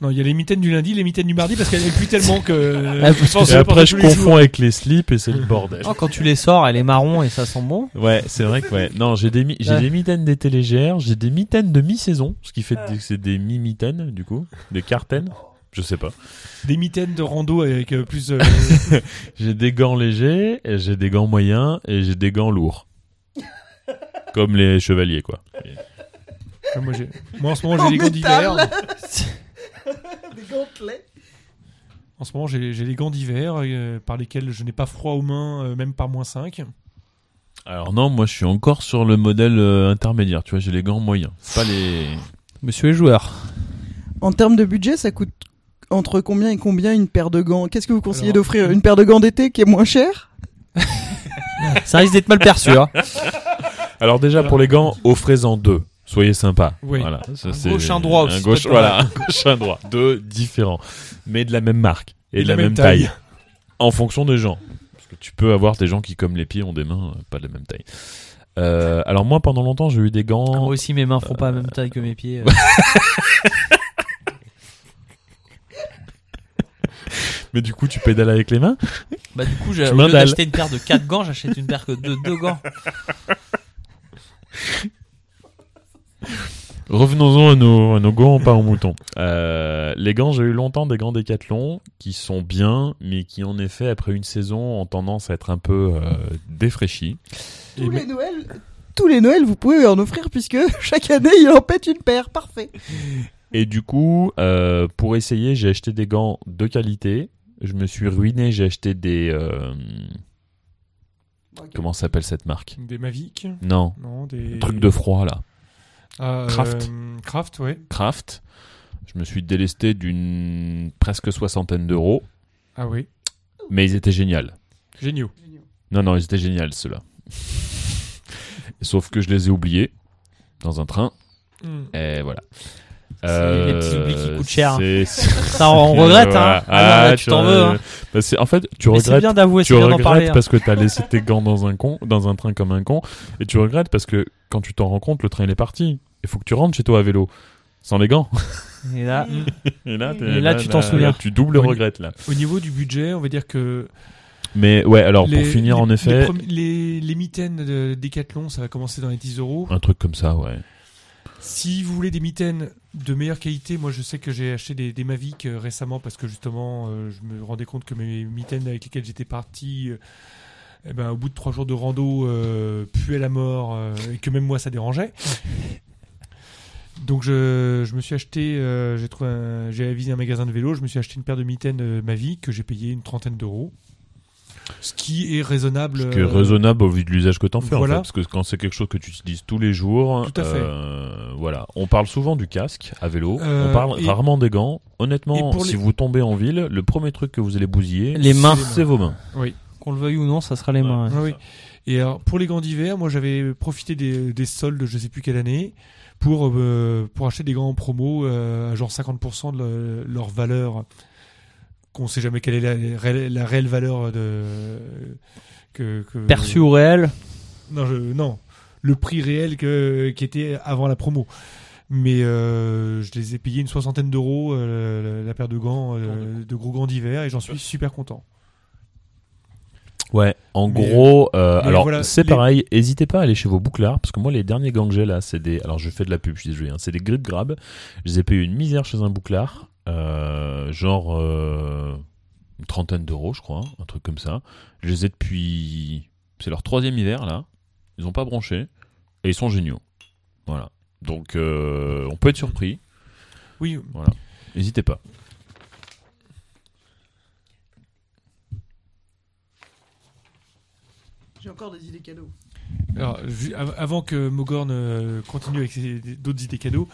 Speaker 2: Non, il y a les mitaines du lundi, les mitaines du mardi parce qu'elle pue tellement que. euh,
Speaker 3: Ah, parce
Speaker 2: je pense
Speaker 4: et
Speaker 2: qu'elle porte
Speaker 4: après je
Speaker 2: tous les jours.
Speaker 4: confonds avec les slips et c'est le bordel.
Speaker 3: Oh, quand tu les sors, elle est marron et ça sent bon.
Speaker 4: Ouais, c'est vrai que ouais. Non, j'ai des mi- j'ai
Speaker 3: Ouais.
Speaker 4: des mitaines d'été légères, j'ai des mitaines de mi-saison, ce qui fait que c'est des mi-mitaines du coup, des cartaines, je sais pas.
Speaker 2: Des mitaines de rando avec euh, plus. euh,
Speaker 4: J'ai des gants légers, et j'ai des gants moyens et j'ai des gants lourds. Comme les chevaliers, quoi.
Speaker 2: Ah, moi, j'ai- moi, en ce moment j'ai les
Speaker 7: En
Speaker 2: gants d'hiver.
Speaker 7: Des gantelets.
Speaker 2: En ce moment j'ai j'ai les gants d'hiver euh, par lesquels je n'ai pas froid aux mains, euh, même par moins 5.
Speaker 4: Alors non, moi je suis encore sur le modèle euh, intermédiaire, tu vois, j'ai les gants moyens. C'est pas les...
Speaker 3: Monsieur est joueur.
Speaker 7: En termes de budget, ça coûte entre combien et combien une paire de gants Qu'est-ce que vous conseillez
Speaker 2: Alors-
Speaker 7: d'offrir Une paire de gants d'été qui est moins chère
Speaker 3: Ça risque d'être mal perçu. Hein.
Speaker 4: Alors déjà pour les gants, offrez-en deux. Soyez sympa.
Speaker 2: Oui.
Speaker 4: Voilà, ça,
Speaker 3: Un
Speaker 4: c'est-
Speaker 3: gauche, un droit aussi,
Speaker 4: Un gauche,
Speaker 3: c'est pas
Speaker 4: voilà, un gauche, un droit. Deux différents, mais de la même marque et, de la même, taille. en fonction des gens. Parce que tu peux avoir des gens qui, comme les pieds, ont des mains euh, pas de la même taille. Euh, alors moi, pendant longtemps, j'ai eu des
Speaker 3: Moi
Speaker 4: gants.
Speaker 3: Oh, aussi, mes mains feront pas la même taille que mes pieds. euh.
Speaker 4: Mais du coup, tu pédales avec les mains.
Speaker 3: Bah du coup, j'ai-
Speaker 4: Tu
Speaker 3: au lieu
Speaker 4: m'indales.
Speaker 3: d'acheter une paire de 4 gants, j'achète une paire que de 2 gants.
Speaker 4: Revenons-en à nos, à nos gants, pas en mouton. Euh, les gants, j'ai eu longtemps des gants Décathlon qui sont bien, mais qui en effet, après une saison, ont tendance à être un peu euh, défraîchis.
Speaker 7: Tous les Noëls tous les Noëls, vous pouvez en offrir puisque chaque année, il en pète une paire. Parfait.
Speaker 4: Et du coup, euh, pour essayer, j'ai acheté des gants de qualité. Je me suis ruiné, j'ai acheté des... euh, comment s'appelle cette marque
Speaker 2: Des Mavic.
Speaker 4: Non,
Speaker 2: Non, des.
Speaker 4: truc de froid là.
Speaker 2: Ah, euh,
Speaker 4: Kraft.
Speaker 2: Kraft, ouais.
Speaker 4: Craft. Je me suis délesté d'une presque soixantaine d'euros,
Speaker 2: Ah oui.
Speaker 4: mais ils étaient géniaux.
Speaker 2: Géniaux.
Speaker 4: Non, non, ils étaient géniaux ceux-là. Sauf que je les ai oubliés dans un train,
Speaker 2: Hmm.
Speaker 4: et voilà. Euh,
Speaker 3: C'est les petits oublis qui coûtent cher. hein.
Speaker 4: c'est- c'est-
Speaker 3: Ça, on regrette, hein.
Speaker 4: Voilà.
Speaker 3: Ah, non, là,
Speaker 4: Ah,
Speaker 3: tu t'en veux, hein.
Speaker 4: Bah, c'est- en fait, tu
Speaker 3: Mais c'est
Speaker 4: regrettes
Speaker 3: bien d'avouer,
Speaker 4: tu
Speaker 3: c'est bien d'en
Speaker 4: regrettes
Speaker 3: parler. hein.
Speaker 4: parce que t'as laissé tes gants dans un con, dans un train comme un con, et tu regrettes parce que quand tu t'en rends compte, le train il est parti. Il faut que tu rentres chez toi à vélo sans les gants.
Speaker 3: Et là,
Speaker 4: Et là, t'es-
Speaker 3: Et là, tu t'en souviens.
Speaker 4: là, tu doubles le
Speaker 2: Oui.
Speaker 4: regret là.
Speaker 2: Au niveau du budget, on va dire que.
Speaker 4: Mais ouais, alors
Speaker 2: les-
Speaker 4: pour finir,
Speaker 2: les-
Speaker 4: en
Speaker 2: Les,
Speaker 4: effet,
Speaker 2: premi- les, les mitaines de Decathlon, ça va commencer dans les 10 euros.
Speaker 4: un truc comme ça, ouais.
Speaker 2: Si vous voulez des mitaines de meilleure qualité, moi je sais que j'ai acheté des, des Mavic euh, récemment parce que justement euh, je me rendais compte que mes mitaines avec lesquelles j'étais parti, euh, eh ben, au bout de trois jours de rando, euh, puaient la mort euh, et que même moi ça dérangeait. Donc je, je me suis acheté, euh, j'ai trouvé, un- j'ai avisé un magasin de vélo, je me suis acheté une paire de mitaines euh, Mavic que j'ai payé une trentaine d'euros, ce qui est raisonnable.
Speaker 4: Ce qui est
Speaker 2: euh,
Speaker 4: raisonnable au vu de l'usage que t'en fais,
Speaker 2: voilà.
Speaker 4: en fait, parce que quand c'est quelque chose que tu utilises tous les jours,
Speaker 2: Tout à fait.
Speaker 4: euh, voilà. On parle souvent du casque à vélo,
Speaker 2: Euh,
Speaker 4: on parle
Speaker 2: et-
Speaker 4: rarement des gants.
Speaker 2: et
Speaker 4: Honnêtement,
Speaker 2: pour
Speaker 4: si
Speaker 2: les-
Speaker 4: vous tombez en ville, le premier truc que vous allez bousiller,
Speaker 3: Les mains.
Speaker 4: c'est vos mains.
Speaker 3: qu'on le veuille ou non, ça sera les mains. ouais.
Speaker 2: Ah oui. Et alors, pour les gants d'hiver, moi j'avais profité des, des soldes, je sais plus quelle année, pour, euh, pour acheter des gants en promo euh, à genre 50% de le- leur valeur, qu'on sait jamais quelle est la, réelle- la réelle valeur de, que, que-
Speaker 3: Perçu ou réel,
Speaker 2: Non, je- non, le prix réel que, qui était avant la promo. Mais euh, je les ai payés une soixantaine d'euros euh, la, la paire de gants, euh, de gros gants d'hiver, et j'en suis super content.
Speaker 4: Ouais, en
Speaker 2: Mais,
Speaker 4: gros, euh,
Speaker 2: mais
Speaker 4: alors
Speaker 2: voilà,
Speaker 4: c'est
Speaker 2: les-
Speaker 4: pareil, hésitez pas à aller chez vos bouclards, parce que moi les derniers gants que j'ai là, c'est des. Alors je fais de la pub, je suis désolé, hein, c'est des grip grab. Je les ai payés une misère chez un bouclard, euh, genre euh, une trentaine d'euros, je crois, un truc comme ça. Je les ai depuis. C'est leur troisième hiver là, ils ont pas bronché, et ils sont géniaux. Voilà. Donc euh, on peut être surpris,
Speaker 2: Oui,
Speaker 4: n'hésitez pas.
Speaker 7: J'ai encore des idées cadeaux.
Speaker 2: Alors, vu- av- avant que Mogorn euh, continue avec ses- d'autres idées cadeaux,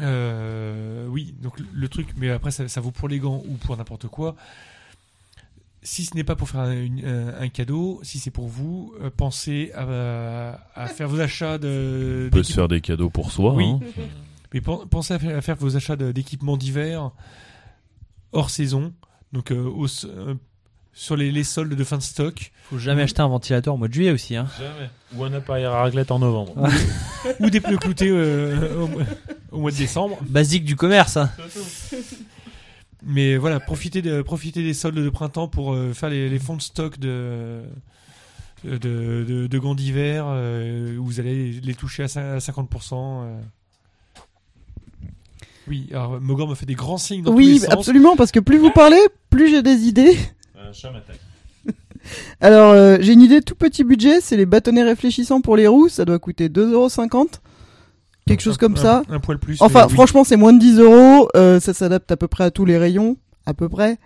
Speaker 2: euh, oui, donc le- le truc, mais après ça, ça vaut pour les gants ou pour n'importe quoi. Si ce n'est pas pour faire un, une- un- un cadeau, si c'est pour vous, euh, pensez à, à faire vos achats de.
Speaker 4: On peut se
Speaker 2: d'équipements.
Speaker 4: faire des cadeaux pour soi.
Speaker 2: Oui.
Speaker 4: hein.
Speaker 2: Mais pen- pensez à faire, à faire vos achats de- d'équipements d'hiver hors saison, donc euh, au s- euh, sur les, les soldes de fin de stock,
Speaker 3: faut jamais acheter un ventilateur au mois de juillet aussi. Hein.
Speaker 4: Ou un appareil à raclette en novembre.
Speaker 2: ou des pneus cloutés euh, au mois- au mois de décembre.
Speaker 3: Basique du commerce. hein.
Speaker 2: Mais voilà, profitez, de, profitez des soldes de printemps pour euh, faire les, les fonds de stock de, de, de, de gants d'hiver euh, où vous allez les toucher à cin- à 50%. euh. Oui, alors Mogor me fait des grands signes dans tous les
Speaker 7: Oui,
Speaker 2: sens.
Speaker 7: absolument, parce que plus vous parlez, plus j'ai des idées.
Speaker 4: Euh,
Speaker 7: Alors, euh, j'ai une idée tout petit budget, c'est les bâtonnets réfléchissants pour les roues, ça doit coûter 2,50€. Quelque chose
Speaker 2: Un-
Speaker 7: comme ça.
Speaker 2: Un, poil plus.
Speaker 7: Enfin,
Speaker 2: mais oui.
Speaker 7: franchement, c'est moins de 10 euros. euh, ça s'adapte à peu près à tous les rayons, à peu près.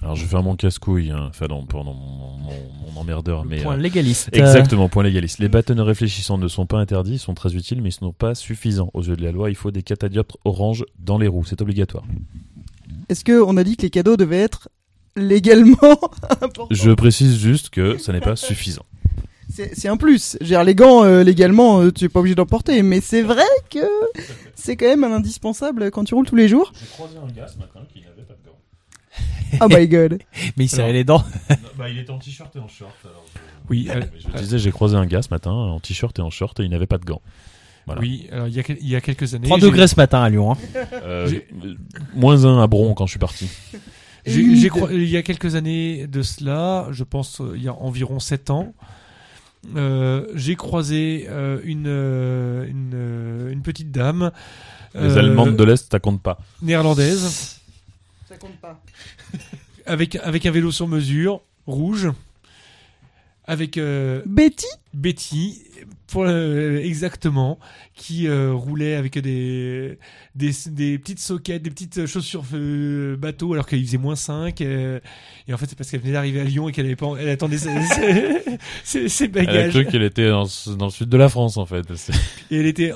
Speaker 4: Alors, je vais faire mon casse-couille, hein. enfin, non, pardon, mon, mon- mon emmerdeur, mais.
Speaker 3: Point
Speaker 4: euh,
Speaker 3: légaliste.
Speaker 4: Exactement, point légaliste. Les bâtonnets réfléchissants ne sont pas interdits, ils sont très utiles, mais ils ne sont pas suffisants. Aux yeux de la loi, il faut des catadioptres orange dans les roues, c'est obligatoire.
Speaker 7: Est-ce que on a dit que les cadeaux devaient être légalement importants
Speaker 4: Je précise juste que ça n'est pas suffisant.
Speaker 7: C'est c'est un plus. Gère les gants euh, légalement, euh, tu es pas obligé d'en porter, mais c'est vrai que c'est quand même un indispensable quand tu roules tous les jours.
Speaker 4: J'ai croisé un gars ce matin qui n'avait pas de gants.
Speaker 7: Oh my god.
Speaker 3: Euh, Mais il serrait
Speaker 4: Alors.
Speaker 3: les dents.
Speaker 4: Bah, il était en t-shirt et en short. Alors
Speaker 2: Oui, euh,
Speaker 4: je... disais, j'ai croisé un gars ce matin en t-shirt et en short et il n'avait pas de gants. Voilà.
Speaker 2: oui. Alors il y a, quel- il y a quelques années,
Speaker 3: 3
Speaker 2: j'ai-
Speaker 3: degrés ce matin à Lyon. hein.
Speaker 4: Euh,
Speaker 2: J'ai-
Speaker 4: euh, moins un à Bron quand je suis parti.
Speaker 2: j'ai-
Speaker 7: humide.
Speaker 2: j'ai cro- il y a quelques années de cela, je pense euh, il y a environ 7 ans, euh, j'ai croisé euh, une, euh, une, euh, une petite dame
Speaker 4: Les
Speaker 2: euh,
Speaker 4: Allemandes de l'Est, ça compte pas.
Speaker 2: néerlandaise
Speaker 7: Ça compte pas.
Speaker 2: avec, avec un vélo sur mesure, rouge, avec euh,
Speaker 7: Betty
Speaker 2: Betty, pour, euh, exactement, qui euh, roulait avec des, des, des petites soquettes, des petites chaussures euh, bateau, alors qu'il faisait moins 5. euh, et en fait, c'est parce qu'elle venait d'arriver à Lyon et qu'elle avait pas, elle attendait ses, ses- ses- ses
Speaker 4: Elle a
Speaker 2: bagages.
Speaker 4: cru qu'elle Euh, était dans, ce- dans le sud de la France en fait. C'est-
Speaker 2: Et elle était,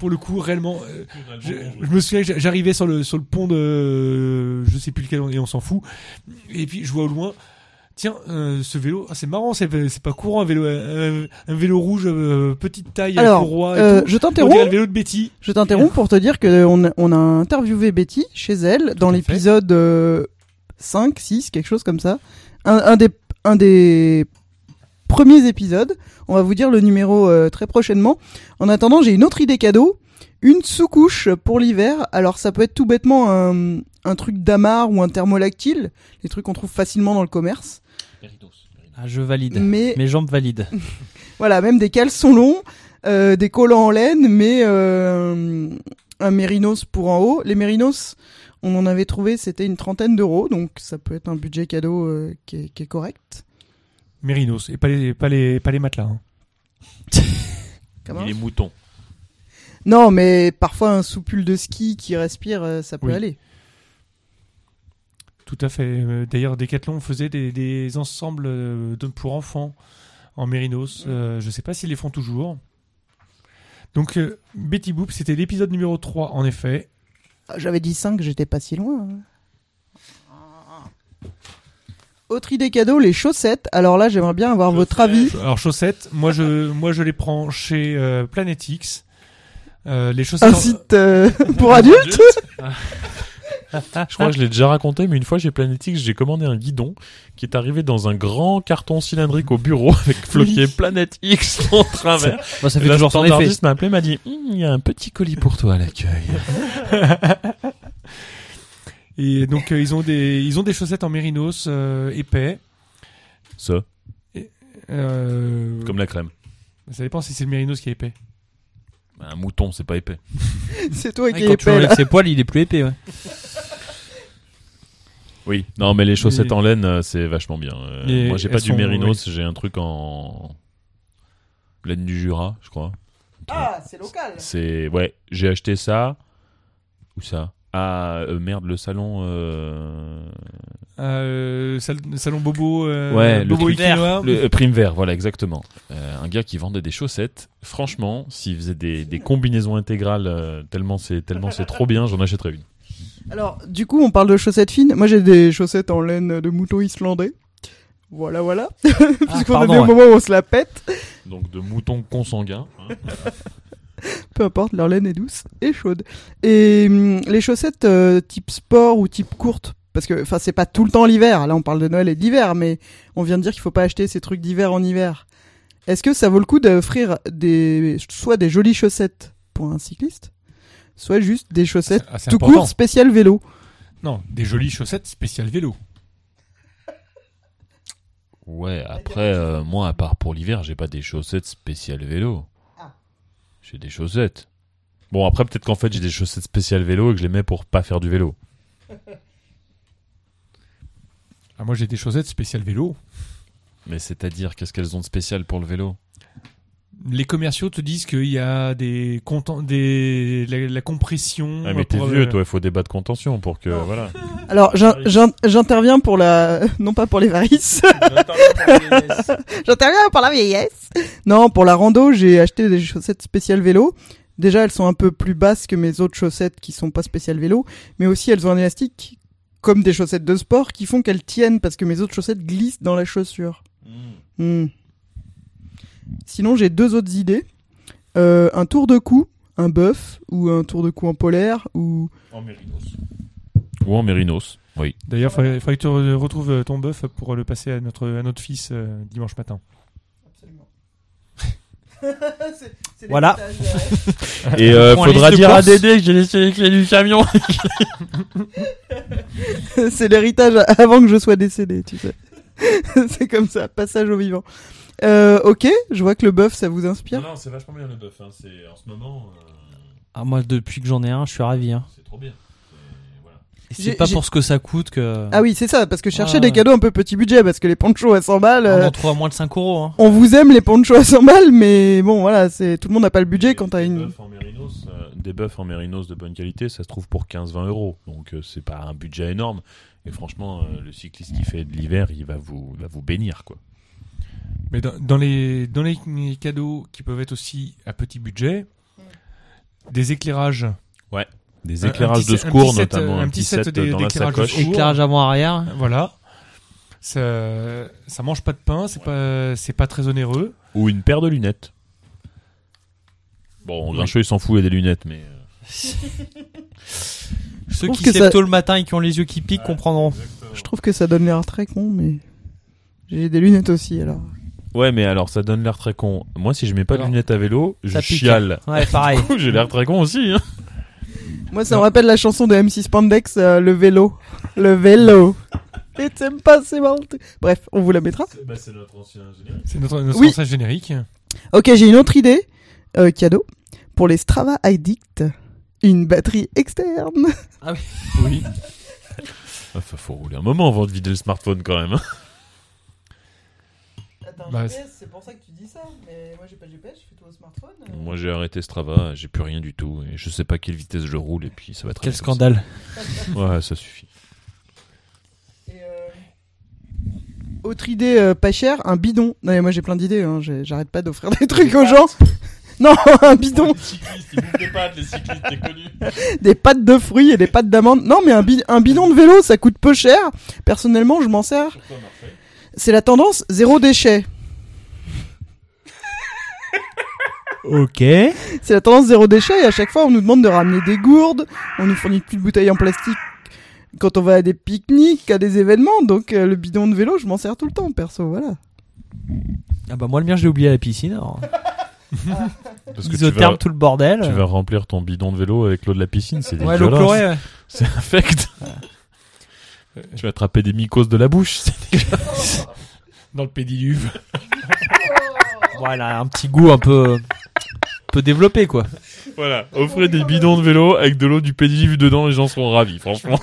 Speaker 2: pour le coup, réellement. euh, je, je me souviens que j'a- j'arrivais sur le, sur le pont de. euh, je sais plus lequel, on- et on s'en fout. Et puis je vois au loin. Tiens, euh, ce vélo, ah, c'est marrant, c'est c'est pas courant un vélo, euh, un, vélo rouge euh, petite taille,
Speaker 7: Alors,
Speaker 2: courroie et
Speaker 7: euh,
Speaker 2: tout.
Speaker 7: je
Speaker 2: On dirait le
Speaker 7: t'interromps.
Speaker 2: vélo de Betty.
Speaker 7: Je t'interromps pour te dire que on a, on a interviewé Betty chez elle dans
Speaker 2: à fait.
Speaker 7: l'épisode euh, 5, 6, quelque chose comme ça. Un, un des, un des premiers épisodes. On va vous dire le numéro euh, très prochainement. En attendant, j'ai une autre idée cadeau. Une sous-couche pour l'hiver. Alors ça peut être tout bêtement un, un truc d'amarre ou un thermolactyle. Les trucs qu'on trouve facilement dans le commerce.
Speaker 3: Ah, je valide.
Speaker 7: Mais
Speaker 3: Mes jambes valident.
Speaker 7: voilà, même des caleçons longs, euh, des collants en laine, mais euh, un mérinos pour en haut. Les mérinos, on en avait trouvé, c'était une trentaine d'euros, donc ça peut être un budget cadeau euh, qui, est, qui est correct.
Speaker 2: Mérinos, et pas les, pas les, pas les matelas. hein.
Speaker 7: Quand
Speaker 4: Il est
Speaker 7: même.
Speaker 4: mouton.
Speaker 7: Non, mais parfois un soupule de ski qui respire, euh, ça peut
Speaker 2: Oui.
Speaker 7: aller.
Speaker 2: Tout à fait. Euh, D'ailleurs, Decathlon faisait des, des ensembles euh, de- pour enfants en mérinos. Euh, je sais pas s'ils les font toujours. Donc, euh, Betty Boop, c'était l'épisode numéro 3, en effet.
Speaker 7: Ah, J'avais dit 5, j'étais pas si loin. hein. Autre idée cadeau, les chaussettes. Alors là, j'aimerais bien avoir votre avis.
Speaker 2: Alors chaussettes, moi je, moi je les prends chez euh, Planet X. Euh, les chaussettes.
Speaker 7: Un
Speaker 2: en-
Speaker 7: site euh, pour adultes
Speaker 4: Je crois que
Speaker 3: Ah.
Speaker 4: je l'ai déjà raconté, mais une fois chez Planetix, j'ai commandé un guidon qui est arrivé dans un grand carton cylindrique au bureau avec floqué Planète X en travers.
Speaker 3: Moi, ça
Speaker 4: Et
Speaker 3: fait
Speaker 4: la
Speaker 3: toujours son effet.
Speaker 4: standardiste m'a appelé, m'a dit Hum, il y a un petit colis pour toi à l'accueil.
Speaker 2: Et donc euh, ils ont des, ils ont des chaussettes en mérinos euh, épais.
Speaker 4: Ça,
Speaker 2: Euh,
Speaker 4: comme la crème.
Speaker 2: Ça dépend si c'est le mérinos qui est épais.
Speaker 4: Un mouton, c'est pas épais.
Speaker 7: C'est toi qui
Speaker 3: Ouais, Ah, Quand tu
Speaker 7: épelle.
Speaker 3: enlèves ses poils, il est plus épais. ouais.
Speaker 4: Oui. Non, mais les chaussettes
Speaker 2: Et-
Speaker 4: en laine, euh, c'est vachement bien. Euh,
Speaker 2: Et
Speaker 4: moi, j'ai pas
Speaker 2: elles
Speaker 4: du
Speaker 2: sont-
Speaker 4: mérinos, j'ai un truc en laine du Jura, je crois.
Speaker 7: Ah, c'est local.
Speaker 4: C'est ouais, j'ai acheté ça ou ça. Ah euh, merde, le salon. euh,
Speaker 2: Euh, sal- salon bobo. euh,
Speaker 4: Ouais, le
Speaker 2: bobo
Speaker 4: truc
Speaker 2: Ikea.
Speaker 4: Le euh, prime vert, voilà, exactement. Euh, un gars qui vendait des chaussettes. Franchement, s'il faisait des, des combinaisons intégrales, euh, tellement c'est tellement c'est trop bien, j'en achèterais une.
Speaker 7: Alors, du coup, on parle de chaussettes fines. Moi, j'ai des chaussettes en laine de mouton islandais. Voilà, voilà. Puisqu'on
Speaker 3: Ah, pardon,
Speaker 7: en est au
Speaker 3: ouais.
Speaker 7: moment où on se la pète.
Speaker 4: Donc de moutons consanguins. hein.
Speaker 7: Peu importe, leur laine est douce et chaude. Et hum, les chaussettes euh, type sport ou type courte, parce que, enfin, c'est pas tout le temps l'hiver. Là, on parle de Noël et d'hiver, mais on vient de dire qu'il faut pas acheter ces trucs d'hiver en hiver. Est-ce que ça vaut le coup d'offrir des, soit des jolies chaussettes pour un cycliste, soit juste des chaussettes
Speaker 2: Ah, c'est
Speaker 7: tout
Speaker 2: important.
Speaker 7: court spécial vélo
Speaker 2: Non, des jolies chaussettes spéciales vélo.
Speaker 4: Ouais, après euh, moi à part pour l'hiver, j'ai pas des chaussettes spéciales vélo. J'ai des chaussettes. Bon après peut-être qu'en fait j'ai des chaussettes spéciales vélo et que je les mets pour pas faire du vélo.
Speaker 2: Ah, moi j'ai des chaussettes spéciales vélo.
Speaker 4: Mais c'est-à-dire qu'est-ce qu'elles ont de spécial pour le vélo
Speaker 2: Les commerciaux te disent qu'il y a des conten- des la, la compression.
Speaker 4: Ah mais t'es
Speaker 2: pour, euh,
Speaker 4: vieux, toi, il faut des bas de contention pour que voilà.
Speaker 7: Alors, j'in- j'in- j'interviens pour la, non pas pour les varices, j'interviens pour la vieillesse. Non, pour la rando, j'ai acheté des chaussettes spéciales vélo. Déjà, elles sont un peu plus basses que mes autres chaussettes qui sont pas spéciales vélo, mais aussi elles ont un élastique comme des chaussettes de sport qui font qu'elles tiennent parce que mes autres chaussettes glissent dans la chaussure. Hmm. Sinon, j'ai deux autres idées. Euh, un tour de cou, un bœuf ou un tour de cou en polaire ou
Speaker 4: En mérinos. Ou en mérinos. Oui.
Speaker 2: D'ailleurs, il faudrait faudrait que tu re- retrouves euh, ton bœuf pour le passer à notre, à notre fils euh, dimanche matin.
Speaker 3: Voilà.
Speaker 4: Et euh,
Speaker 3: Prends la
Speaker 4: faudra
Speaker 3: liste de
Speaker 4: dire à
Speaker 3: courses.
Speaker 4: Dédé que j'ai laissé les clés du camion.
Speaker 7: c'est l'héritage avant que je sois décédé, tu sais. c'est comme ça, passage au vivant. Euh, ok, je vois que le bœuf, ça vous inspire.
Speaker 4: non, c'est vachement bien le bœuf. C'est en ce moment, euh,
Speaker 3: Ah, moi, depuis que j'en ai un, je suis ravi. hein.
Speaker 4: c'est trop bien.
Speaker 3: Et
Speaker 7: J'ai-
Speaker 3: C'est pas
Speaker 7: j'ai-
Speaker 3: pour ce que ça coûte que.
Speaker 7: Ah oui, c'est ça, parce que je cherchais
Speaker 3: Ouais.
Speaker 7: des cadeaux un peu petit budget, parce que les ponchos à 100 balles,
Speaker 3: On
Speaker 7: euh,
Speaker 3: en trouve à moins de 5 euros. hein.
Speaker 7: on vous aime les ponchos à 100 balles, mais bon, voilà, c'est tout le monde n'a pas le budget quand t'as
Speaker 4: Des
Speaker 7: une...
Speaker 4: bœufs en mérinos, euh, des bœufs en mérinos de bonne qualité, ça se trouve pour 15-20 euros. Donc euh, c'est pas un budget énorme. Et franchement, euh, le cycliste qui fait de l'hiver, il va vous, il va vous bénir quoi.
Speaker 2: Mais dans, dans les, dans les cadeaux qui peuvent être aussi à petit budget, des éclairages.
Speaker 4: Des
Speaker 2: Un- un
Speaker 4: éclairages
Speaker 2: petit
Speaker 4: de
Speaker 2: set- un
Speaker 4: secours,
Speaker 2: petit set,
Speaker 4: notamment
Speaker 2: euh,
Speaker 4: un petit set,
Speaker 2: des-
Speaker 4: dans la
Speaker 2: d'éclairage de
Speaker 4: sacoche.
Speaker 2: secours.
Speaker 3: Éclairage avant-arrière.
Speaker 2: Voilà. Ça, ça mange pas de pain, c'est pas, c'est pas très onéreux.
Speaker 4: ou une paire de lunettes. Bon, Grincheux, il s'en fout, il a des lunettes, mais. euh,
Speaker 3: Ceux
Speaker 7: trouve
Speaker 3: qui
Speaker 7: que
Speaker 3: s'élèvent
Speaker 7: ça-
Speaker 3: tôt le matin et qui ont les yeux qui piquent comprendront.
Speaker 7: Je trouve que ça donne l'air très con, mais... J'ai des lunettes aussi, alors.
Speaker 4: Ouais, mais alors ça donne l'air très con. Moi, si je mets pas
Speaker 3: Alors,
Speaker 4: de lunettes à vélo, je
Speaker 3: ça pique.
Speaker 4: chiale.
Speaker 3: Ouais, pareil.
Speaker 4: J'ai l'air très con aussi. hein.
Speaker 7: Moi, ça me rappelle la chanson de M6 Spandex, euh, Le Vélo. Le Vélo. Et t'aimes pas, c'est marrant. Bref, on vous la mettra.
Speaker 2: C'est notre, notre
Speaker 7: Oui.
Speaker 2: ancêtre générique.
Speaker 7: Ok, j'ai une autre idée. Euh, cadeau. Pour les Strava Addict, une batterie externe.
Speaker 2: Oui.
Speaker 4: Enfin, Ah, faut rouler un moment avant de vider le smartphone quand même. hein.
Speaker 7: Attends,
Speaker 2: Bah,
Speaker 7: c'est pour ça que tu dis ça. Mais moi, j'ai pas GPS, je fais tout au smartphone.
Speaker 4: Moi, j'ai arrêté Strava, j'ai plus rien du tout. Et je sais pas quelle vitesse je roule, et puis ça va très
Speaker 3: Quel
Speaker 4: bien comme
Speaker 3: scandale.
Speaker 4: ça. Ouais, ça suffit.
Speaker 7: euh, Autre idée euh, pas chère, un bidon. Non, mais moi, j'ai plein d'idées. hein, j'ai- J'arrête pas d'offrir des trucs aux gens. Non, un bidon. Des pâtes de fruits et des pâtes d'amandes. Non, mais un, bi- un bidon de vélo, ça coûte peu cher. Personnellement, je m'en sers. C'est la tendance zéro déchet.
Speaker 3: Ok.
Speaker 7: C'est la tendance zéro déchet et à chaque fois on nous demande de ramener des gourdes, on nous fournit plus de bouteilles en plastique quand on va à des pique-niques, à des événements, donc euh, le bidon de vélo je m'en sers tout le temps perso, voilà.
Speaker 3: Ah bah moi le mien je l'ai oublié à la piscine. Alors.
Speaker 4: Parce que tu
Speaker 3: Isotherme
Speaker 4: vas,
Speaker 3: tout le bordel.
Speaker 4: tu vas remplir ton bidon de vélo avec l'eau de la piscine, c'est
Speaker 3: ouais,
Speaker 4: dégueulasse.
Speaker 3: l'eau chlorée. ouais.
Speaker 4: C'est infect. tu vas attraper des mycoses de la bouche. c'est dégueulasse.
Speaker 2: Dans le pédiluve.
Speaker 3: Bon, elle a un petit goût un peu un peu développé quoi.
Speaker 4: voilà, offrez des bidons de vélo avec de l'eau du pédiluve dedans, les gens seront ravis, franchement.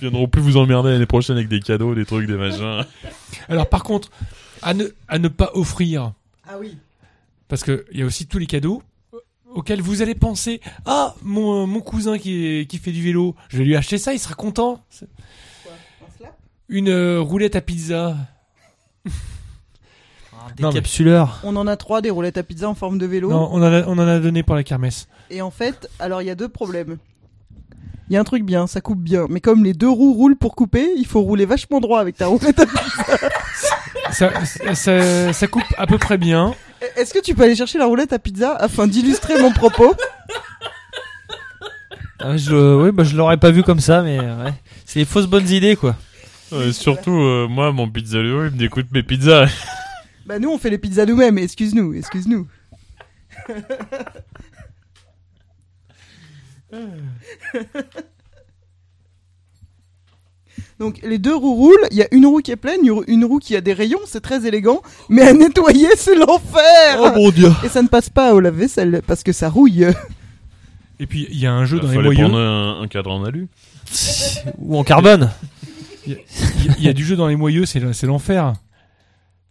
Speaker 4: Ils viendront plus vous emmerder l'année prochaine avec des cadeaux, des trucs, des machins.
Speaker 2: Alors par contre, à ne, à ne pas offrir,
Speaker 7: Ah oui.
Speaker 2: parce qu'il y a aussi tous les cadeaux euh, auxquels vous allez penser, ah, mon, mon cousin qui, est- qui fait du vélo, je vais lui acheter ça, il sera content. C'est- Une euh, roulette à pizza.
Speaker 3: Des
Speaker 2: Non, mais-
Speaker 3: capsuleurs.
Speaker 7: On en a trois des roulettes à pizza en forme de vélo
Speaker 2: Non, on en a, on en a donné pour la kermesse.
Speaker 7: et en fait, alors il y a deux problèmes. Il y a un truc bien, ça coupe bien, mais comme les deux roues roulent pour couper, il faut rouler vachement droit avec ta roulette. à-
Speaker 2: Ça, ça, ça coupe à peu près bien.
Speaker 7: Est-ce que tu peux aller chercher la roulette à pizza afin d'illustrer mon propos
Speaker 3: Ah, je, oui, bah, je l'aurais pas vu comme ça, mais euh, ouais. C'est les fausses bonnes idées quoi.
Speaker 4: surtout, euh, moi, mon pizzaiolo, il me découte mes pizzas.
Speaker 7: Bah nous on fait les pizzas nous-mêmes, excuse-nous, excuse-nous. Donc les deux roues roulent, il y a une roue qui est pleine, une roue- une roue qui a des rayons, c'est très élégant, mais à nettoyer c'est l'enfer
Speaker 3: Oh, mon dieu.
Speaker 7: Et ça ne passe pas au lave-vaisselle parce que ça rouille.
Speaker 2: Et puis, il y a un jeu
Speaker 4: Il
Speaker 2: dans les
Speaker 4: fallait
Speaker 2: moyeux.
Speaker 4: prendre un, un cadre en
Speaker 2: Hein
Speaker 4: alu.
Speaker 3: Ou en carbone.
Speaker 2: Il y a du jeu dans les moyeux, c'est c'est l'enfer.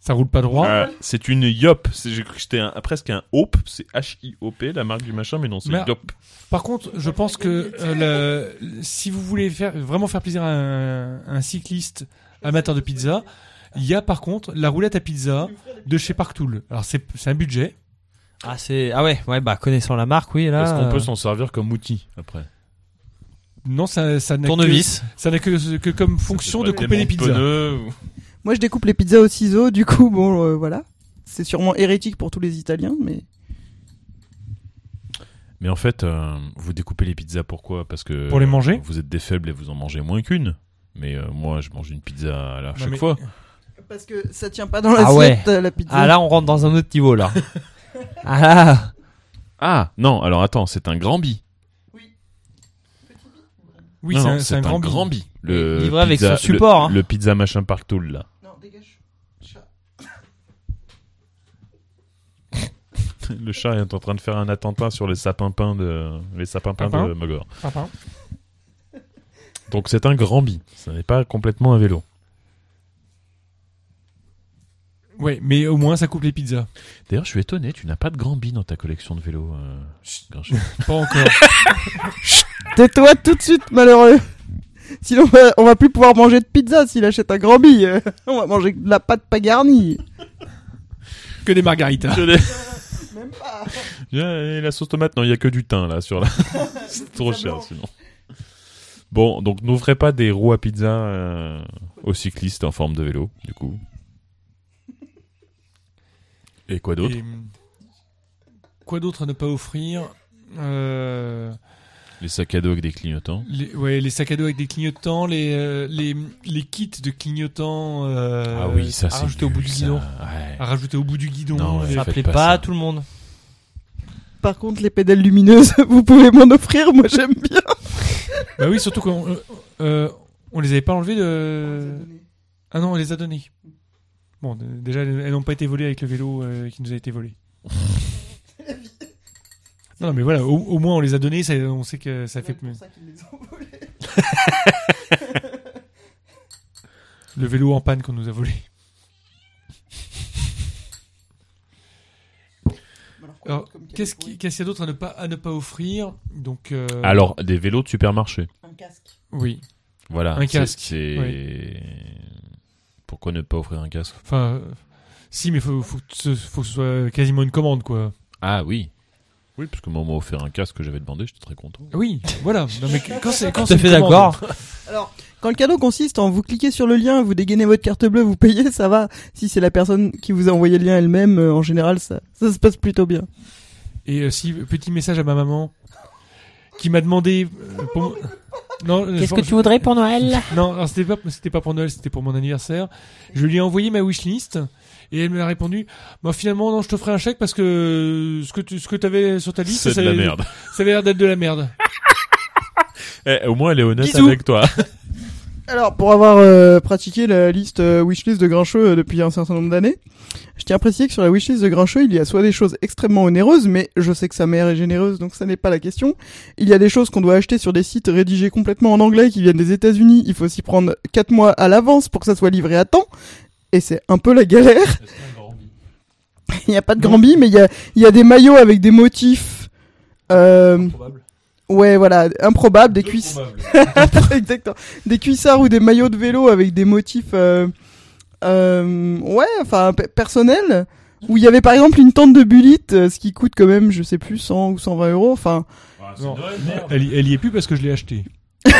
Speaker 2: Ça roule pas droit.
Speaker 4: Euh, c'est une Yop. C'est- J'ai cru que c'était un- presque un Hop. C'est H-I-O-P, la marque du machin, mais non, c'est
Speaker 2: Merde.
Speaker 4: Yop.
Speaker 2: Par contre, je pense que euh, le- si vous voulez faire, vraiment faire plaisir à un, un cycliste amateur de pizza, il y a par contre la roulette à pizza de chez Parktool. Alors c'est c'est un budget.
Speaker 3: Ah, c'est... ah ouais, ouais, bah connaissant la marque, oui.
Speaker 2: Ah.
Speaker 3: Là,
Speaker 4: Est-ce qu'on peut
Speaker 3: euh,
Speaker 4: s'en servir comme outil après
Speaker 2: Non, ça, ça n'a que,
Speaker 3: Tournevis.
Speaker 2: ça n'a que, que comme fonction
Speaker 4: C'est
Speaker 2: de
Speaker 4: pas
Speaker 2: couper les
Speaker 4: tellement
Speaker 2: pizzas.
Speaker 4: pneu ou-
Speaker 7: Moi, je découpe les pizzas au ciseau, du coup, bon, euh, voilà. C'est sûrement hérétique pour tous les Italiens, mais
Speaker 4: Mais en fait, euh, vous découpez les pizzas pourquoi Parce que
Speaker 2: Pour les manger
Speaker 4: euh, vous êtes des faibles et vous en mangez moins qu'une. Mais euh, moi, je mange une pizza à la-
Speaker 2: Non,
Speaker 4: chaque
Speaker 2: mais-
Speaker 4: fois.
Speaker 7: parce que ça tient pas dans
Speaker 3: Ah
Speaker 7: l'assiette euh, la pizza.
Speaker 3: Ah là, on rentre dans un autre niveau là. ah là,
Speaker 4: Ah non, alors attends, c'est un grand bi.
Speaker 2: Oui,
Speaker 4: Non,
Speaker 2: c'est
Speaker 4: non,
Speaker 2: un, c'est un grand, bide.
Speaker 4: bi. Le
Speaker 3: Livré avec
Speaker 4: pizza-
Speaker 3: son support,
Speaker 4: le-
Speaker 3: hein.
Speaker 4: Le, pizza machin partout là.
Speaker 7: Non, dégage. Chat.
Speaker 4: le chat est en train de faire un attentat sur les sapins peints de les sapins peints
Speaker 2: Papin
Speaker 4: de Mogor.
Speaker 2: Papa.
Speaker 4: Donc c'est un grand bi. Ça n'est pas complètement un vélo.
Speaker 2: Ouais, mais au moins ça coupe les pizzas.
Speaker 4: D'ailleurs, je suis étonné, tu n'as pas de grand bi dans ta collection de vélos. euh, Grincheux.
Speaker 2: Pas encore.
Speaker 7: Tais-toi tout de suite, malheureux. Sinon, on va, on va plus pouvoir manger de pizza s'il achète un grand bille. euh. On va manger de la pâte pas garnie.
Speaker 2: que des margaritas.
Speaker 4: Je l'ai-
Speaker 7: Même pas.
Speaker 4: Il y a- et la sauce tomate, non, il y a que du thym là sur la. c'est trop
Speaker 7: Pizza
Speaker 4: cher
Speaker 7: blanche.
Speaker 4: sinon. Bon, donc n'ouvrez pas des roues à pizza euh, aux cyclistes en forme de vélo, du coup. Et quoi d'autre
Speaker 2: Et, hum, quoi d'autre à ne pas offrir Euh,
Speaker 4: Les sacs à dos avec des clignotants.
Speaker 2: les, ouais, les sacs à dos avec des clignotants, les, euh, les, les kits de clignotants euh,
Speaker 4: ah oui, ça
Speaker 2: à
Speaker 4: c'est.
Speaker 2: rajouter au
Speaker 4: nul,
Speaker 2: bout du
Speaker 4: ça.
Speaker 2: guidon.
Speaker 4: Ouais.
Speaker 2: À rajouter au bout du guidon.
Speaker 4: Non, ouais.
Speaker 2: les-
Speaker 4: Faites
Speaker 3: ça plaît
Speaker 4: pas
Speaker 3: pas,
Speaker 4: ça.
Speaker 3: à tout le monde.
Speaker 7: Par contre, les pédales lumineuses, vous pouvez m'en offrir, moi j'aime bien.
Speaker 2: Bah oui, surtout qu'on euh, euh, on les avait pas enlevés de. Ah non, on les a donnés. Bon, d- déjà, elles elles n'ont pas été volées avec le vélo euh, qui nous a été volé. non, non, mais voilà, au, au moins on les a donnés, ça- on sait que ça fait. Le vélo en panne qu'on nous a volé. Alors, Qu'est-ce qui- qu'est-ce qu'il y a d'autre à ne pas à ne pas offrir Donc euh,
Speaker 4: Alors, des vélos de supermarché.
Speaker 7: Un casque.
Speaker 2: oui,
Speaker 4: Voilà.
Speaker 2: Un
Speaker 4: c'est-
Speaker 2: casque,
Speaker 4: C'est. Pourquoi ne pas offrir un casque
Speaker 2: enfin euh, si mais faut faut que ce, faut que ce soit quasiment une commande quoi.
Speaker 4: Ah oui. Oui, parce que moi, on m'a offert un casque que j'avais demandé, j'étais très content.
Speaker 2: Oui, voilà. Non mais quand c'est quand
Speaker 3: Tout
Speaker 2: c'est
Speaker 3: à fait
Speaker 2: une commande,
Speaker 3: d'accord.
Speaker 7: Alors, quand le cadeau consiste en vous cliquez sur le lien, vous dégainez votre carte bleue, vous payez, ça va. Si c'est la personne qui vous a envoyé le lien elle-même, euh, en général, ça, ça se passe plutôt bien.
Speaker 2: Et euh, si petit message à ma maman qui m'a demandé euh, pour- non euh, je-
Speaker 3: voudrais pour Noël
Speaker 2: Non, alors, c'était pas c'était pas pour Noël, c'était pour mon anniversaire. Je lui ai envoyé ma wishlist et elle me a répondu bah, finalement non, je te ferai un chèque parce que ce que tu ce que t'avais sur ta liste
Speaker 4: C'est de la
Speaker 2: ça-
Speaker 4: merde.
Speaker 2: Ça avait l'air d'être de la merde.
Speaker 4: Eh, au moins, elle est honnête
Speaker 7: Bisous.
Speaker 4: avec toi.
Speaker 7: Alors, pour avoir euh, pratiqué la liste euh, wishlist de Grincheux euh, depuis un certain nombre d'années, je tiens à préciser que sur la wishlist de Grincheux, il y a soit des choses extrêmement onéreuses, mais je sais que sa mère est généreuse, donc ça n'est pas la question. Il y a des choses qu'on doit acheter sur des sites rédigés complètement en anglais qui viennent des États-Unis. Il faut s'y prendre 4 mois à l'avance pour que ça soit livré à temps. Et c'est un peu la galère. Il n'y a pas de grand bi, mais il y a, il y a des maillots avec des motifs. Euh, ouais, voilà, improbables, des cuisses. Exactement. Des cuissards ou des maillots de vélo avec des motifs, euh, euh, ouais, enfin pe- personnels. Où il y avait par exemple une tente de bullites, euh, ce qui coûte quand même, je sais plus, 100 ou 120 euros. Enfin,
Speaker 2: Non. Elle, y- elle y est plus parce que je l'ai acheté.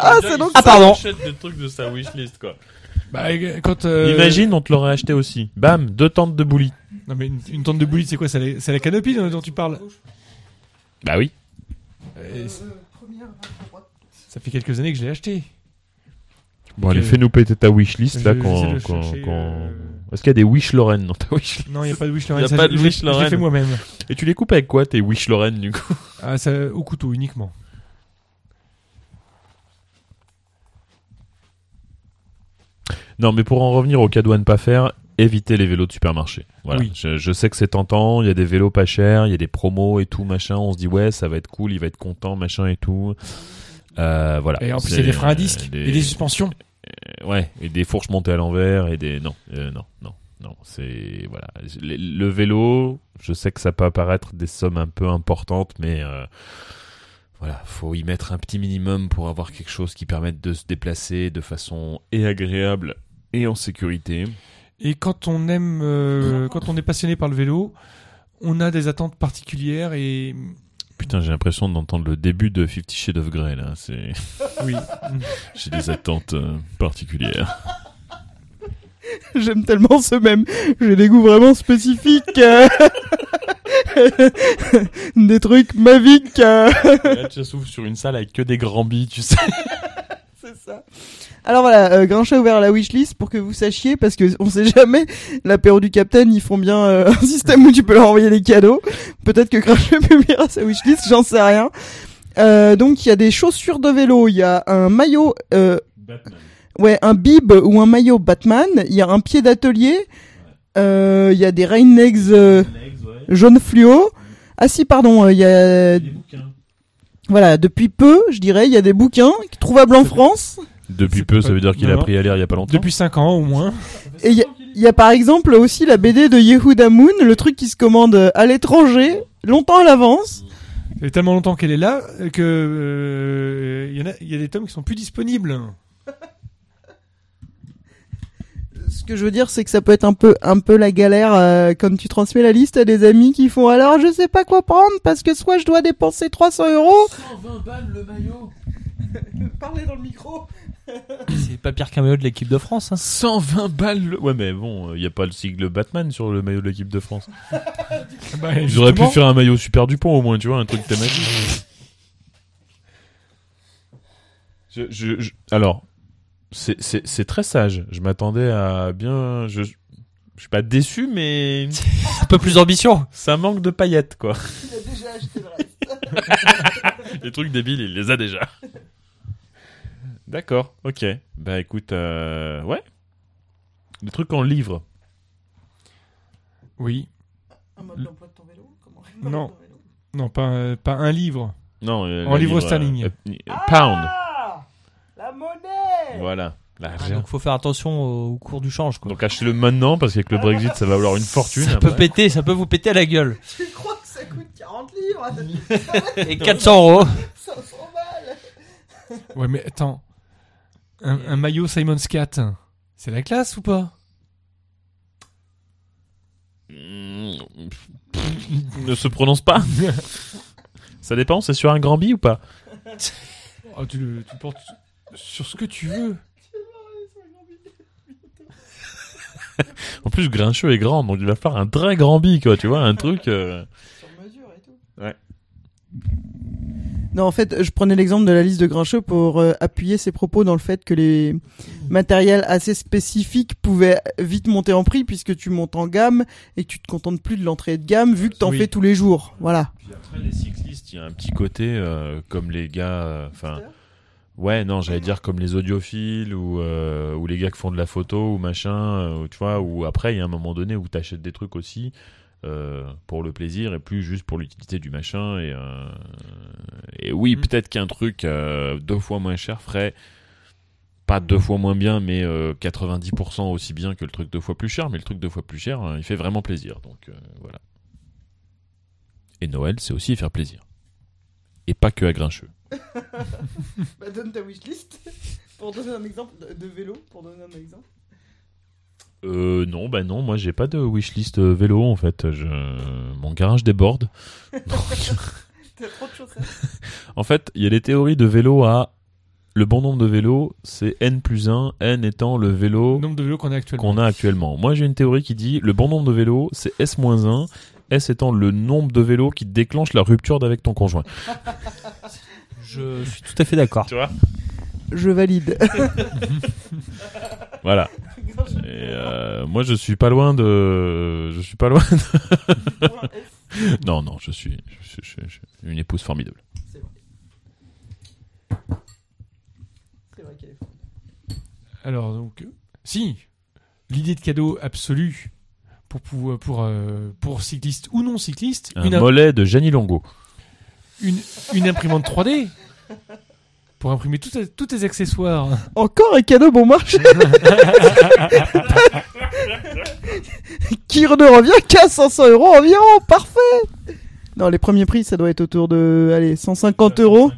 Speaker 4: Ah,
Speaker 7: c'est donc
Speaker 3: Ah, pardon.
Speaker 4: achète des trucs de sa wishlist, quoi.
Speaker 2: Bah, euh, quand. euh,
Speaker 4: Imagine, on te l'aurait acheté aussi. Bam, deux tentes de boulis.
Speaker 2: Non, mais une, une tente de bouillie, c'est quoi C'est la, c'est la canopie dont, dont tu parles
Speaker 4: Bah oui.
Speaker 2: Euh, Ça fait quelques années que je l'ai acheté.
Speaker 4: Bon, allez,
Speaker 2: Ok.
Speaker 4: fais-nous péter ta wishlist,
Speaker 2: Je-
Speaker 4: là,
Speaker 2: j'essaie
Speaker 4: qu'on...
Speaker 2: de
Speaker 4: qu'on-
Speaker 2: chercher,
Speaker 4: qu'on-
Speaker 2: euh,
Speaker 4: Est-ce qu'il y a des wish Lorraine dans ta wishlist
Speaker 2: Non, il n'y a pas de Wish Lorraine.
Speaker 4: Y a
Speaker 2: ça,
Speaker 4: pas
Speaker 2: je-
Speaker 4: de
Speaker 2: je
Speaker 4: Wish
Speaker 2: l'ai- Je l'ai fait
Speaker 4: Lorraine.
Speaker 2: moi-même.
Speaker 4: Et tu les coupes avec quoi, tes wish Lorraine, du coup
Speaker 2: Ah, ça, au couteau uniquement.
Speaker 4: Non, mais pour en revenir au cadeau à ne pas faire, évitez les vélos de supermarché. Voilà.
Speaker 2: Oui.
Speaker 4: Je, je sais que c'est tentant, il y a des vélos pas chers, il y a des promos et tout, machin. On se dit, ouais, ça va être cool, il va être content, machin et tout. Euh, voilà.
Speaker 2: Et en plus,
Speaker 4: C'est,
Speaker 2: il y a des freins à
Speaker 4: euh,
Speaker 2: disque
Speaker 4: des-
Speaker 2: et des suspensions.
Speaker 4: Euh, ouais, et des fourches montées à l'envers et des non, euh, non, non, non. C'est voilà, le, le vélo. Je sais que ça peut apparaître des sommes un peu importantes, mais euh, voilà, faut y mettre un petit minimum pour avoir quelque chose qui permette de se déplacer de façon et agréable et en sécurité.
Speaker 2: Et quand on aime, euh, quand on est passionné par le vélo, on a des attentes particulières et
Speaker 4: Putain, j'ai l'impression d'entendre le début de Fifty Shades of Grey là. C'est,
Speaker 2: oui,
Speaker 4: j'ai des attentes euh, particulières.
Speaker 7: J'aime tellement ce même. J'ai des goûts vraiment spécifiques. euh, des trucs magiques. euh.
Speaker 4: là, tu souffles sur une salle avec que des grands billes, tu sais.
Speaker 7: Alors voilà, euh, Grinch a ouvert la wishlist pour que vous sachiez, parce que on sait jamais, l'apéro du Capitaine, ils font bien euh, un système où tu peux leur envoyer des cadeaux. Peut-être que Grinch publiera sa wishlist, j'en sais rien. Euh, donc il y a des chaussures de vélo, il y a un maillot, euh, ouais, un bib ou un maillot Batman, il y a un pied d'atelier, euh, il y a des rain legs euh, jaune fluo. Ah si, pardon, euh, il y a... Voilà, depuis peu, je dirais, il y a des bouquins trouvables en France.
Speaker 4: Depuis
Speaker 2: C'est
Speaker 4: peu,
Speaker 2: pas-
Speaker 4: ça veut dire qu'il
Speaker 2: non,
Speaker 4: a
Speaker 2: non.
Speaker 4: appris à lire il y a pas longtemps.
Speaker 2: depuis 5 ans au moins.
Speaker 7: Et il y, a- y a par exemple aussi la BD de Yehuda Moon, le truc qui se commande euh, à l'étranger, longtemps à l'avance.
Speaker 2: Ça fait tellement longtemps qu'elle est là euh, que euh, il y en a, il y a des tomes qui sont plus disponibles.
Speaker 7: Ce que je veux dire, c'est que ça peut être un peu, un peu la galère euh, quand tu transmets la liste à des amis qui font alors je sais pas quoi prendre parce que soit je dois dépenser 300 euros.
Speaker 3: 120 balles le maillot.
Speaker 7: Parlez dans le micro.
Speaker 3: C'est pas pire qu'un maillot de l'équipe de France. Hein.
Speaker 4: 120 balles. le- Ouais, mais bon, il n'y a pas le sigle Batman sur le maillot de l'équipe de France. J'aurais pu faire un maillot super Dupont au moins, tu vois, un truc thématique. Je- je- je- alors, c'est- c'est c'est très sage. Je m'attendais à bien. Je, je suis pas déçu, mais
Speaker 3: Un peu plus d'ambition.
Speaker 4: ça manque de paillettes, quoi. Les trucs débiles, il les a déjà. D'accord, ok. Bah écoute, euh, ouais. Des trucs en livre.
Speaker 2: Oui, Non. non pas un- pas un livre.
Speaker 4: Non, euh,
Speaker 2: En
Speaker 4: la
Speaker 2: livre
Speaker 4: euh,
Speaker 2: sterling.
Speaker 4: euh, euh, pound.
Speaker 7: Ah, La monnaie. Ah,
Speaker 4: Voilà. La
Speaker 3: Ah, Donc faut faire attention au, au cours du change. Quoi.
Speaker 4: Donc achetez-le maintenant parce qu'avec le Brexit, ça va valoir une fortune.
Speaker 3: ça
Speaker 4: après.
Speaker 3: peut péter, ça peut vous péter à la gueule.
Speaker 7: Tu crois que ça coûte 40 livres
Speaker 3: Et 400 euros.
Speaker 7: 500
Speaker 2: Ouais, mais attends. Un, un maillot Simon's Cat, c'est la classe ou pas
Speaker 4: Mm, pff, ne se prononce pas. ça dépend, c'est sur un grand bi ou pas
Speaker 2: Oh, tu, le, tu le portes sur ce que tu veux.
Speaker 4: En plus, Grincheux est grand, donc il va falloir un très grand bi, quoi. Tu vois, un truc. euh,
Speaker 7: Sur mesure et tout.
Speaker 4: Ouais.
Speaker 7: Non, en fait, je prenais l'exemple de la liste de Grincheux pour euh, appuyer ses propos dans le fait que les matériels assez spécifiques pouvaient vite monter en prix puisque tu montes en gamme et que tu te contentes plus de l'entrée de gamme vu que t'en
Speaker 2: Oui.
Speaker 7: fais tous les jours. Voilà.
Speaker 4: Puis après, les cyclistes, il y a un petit côté euh, comme les gars. euh, Enfin. ouais, non, j'allais dire comme les audiophiles ou, euh, ou les gars qui font de la photo ou machin. euh, tu vois, ou après, il y a un moment donné où t'achètes des trucs aussi. euh, pour le plaisir et plus juste pour l'utilité du machin et, euh, et oui
Speaker 2: Mm.
Speaker 4: peut-être qu'un truc euh, deux fois moins cher ferait pas deux fois moins bien mais euh, 90% aussi bien que le truc deux fois plus cher mais le truc deux fois plus cher euh, il fait vraiment plaisir donc euh, voilà et Noël c'est aussi faire plaisir et pas que à grincheux
Speaker 7: Bah, donne ta wishlist pour donner un exemple de vélo, pour donner un exemple.
Speaker 4: Euh, non, bah non, moi j'ai pas de wishlist euh, vélo en fait. Je... Mon garage déborde.
Speaker 7: T'as trop de choses
Speaker 4: En fait, il y a des théories de vélo à. Le bon nombre de vélos, c'est n plus 1, n étant le
Speaker 2: Le
Speaker 4: vélo
Speaker 2: nombre de vélos qu'on a actuellement.
Speaker 4: qu'on a actuellement. Moi j'ai une théorie qui dit le bon nombre de vélos, c'est s moins 1, s étant le nombre de vélos qui déclenche la rupture d'avec ton conjoint.
Speaker 3: Je suis tout à fait d'accord.
Speaker 4: Tu vois
Speaker 7: Je valide.
Speaker 4: Voilà. Et, euh, moi je suis pas loin de. Je suis pas loin de. non, non, je suis, je suis- je suis- je suis une épouse formidable.
Speaker 2: Alors, donc, euh, si, l'idée de cadeau absolue pour, pour, pour, euh, pour cycliste ou non cycliste,
Speaker 4: Un
Speaker 2: une, im-
Speaker 4: mollet de Gianni Longo.
Speaker 2: une, une imprimante 3D. Pour imprimer tous tes- tous tes accessoires.
Speaker 7: Encore un cadeau bon marché Qui ne revient qu'à 500 euros environ Parfait Non, les premiers prix, ça doit être autour de allez, 150 euros.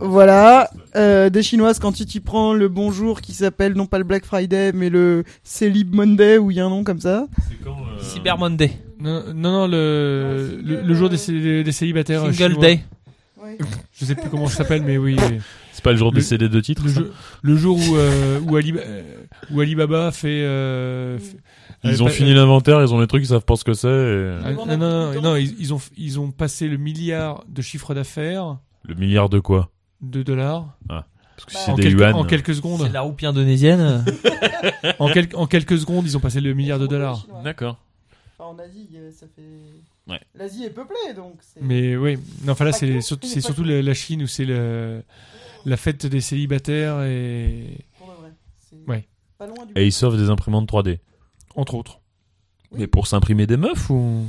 Speaker 7: Voilà, Euh, des chinoises quand tu t'y prends le bonjour qui s'appelle non pas le Black Friday mais le Celib Monday ou il y a un nom comme ça.
Speaker 3: Cyber Monday,
Speaker 2: Non, non, non, le, le, le jour des, cé- des célibataires.
Speaker 3: Single
Speaker 2: chinois.
Speaker 3: Day.
Speaker 2: Je sais plus comment ça s'appelle, mais oui. oui.
Speaker 4: C'est pas le jour
Speaker 2: Le-
Speaker 4: du CD de titre
Speaker 2: Le, jeu- le jour où, euh, où, Ali, euh, où Alibaba fait. euh, fait-
Speaker 4: Ils
Speaker 2: avait
Speaker 4: ont
Speaker 2: pas-
Speaker 4: fini l'inventaire, ils ont les trucs, ils savent pas ce que c'est. et-
Speaker 2: Ah, non, non, non, non, ils, ils ont, ils ont passé le milliard de chiffre d'affaires
Speaker 4: Le milliard de quoi
Speaker 2: de dollars
Speaker 4: Parce que
Speaker 7: Bah,
Speaker 4: si
Speaker 2: en
Speaker 4: c'est des
Speaker 2: quelques,
Speaker 4: yuan.
Speaker 2: en quelques
Speaker 3: C'est
Speaker 2: secondes.
Speaker 3: la roupie indonésienne.
Speaker 2: En, quel- en quelques secondes, ils ont passé le milliard de dollars.
Speaker 4: D'accord.
Speaker 7: En Asie, euh, ça fait.
Speaker 4: Ouais.
Speaker 7: L'Asie est peuplée donc.
Speaker 2: Mais oui, non, enfin là,
Speaker 7: Pas
Speaker 2: c'est
Speaker 7: que,
Speaker 2: surtout,
Speaker 7: mais
Speaker 2: c'est
Speaker 7: pas
Speaker 2: surtout
Speaker 7: que.
Speaker 2: la, la Chine où c'est le- la fête des célibataires et Ouais.
Speaker 7: Pas loin du.
Speaker 4: Et ils sauvent des imprimantes 3D.
Speaker 2: entre autres.
Speaker 4: Mais pour s'imprimer des meufs ou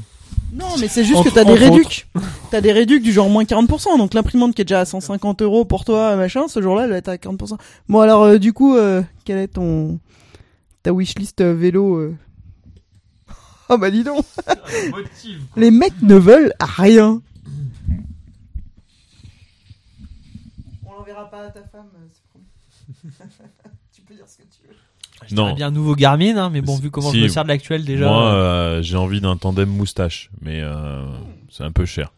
Speaker 7: Non, mais c'est juste
Speaker 2: Entre-
Speaker 7: que t'as des
Speaker 2: entre
Speaker 7: réducs. T'as des réducs du genre moins 40%. Donc l'imprimante qui est déjà à 150 euros pour toi, machin, ce jour-là, elle est à 40%. Bon, alors, euh, du coup, euh, quelle est ton. ta wishlist euh, vélo euh Oh bah dis donc Les mecs ne veulent rien On l'enverra pas à ta femme, euh, c'est promis. tu peux dire ce que tu veux.
Speaker 4: Non.
Speaker 3: J'aimerais bien un nouveau Garmin, hein, mais bon,
Speaker 4: Si-
Speaker 3: vu comment
Speaker 4: si.
Speaker 3: je me sers de l'actuel déjà.
Speaker 4: Moi,
Speaker 3: euh,
Speaker 4: euh, j'ai envie d'un tandem moustache, mais euh, c'est un peu cher.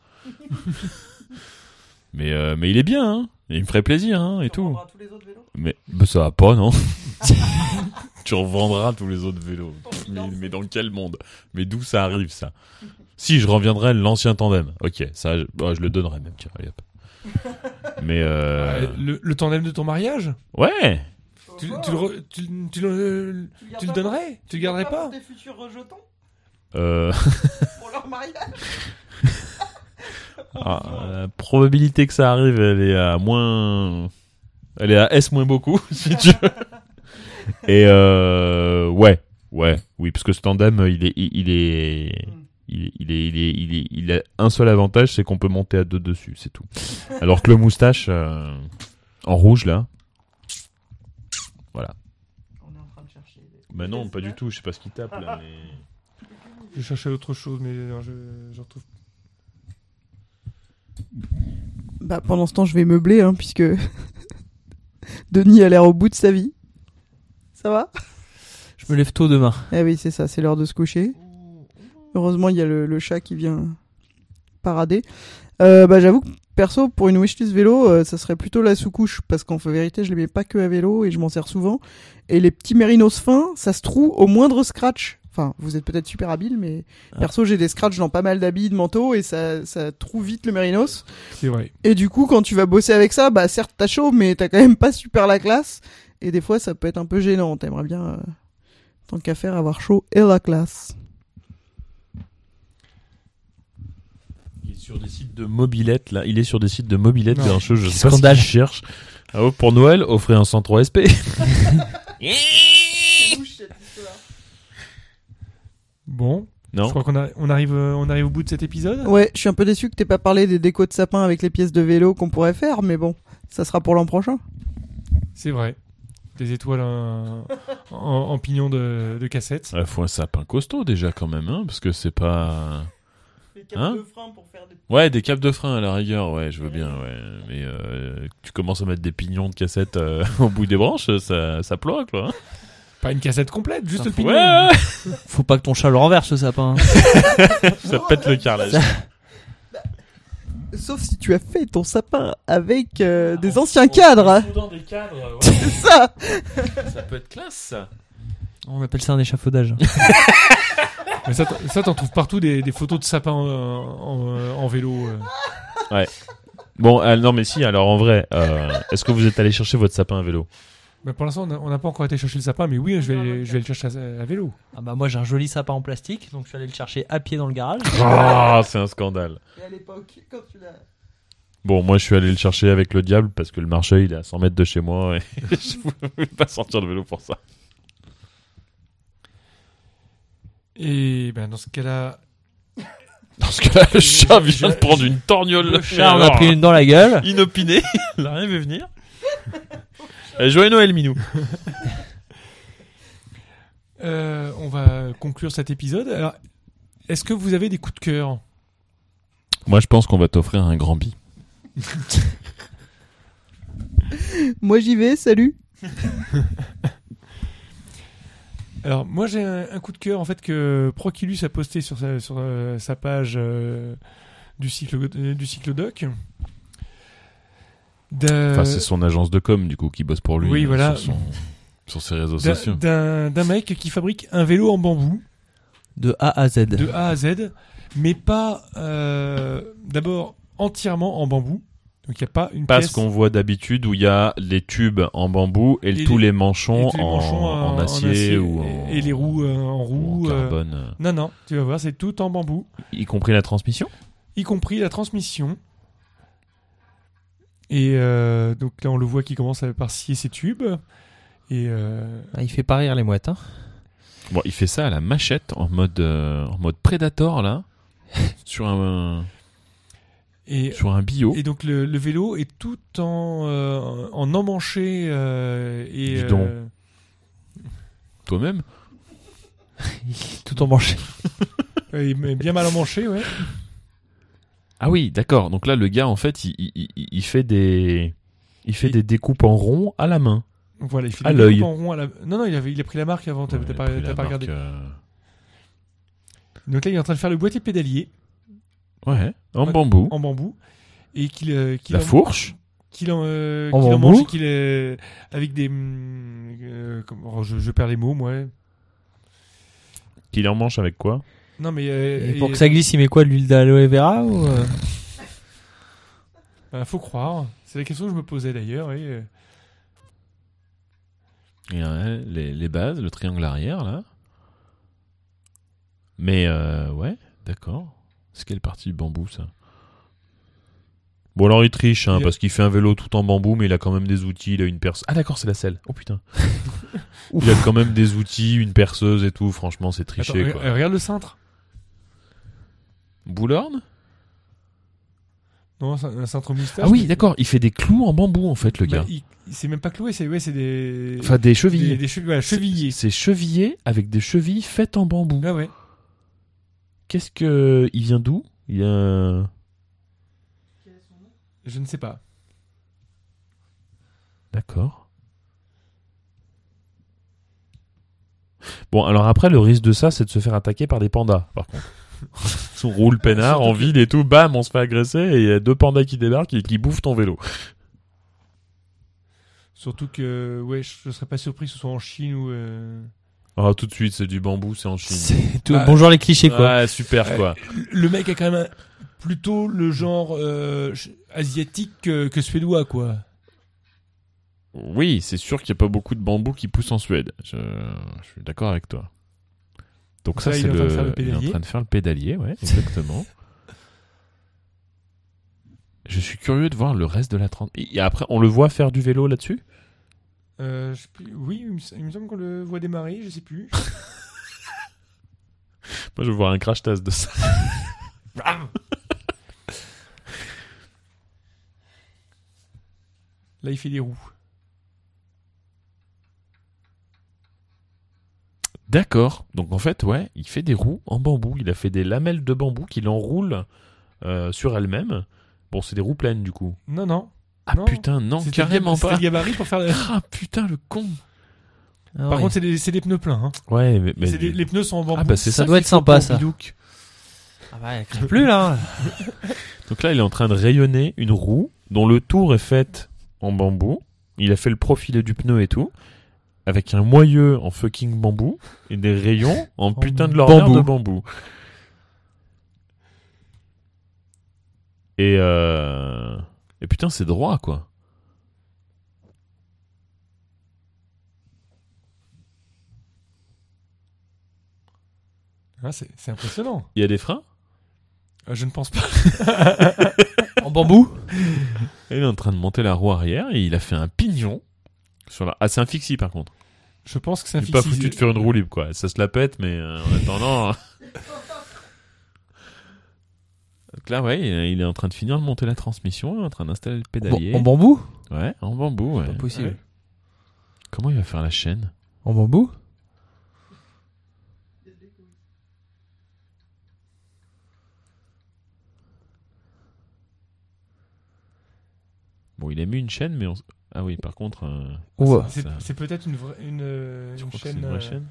Speaker 4: mais euh, mais il est bien, hein. Il me ferait plaisir, hein, et tout.
Speaker 7: tous les autres vélos
Speaker 4: Mais bah, ça va pas, non Tu revendras tous les autres vélos.
Speaker 7: Oh,
Speaker 4: Mais, mais dans quel monde Mais d'où ça arrive, ça Si, je reviendrai l'ancien tandem. Ok, ça, je, bah, je le donnerai même. Tiens, allez, hop. Mais euh,
Speaker 2: Euh, le, le tandem de ton mariage
Speaker 4: ouais,
Speaker 2: Tu, tu le, re- tu, tu le- tu le donnerais Tu le garderais pas
Speaker 7: tes futurs rejetons
Speaker 4: euh,
Speaker 7: Pour leur mariage
Speaker 4: ah, la probabilité que ça arrive, elle est à moins, elle est à s moins beaucoup, si tu veux. Et euh, ouais, ouais, oui, parce que ce tandem, il est, il, il est. Il, il est, il, est, il, est- il a un seul avantage, c'est qu'on peut monter à deux dessus, c'est tout. Alors que le moustache, euh, en rouge là. Voilà.
Speaker 7: On est en train de chercher. des-
Speaker 4: Bah non, pas du tout, je sais pas ce qu'il tape là. Mais...
Speaker 2: Je cherchais autre chose, mais non, je, je retrouve.
Speaker 7: Bah, pendant ce temps, je vais meubler, hein, puisque Denis a l'air au bout de sa vie. Ça va
Speaker 3: Je me lève tôt demain.
Speaker 7: Eh oui, c'est ça, c'est l'heure de se coucher. Heureusement, il y a le, le chat qui vient parader. Euh, bah, j'avoue que perso, pour une wishlist vélo, euh, ça serait plutôt la sous-couche, parce qu'en fait, vérité, je les mets pas que à vélo et je m'en sers souvent. Et les petits mérinos fins, ça se trouve au moindre scratch. Enfin, vous êtes peut-être super habile, mais perso, j'ai des scratchs dans pas mal d'habits, de manteaux, et ça, ça trouve vite le mérinos.
Speaker 2: C'est vrai.
Speaker 7: Et du coup, quand tu vas bosser avec ça, bah certes t'as chaud, mais t'as quand même pas super la classe. Et des fois, ça peut être un peu gênant. T'aimerais bien, euh, tant qu'à faire, avoir chaud et la classe.
Speaker 4: Il est sur des sites de mobilette là, il est sur des sites de mobilette,
Speaker 2: Non.
Speaker 4: Grincheux, je sais pas
Speaker 3: Scandale.
Speaker 4: ce qu'il cherche. Ah, oh, pour Noël, offrez un 103 SP.
Speaker 2: Bon, je
Speaker 4: Non
Speaker 2: crois qu'on a- on arrive, euh, on arrive au bout de cet épisode.
Speaker 7: Ouais, je suis un peu déçu que t'aies pas parlé des décos de sapin avec les pièces de vélo qu'on pourrait faire, mais bon, ça sera pour l'an prochain.
Speaker 2: C'est vrai. Des étoiles euh, en, en pignon de, de cassette.
Speaker 4: Il Ah, faut un sapin costaud déjà quand même, hein, parce que c'est pas... Hein Ouais, des câbles de frein à la rigueur, ouais, je veux bien, ouais. Mais euh, tu commences à mettre des pignons de cassette euh, au bout des branches, ça, ça ploie, quoi. hein.
Speaker 2: Pas une cassette complète, juste le
Speaker 4: Ouais,
Speaker 2: pignon.
Speaker 4: ouais, ouais,
Speaker 3: Faut pas que ton chat le renverse ce sapin. hein.
Speaker 4: ça pète le carrelage.
Speaker 7: Sauf si tu as fait ton sapin avec euh, des anciens cadres. hein.
Speaker 4: des cadres,
Speaker 7: C'est ça
Speaker 4: ça peut être classe, ça.
Speaker 3: On appelle ça un échafaudage.
Speaker 2: Mais ça, t'en- ça, t'en trouves partout des, des photos de sapins euh, en, euh, en vélo. euh.
Speaker 4: Bon, euh, non, mais si, alors en vrai, euh, est-ce que vous êtes allé chercher votre sapin à vélo
Speaker 2: Mais pour l'instant, on n'a- on n'a pas encore été chercher le sapin, mais oui, je vais, je vais le chercher à, à vélo.
Speaker 3: Ah bah moi j'ai un joli sapin en plastique, donc je suis allé le chercher à pied dans le garage.
Speaker 4: Ah, c'est un scandale.
Speaker 7: Et à l'époque, quand tu l'as...
Speaker 4: Bon, moi, je suis allé le chercher avec le diable, parce que le marché, il est à 100 mètres de chez moi, et je pouvais pas sortir le vélo pour ça.
Speaker 2: Et ben, dans ce cas-là,
Speaker 4: Dans ce cas-là, le chat vient de prendre une torgnole.
Speaker 3: Le chat m'a pris une dans la gueule.
Speaker 4: Inopiné, il a rien vu venir. Euh, Joyeux Noël, Minou.
Speaker 2: Euh, on va conclure cet épisode. Alors, est-ce que vous avez des coups de cœur
Speaker 4: Moi, je pense qu'on va t'offrir un grand bi.
Speaker 7: Moi j'y vais, salut.
Speaker 2: Alors, moi, j'ai un, un coup de cœur en fait que Proculus a posté sur sa, sur, euh, sa page euh, du, cyclo, euh, du cyclodoc. D'un-
Speaker 4: Enfin, c'est son agence de com, du coup, qui bosse pour lui.
Speaker 2: Euh, Oui,
Speaker 4: euh,
Speaker 2: voilà.
Speaker 4: Sur, son- sur ses réseaux
Speaker 2: d'un-
Speaker 4: sociaux.
Speaker 2: d'un d'un mec qui fabrique un vélo en bambou
Speaker 3: De A à Z.
Speaker 2: de A à Z, mais pas euh, d'abord entièrement en bambou. Donc, il n'y a pas une
Speaker 4: Pas
Speaker 2: pièce.
Speaker 4: ce qu'on voit d'habitude où il y a les tubes en bambou et,
Speaker 2: Et
Speaker 4: tous
Speaker 2: les-
Speaker 4: les manchons,
Speaker 2: et tous les
Speaker 4: en,
Speaker 2: manchons, euh,
Speaker 4: en acier, ou en,
Speaker 2: et, et les roues euh, en
Speaker 4: ou en
Speaker 2: roue. euh,
Speaker 4: carbone, euh,
Speaker 2: non, non, tu vas voir, c'est tout en bambou.
Speaker 4: y compris la transmission.
Speaker 2: y compris la transmission. Et euh, donc là, on le voit qui commence à- par scier ses tubes. Et euh,
Speaker 3: Ah, il fait pas rire les mouettes. Hein.
Speaker 4: Bon, il fait ça à la machette en mode euh, en mode prédator là, sur un
Speaker 2: et,
Speaker 4: sur un bio.
Speaker 2: et donc le, le vélo est tout en euh, en emmanché euh, et
Speaker 4: Dis donc.
Speaker 2: euh,
Speaker 4: Toi-même,
Speaker 3: Il est tout emmanché.
Speaker 2: et bien mal emmanché, ouais.
Speaker 4: Ah oui, d'accord. Donc là, le gars, en fait, il, il- il- il fait des, il fait des découpes en rond à la main.
Speaker 2: Voilà, il fait
Speaker 4: À
Speaker 2: des
Speaker 4: l'œil.
Speaker 2: coupes en rond à la- Non, non, il, avait, il a pris la marque avant. T'as
Speaker 4: Ouais,
Speaker 2: t'as
Speaker 4: il
Speaker 2: pas,
Speaker 4: a pris
Speaker 2: t'as
Speaker 4: la
Speaker 2: pas
Speaker 4: marque,
Speaker 2: regardé.
Speaker 4: euh,
Speaker 2: Donc là, il est en train de faire le boîtier pédalier
Speaker 4: Ouais, en
Speaker 2: Ouais.
Speaker 4: bambou.
Speaker 2: en bambou et qu'il euh, qu'il
Speaker 4: La
Speaker 2: en-
Speaker 4: fourche.
Speaker 2: qu'il en, euh,
Speaker 3: En
Speaker 2: qu'il en
Speaker 3: bambou
Speaker 2: mange et qu'il euh, avec des hum, euh, comment- oh, je, je perds les mots moi
Speaker 4: Qu'il en mange avec quoi
Speaker 2: non mais euh,
Speaker 3: Et pour
Speaker 2: et-
Speaker 3: que ça glisse, il met quoi de L'huile d'aloe vera ou euh,
Speaker 2: bah, faut croire c'est la question que je me posais d'ailleurs et, euh,
Speaker 4: Et, euh, les, les bases, le triangle arrière là. Mais euh, ouais, d'accord. C'est quelle partie du bambou ça Bon alors il triche hein,
Speaker 2: Il a-
Speaker 4: parce qu'il fait un vélo tout en bambou mais il a quand même des outils, il a une perce. Ah d'accord c'est la selle. Oh putain. il a quand même des outils, une perceuse et tout. Franchement c'est
Speaker 2: attends, euh,
Speaker 4: triché
Speaker 2: re-
Speaker 4: quoi.
Speaker 2: regarde le cintre
Speaker 4: Boulorne
Speaker 2: non c'est un un cintre au moustache
Speaker 4: Ah oui
Speaker 2: mais-
Speaker 4: d'accord. Il fait des clous en bambou en fait le
Speaker 2: bah,
Speaker 4: gars.
Speaker 2: il- il- c'est même pas cloué c'est ouais c'est des
Speaker 4: Enfin des
Speaker 2: des,
Speaker 4: chevilles.
Speaker 2: des chevilles voilà, chevillés
Speaker 4: C'est chevillé avec des chevilles faites en bambou.
Speaker 2: ah ouais
Speaker 4: Qu'est-ce que il vient d'où Il y a
Speaker 2: je ne sais pas
Speaker 4: D'accord. Bon, alors après, le risque de ça, c'est de se faire attaquer par des pandas, par contre. On roule peinard en ville et tout, bam, on se fait agresser et il y a deux pandas qui débarquent et qui bouffent ton vélo.
Speaker 2: surtout que ouais je, je serais pas surpris que ce soit en Chine ou euh,
Speaker 4: Ah, tout de suite, c'est du bambou, c'est en Chine.
Speaker 3: c'est tout-
Speaker 2: Ah.
Speaker 3: Bonjour les clichés quoi.
Speaker 4: Ah, super quoi.
Speaker 2: le mec a quand même un- plutôt le genre euh, ch- asiatique que, que suédois quoi
Speaker 4: Oui, c'est sûr qu'il n'y a pas beaucoup de bambou qui pousse en Suède. Je, je suis d'accord avec toi. Donc ça,
Speaker 2: Là, il
Speaker 4: c'est
Speaker 2: est en train de faire le
Speaker 4: le... Il est en
Speaker 2: pédalier.
Speaker 4: train de faire le pédalier, ouais, exactement. je suis curieux de voir le reste de la 30. Et après, on le voit faire du vélo là-dessus
Speaker 2: Euh, je sais plus- oui, il me, s- il me semble qu'on le voit démarrer, je sais plus.
Speaker 4: Moi, je veux voir un crash test de ça.
Speaker 2: Là, il fait des roues.
Speaker 4: D'accord. Donc en fait, ouais, il fait des roues en bambou. Il a fait des lamelles de bambou qu'il enroule euh, sur elle-même. Bon, c'est des roues pleines du coup.
Speaker 2: Non, non.
Speaker 4: Ah
Speaker 2: Non.
Speaker 4: putain, non,
Speaker 2: C'était
Speaker 4: carrément
Speaker 2: le- c'était
Speaker 4: pas.
Speaker 2: le gabarit pour faire. le-
Speaker 4: Ah putain, le con.
Speaker 3: Ah
Speaker 2: Par contre, c'est des, c'est des pneus pleins. hein.
Speaker 4: Ouais, mais. mais-
Speaker 2: C'est des- les pneus sont en bambou.
Speaker 4: Ah bah c'est
Speaker 3: ça
Speaker 4: ça.
Speaker 3: doit être sympa ça.
Speaker 4: Bidouc.
Speaker 3: Ah bah, elle craque plus là.
Speaker 4: Donc là, il est en train de rayonner une roue dont le tour est fait en bambou. Il a fait le profilé du pneu et tout. Avec un moyeu en fucking bambou et des rayons en putain de lorgneur
Speaker 3: bambou.
Speaker 4: de bambou. Et, euh... et putain, c'est droit quoi.
Speaker 2: Ah, c'est c'est impressionnant.
Speaker 4: Il y a des freins
Speaker 2: Euh, je ne pense pas.
Speaker 3: En bambou
Speaker 4: Et Il est en train de monter la roue arrière et il a fait un pignon. Sur la... Ah, c'est un fixie par contre.
Speaker 2: Je pense que c'est un
Speaker 4: Il est pas
Speaker 2: fixie.
Speaker 4: foutu de hein. faire une roue libre quoi. Ça se la pète, mais euh, en attendant. Donc là, ouais, il est- il est en train de finir de monter la transmission, il est en train d'installer le pédalier.
Speaker 3: Bon, en bambou
Speaker 4: Ouais, en bambou. ouais.
Speaker 3: Pas possible.
Speaker 4: Comment il va faire la chaîne
Speaker 3: En bambou
Speaker 4: Bon, il a mis une chaîne, mais on... s- ah oui, par contre, euh,
Speaker 3: Ouais.
Speaker 4: ça-
Speaker 2: C'est
Speaker 4: ça-
Speaker 2: c'est peut-être une, vraie- une, euh,
Speaker 4: tu
Speaker 2: une
Speaker 4: crois que c'est
Speaker 2: chaîne.
Speaker 4: une vraie
Speaker 2: euh,
Speaker 4: chaîne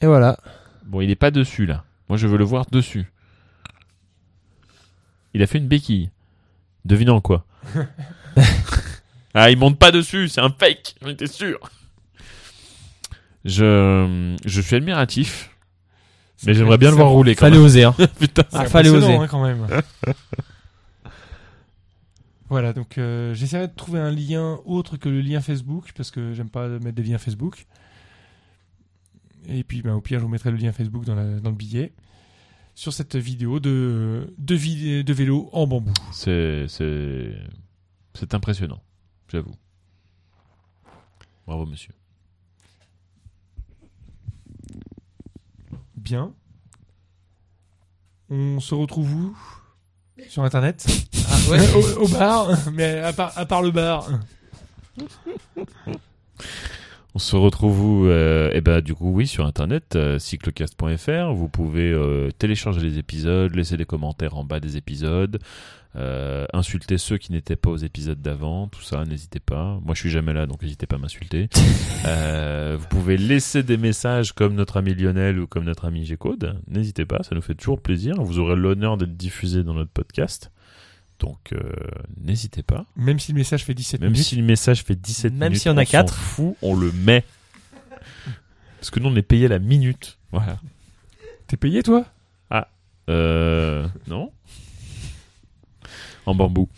Speaker 3: Et voilà.
Speaker 4: Bon, il est pas dessus là. Moi, je veux le voir dessus. Il a fait une béquille. Devinant quoi Ah, il monte pas dessus, c'est un fake. J'en étais sûr. Je, je suis admiratif, mais j'aimerais bien le voir rouler. Quand
Speaker 3: Fallait
Speaker 4: même.
Speaker 3: oser. hein.
Speaker 4: Putain.
Speaker 3: Ah,
Speaker 2: C'est
Speaker 3: fallait
Speaker 2: impressionnant,
Speaker 3: oser.
Speaker 2: hein, quand même. voilà, donc euh, j'essaierai de trouver un lien autre que le lien Facebook, parce que j'aime pas mettre des liens Facebook. Et puis, ben, au pire, je vous mettrai le lien Facebook dans, la- dans le billet. Sur cette vidéo de, de, vid- de vélo en bambou.
Speaker 4: C'est, c'est, c'est impressionnant, j'avoue. Bravo, monsieur.
Speaker 2: Bien. On se retrouve où Sur Internet
Speaker 3: Ah Oh,
Speaker 2: au, au bar, mais à part, à part le bar.
Speaker 4: On se retrouve où euh, Eh ben, du coup, oui, sur internet, euh, cyclocast.fr. Vous pouvez euh, télécharger les épisodes, laisser des commentaires en bas des épisodes, euh, insulter ceux qui n'étaient pas aux épisodes d'avant, tout ça, n'hésitez pas. Moi, je suis jamais là, donc n'hésitez pas à m'insulter. Euh, vous pouvez laisser des messages comme notre ami Lionel ou comme notre ami G-Code. N'hésitez pas, ça nous fait toujours plaisir. Vous aurez l'honneur d'être diffusé dans notre podcast. Donc, euh, n'hésitez pas.
Speaker 2: Même si le message fait 17
Speaker 4: Même
Speaker 2: minutes.
Speaker 4: si le message fait 17
Speaker 3: Même
Speaker 4: minutes,
Speaker 3: s'il y en a
Speaker 4: on s'en
Speaker 3: quatre.
Speaker 4: fout, on le met. Parce que nous, on est payé la minute. Voilà.
Speaker 2: T'es payé, toi
Speaker 4: Euh, non En bambou.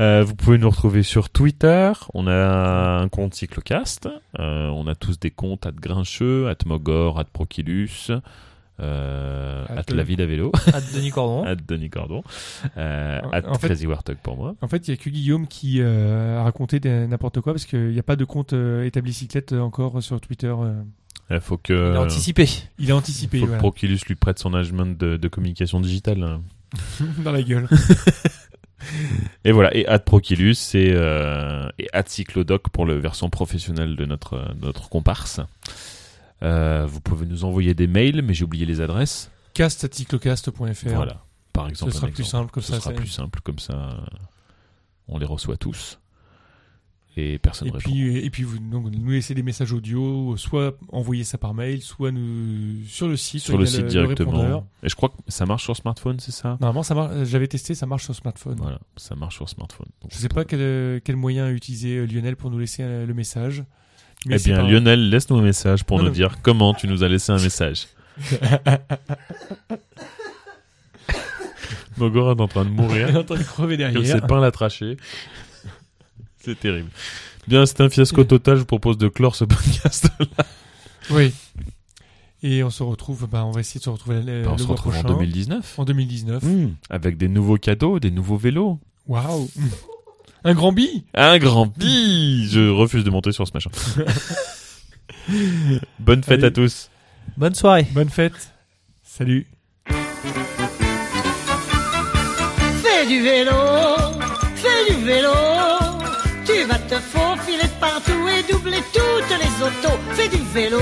Speaker 4: Euh, vous pouvez nous retrouver sur Twitter. On a un compte Cyclocast. Euh, on a tous des comptes at Grincheux, at Mogor, at Prokilus, euh,
Speaker 2: At
Speaker 4: at
Speaker 2: Denis-
Speaker 4: La Ville à Vélo,
Speaker 3: Ah, Denis Cordon.
Speaker 4: at Denis Cordon, euh,
Speaker 2: En-
Speaker 4: at
Speaker 2: en fait-
Speaker 4: Crazy Warthog pour moi.
Speaker 2: En fait, il n'y a que Guillaume qui euh, a raconté des- n'importe quoi parce qu'il n'y a pas de compte euh, établi cyclette euh, encore sur Twitter. euh.
Speaker 4: Il faut que.
Speaker 3: Il a anticipé.
Speaker 2: Il a anticipé
Speaker 4: Faut
Speaker 2: voilà,
Speaker 4: que Proculus lui prête son management de, de communication digitale. hein.
Speaker 2: dans la gueule.
Speaker 4: Et voilà, et at Proculus et, euh, et at Cyclodoc pour le versant professionnel de notre, euh, de notre comparse. Euh, vous pouvez nous envoyer des mails, mais j'ai oublié les adresses.
Speaker 2: Cast.cyclocast.fr.
Speaker 4: Voilà, par
Speaker 2: Ce
Speaker 4: exemple.
Speaker 2: sera
Speaker 4: un
Speaker 2: plus
Speaker 4: exemple.
Speaker 2: simple comme
Speaker 4: Ce
Speaker 2: ça.
Speaker 4: sera
Speaker 2: c'est-
Speaker 4: plus simple, comme ça euh, on les reçoit tous. Et personne
Speaker 2: Et
Speaker 4: répond.
Speaker 2: puis, et puis vous donc, nous laissez des messages audio, soit envoyez ça par mail, soit nous sur le site.
Speaker 4: sur
Speaker 2: il y
Speaker 4: le
Speaker 2: a
Speaker 4: site
Speaker 2: répondeur.
Speaker 4: directement. Et je crois que ça marche sur smartphone, c'est ça
Speaker 2: Normalement, ça marche. J'avais testé, ça marche sur smartphone.
Speaker 4: Voilà, ça marche sur smartphone. Donc,
Speaker 2: Je sais pas quel, quel moyen a utilisé euh, Lionel pour nous laisser euh, le message. mais
Speaker 4: Eh
Speaker 2: c'est
Speaker 4: bien,
Speaker 2: pas-
Speaker 4: Lionel, laisse-nous un message pour
Speaker 2: Non,
Speaker 4: nous
Speaker 2: non.
Speaker 4: dire comment tu nous as laissé un message. Mogor est en train de
Speaker 2: Elle est
Speaker 4: mourir.
Speaker 2: en train de crever
Speaker 4: Comme ses
Speaker 2: derrière.
Speaker 4: pains l'a traché. C'est terrible. Bien, c'est un fiasco total. Je vous propose de clore ce podcast.
Speaker 2: Euh, Oui. Et on se retrouve, bah, on va essayer de se retrouver euh,
Speaker 4: on
Speaker 2: le
Speaker 4: se
Speaker 2: mois
Speaker 4: retrouve en Mmh.
Speaker 2: prochain.
Speaker 4: 2019.
Speaker 2: En 2019.
Speaker 4: Avec des nouveaux cadeaux, des nouveaux vélos.
Speaker 2: Waouh Mmh. Un grand bi
Speaker 4: Un grand pi Je refuse de monter sur ce machin. Bonne fête
Speaker 2: Allez.
Speaker 4: à tous.
Speaker 3: Bonne soirée.
Speaker 2: Bonne fête Salut
Speaker 6: Fais du vélo, fais du vélo. Tu vas te faufiler partout et doubler toutes les autos. Fais du vélo,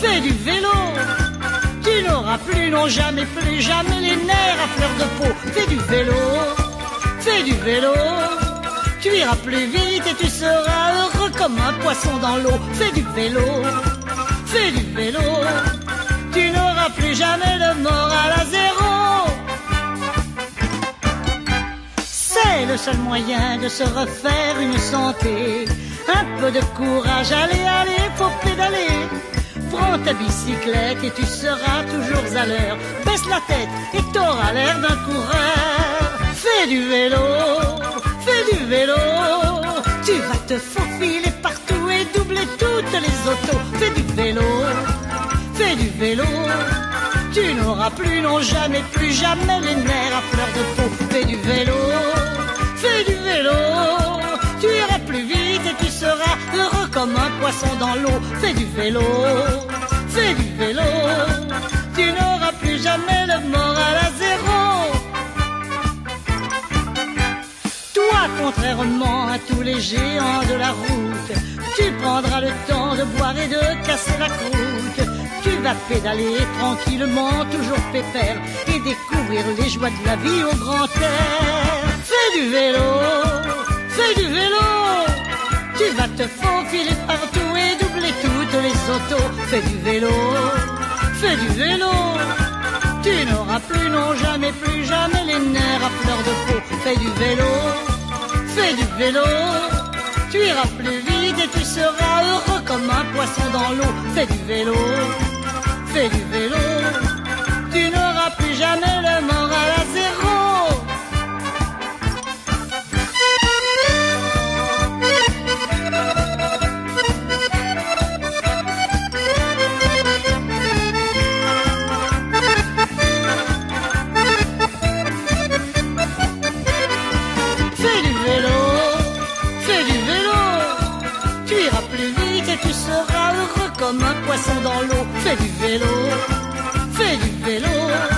Speaker 6: fais du vélo. Tu n'auras plus, non jamais, plus jamais les nerfs à fleur de peau. Fais du vélo, fais du vélo. Tu iras plus vite et tu seras heureux comme un poisson dans l'eau. Fais du vélo, fais du vélo. Tu n'auras plus jamais le moral à zéro. C'est le seul moyen de se refaire une santé. Un peu de courage, allez, allez, faut pédaler. Prends ta bicyclette et tu seras toujours à l'heure. Baisse la tête et t'auras l'air d'un coureur. Fais du vélo, fais du vélo. Tu vas te faufiler partout et doubler toutes les autos. Fais du vélo, fais du vélo. Tu n'auras plus, non jamais, plus jamais les nerfs à fleur de peau. Fais du vélo, fais du vélo. Tu iras plus vite et tu seras heureux comme un poisson dans l'eau. Fais du vélo, fais du vélo. Tu n'auras plus jamais. les géants de la route. Tu prendras le temps de boire et de casser la croûte. Tu vas pédaler tranquillement, toujours pépère, et découvrir les joies de la vie au grand air. Fais du vélo, fais du vélo, tu vas te faufiler partout et doubler toutes les autos. Fais du vélo, fais du vélo. Tu n'auras plus, non jamais, plus jamais les nerfs à fleur de peau. Fais du vélo, fais du vélo. Tu iras plus vite et tu seras heureux comme un poisson dans l'eau. Fais du vélo, fais du vélo. Tu n'auras plus jamais le moral à zéro. Fais du vélo, fais du vélo. Tu iras plus vite et tu seras heureux comme un poisson dans l'eau. Fais du vélo, fais du vélo.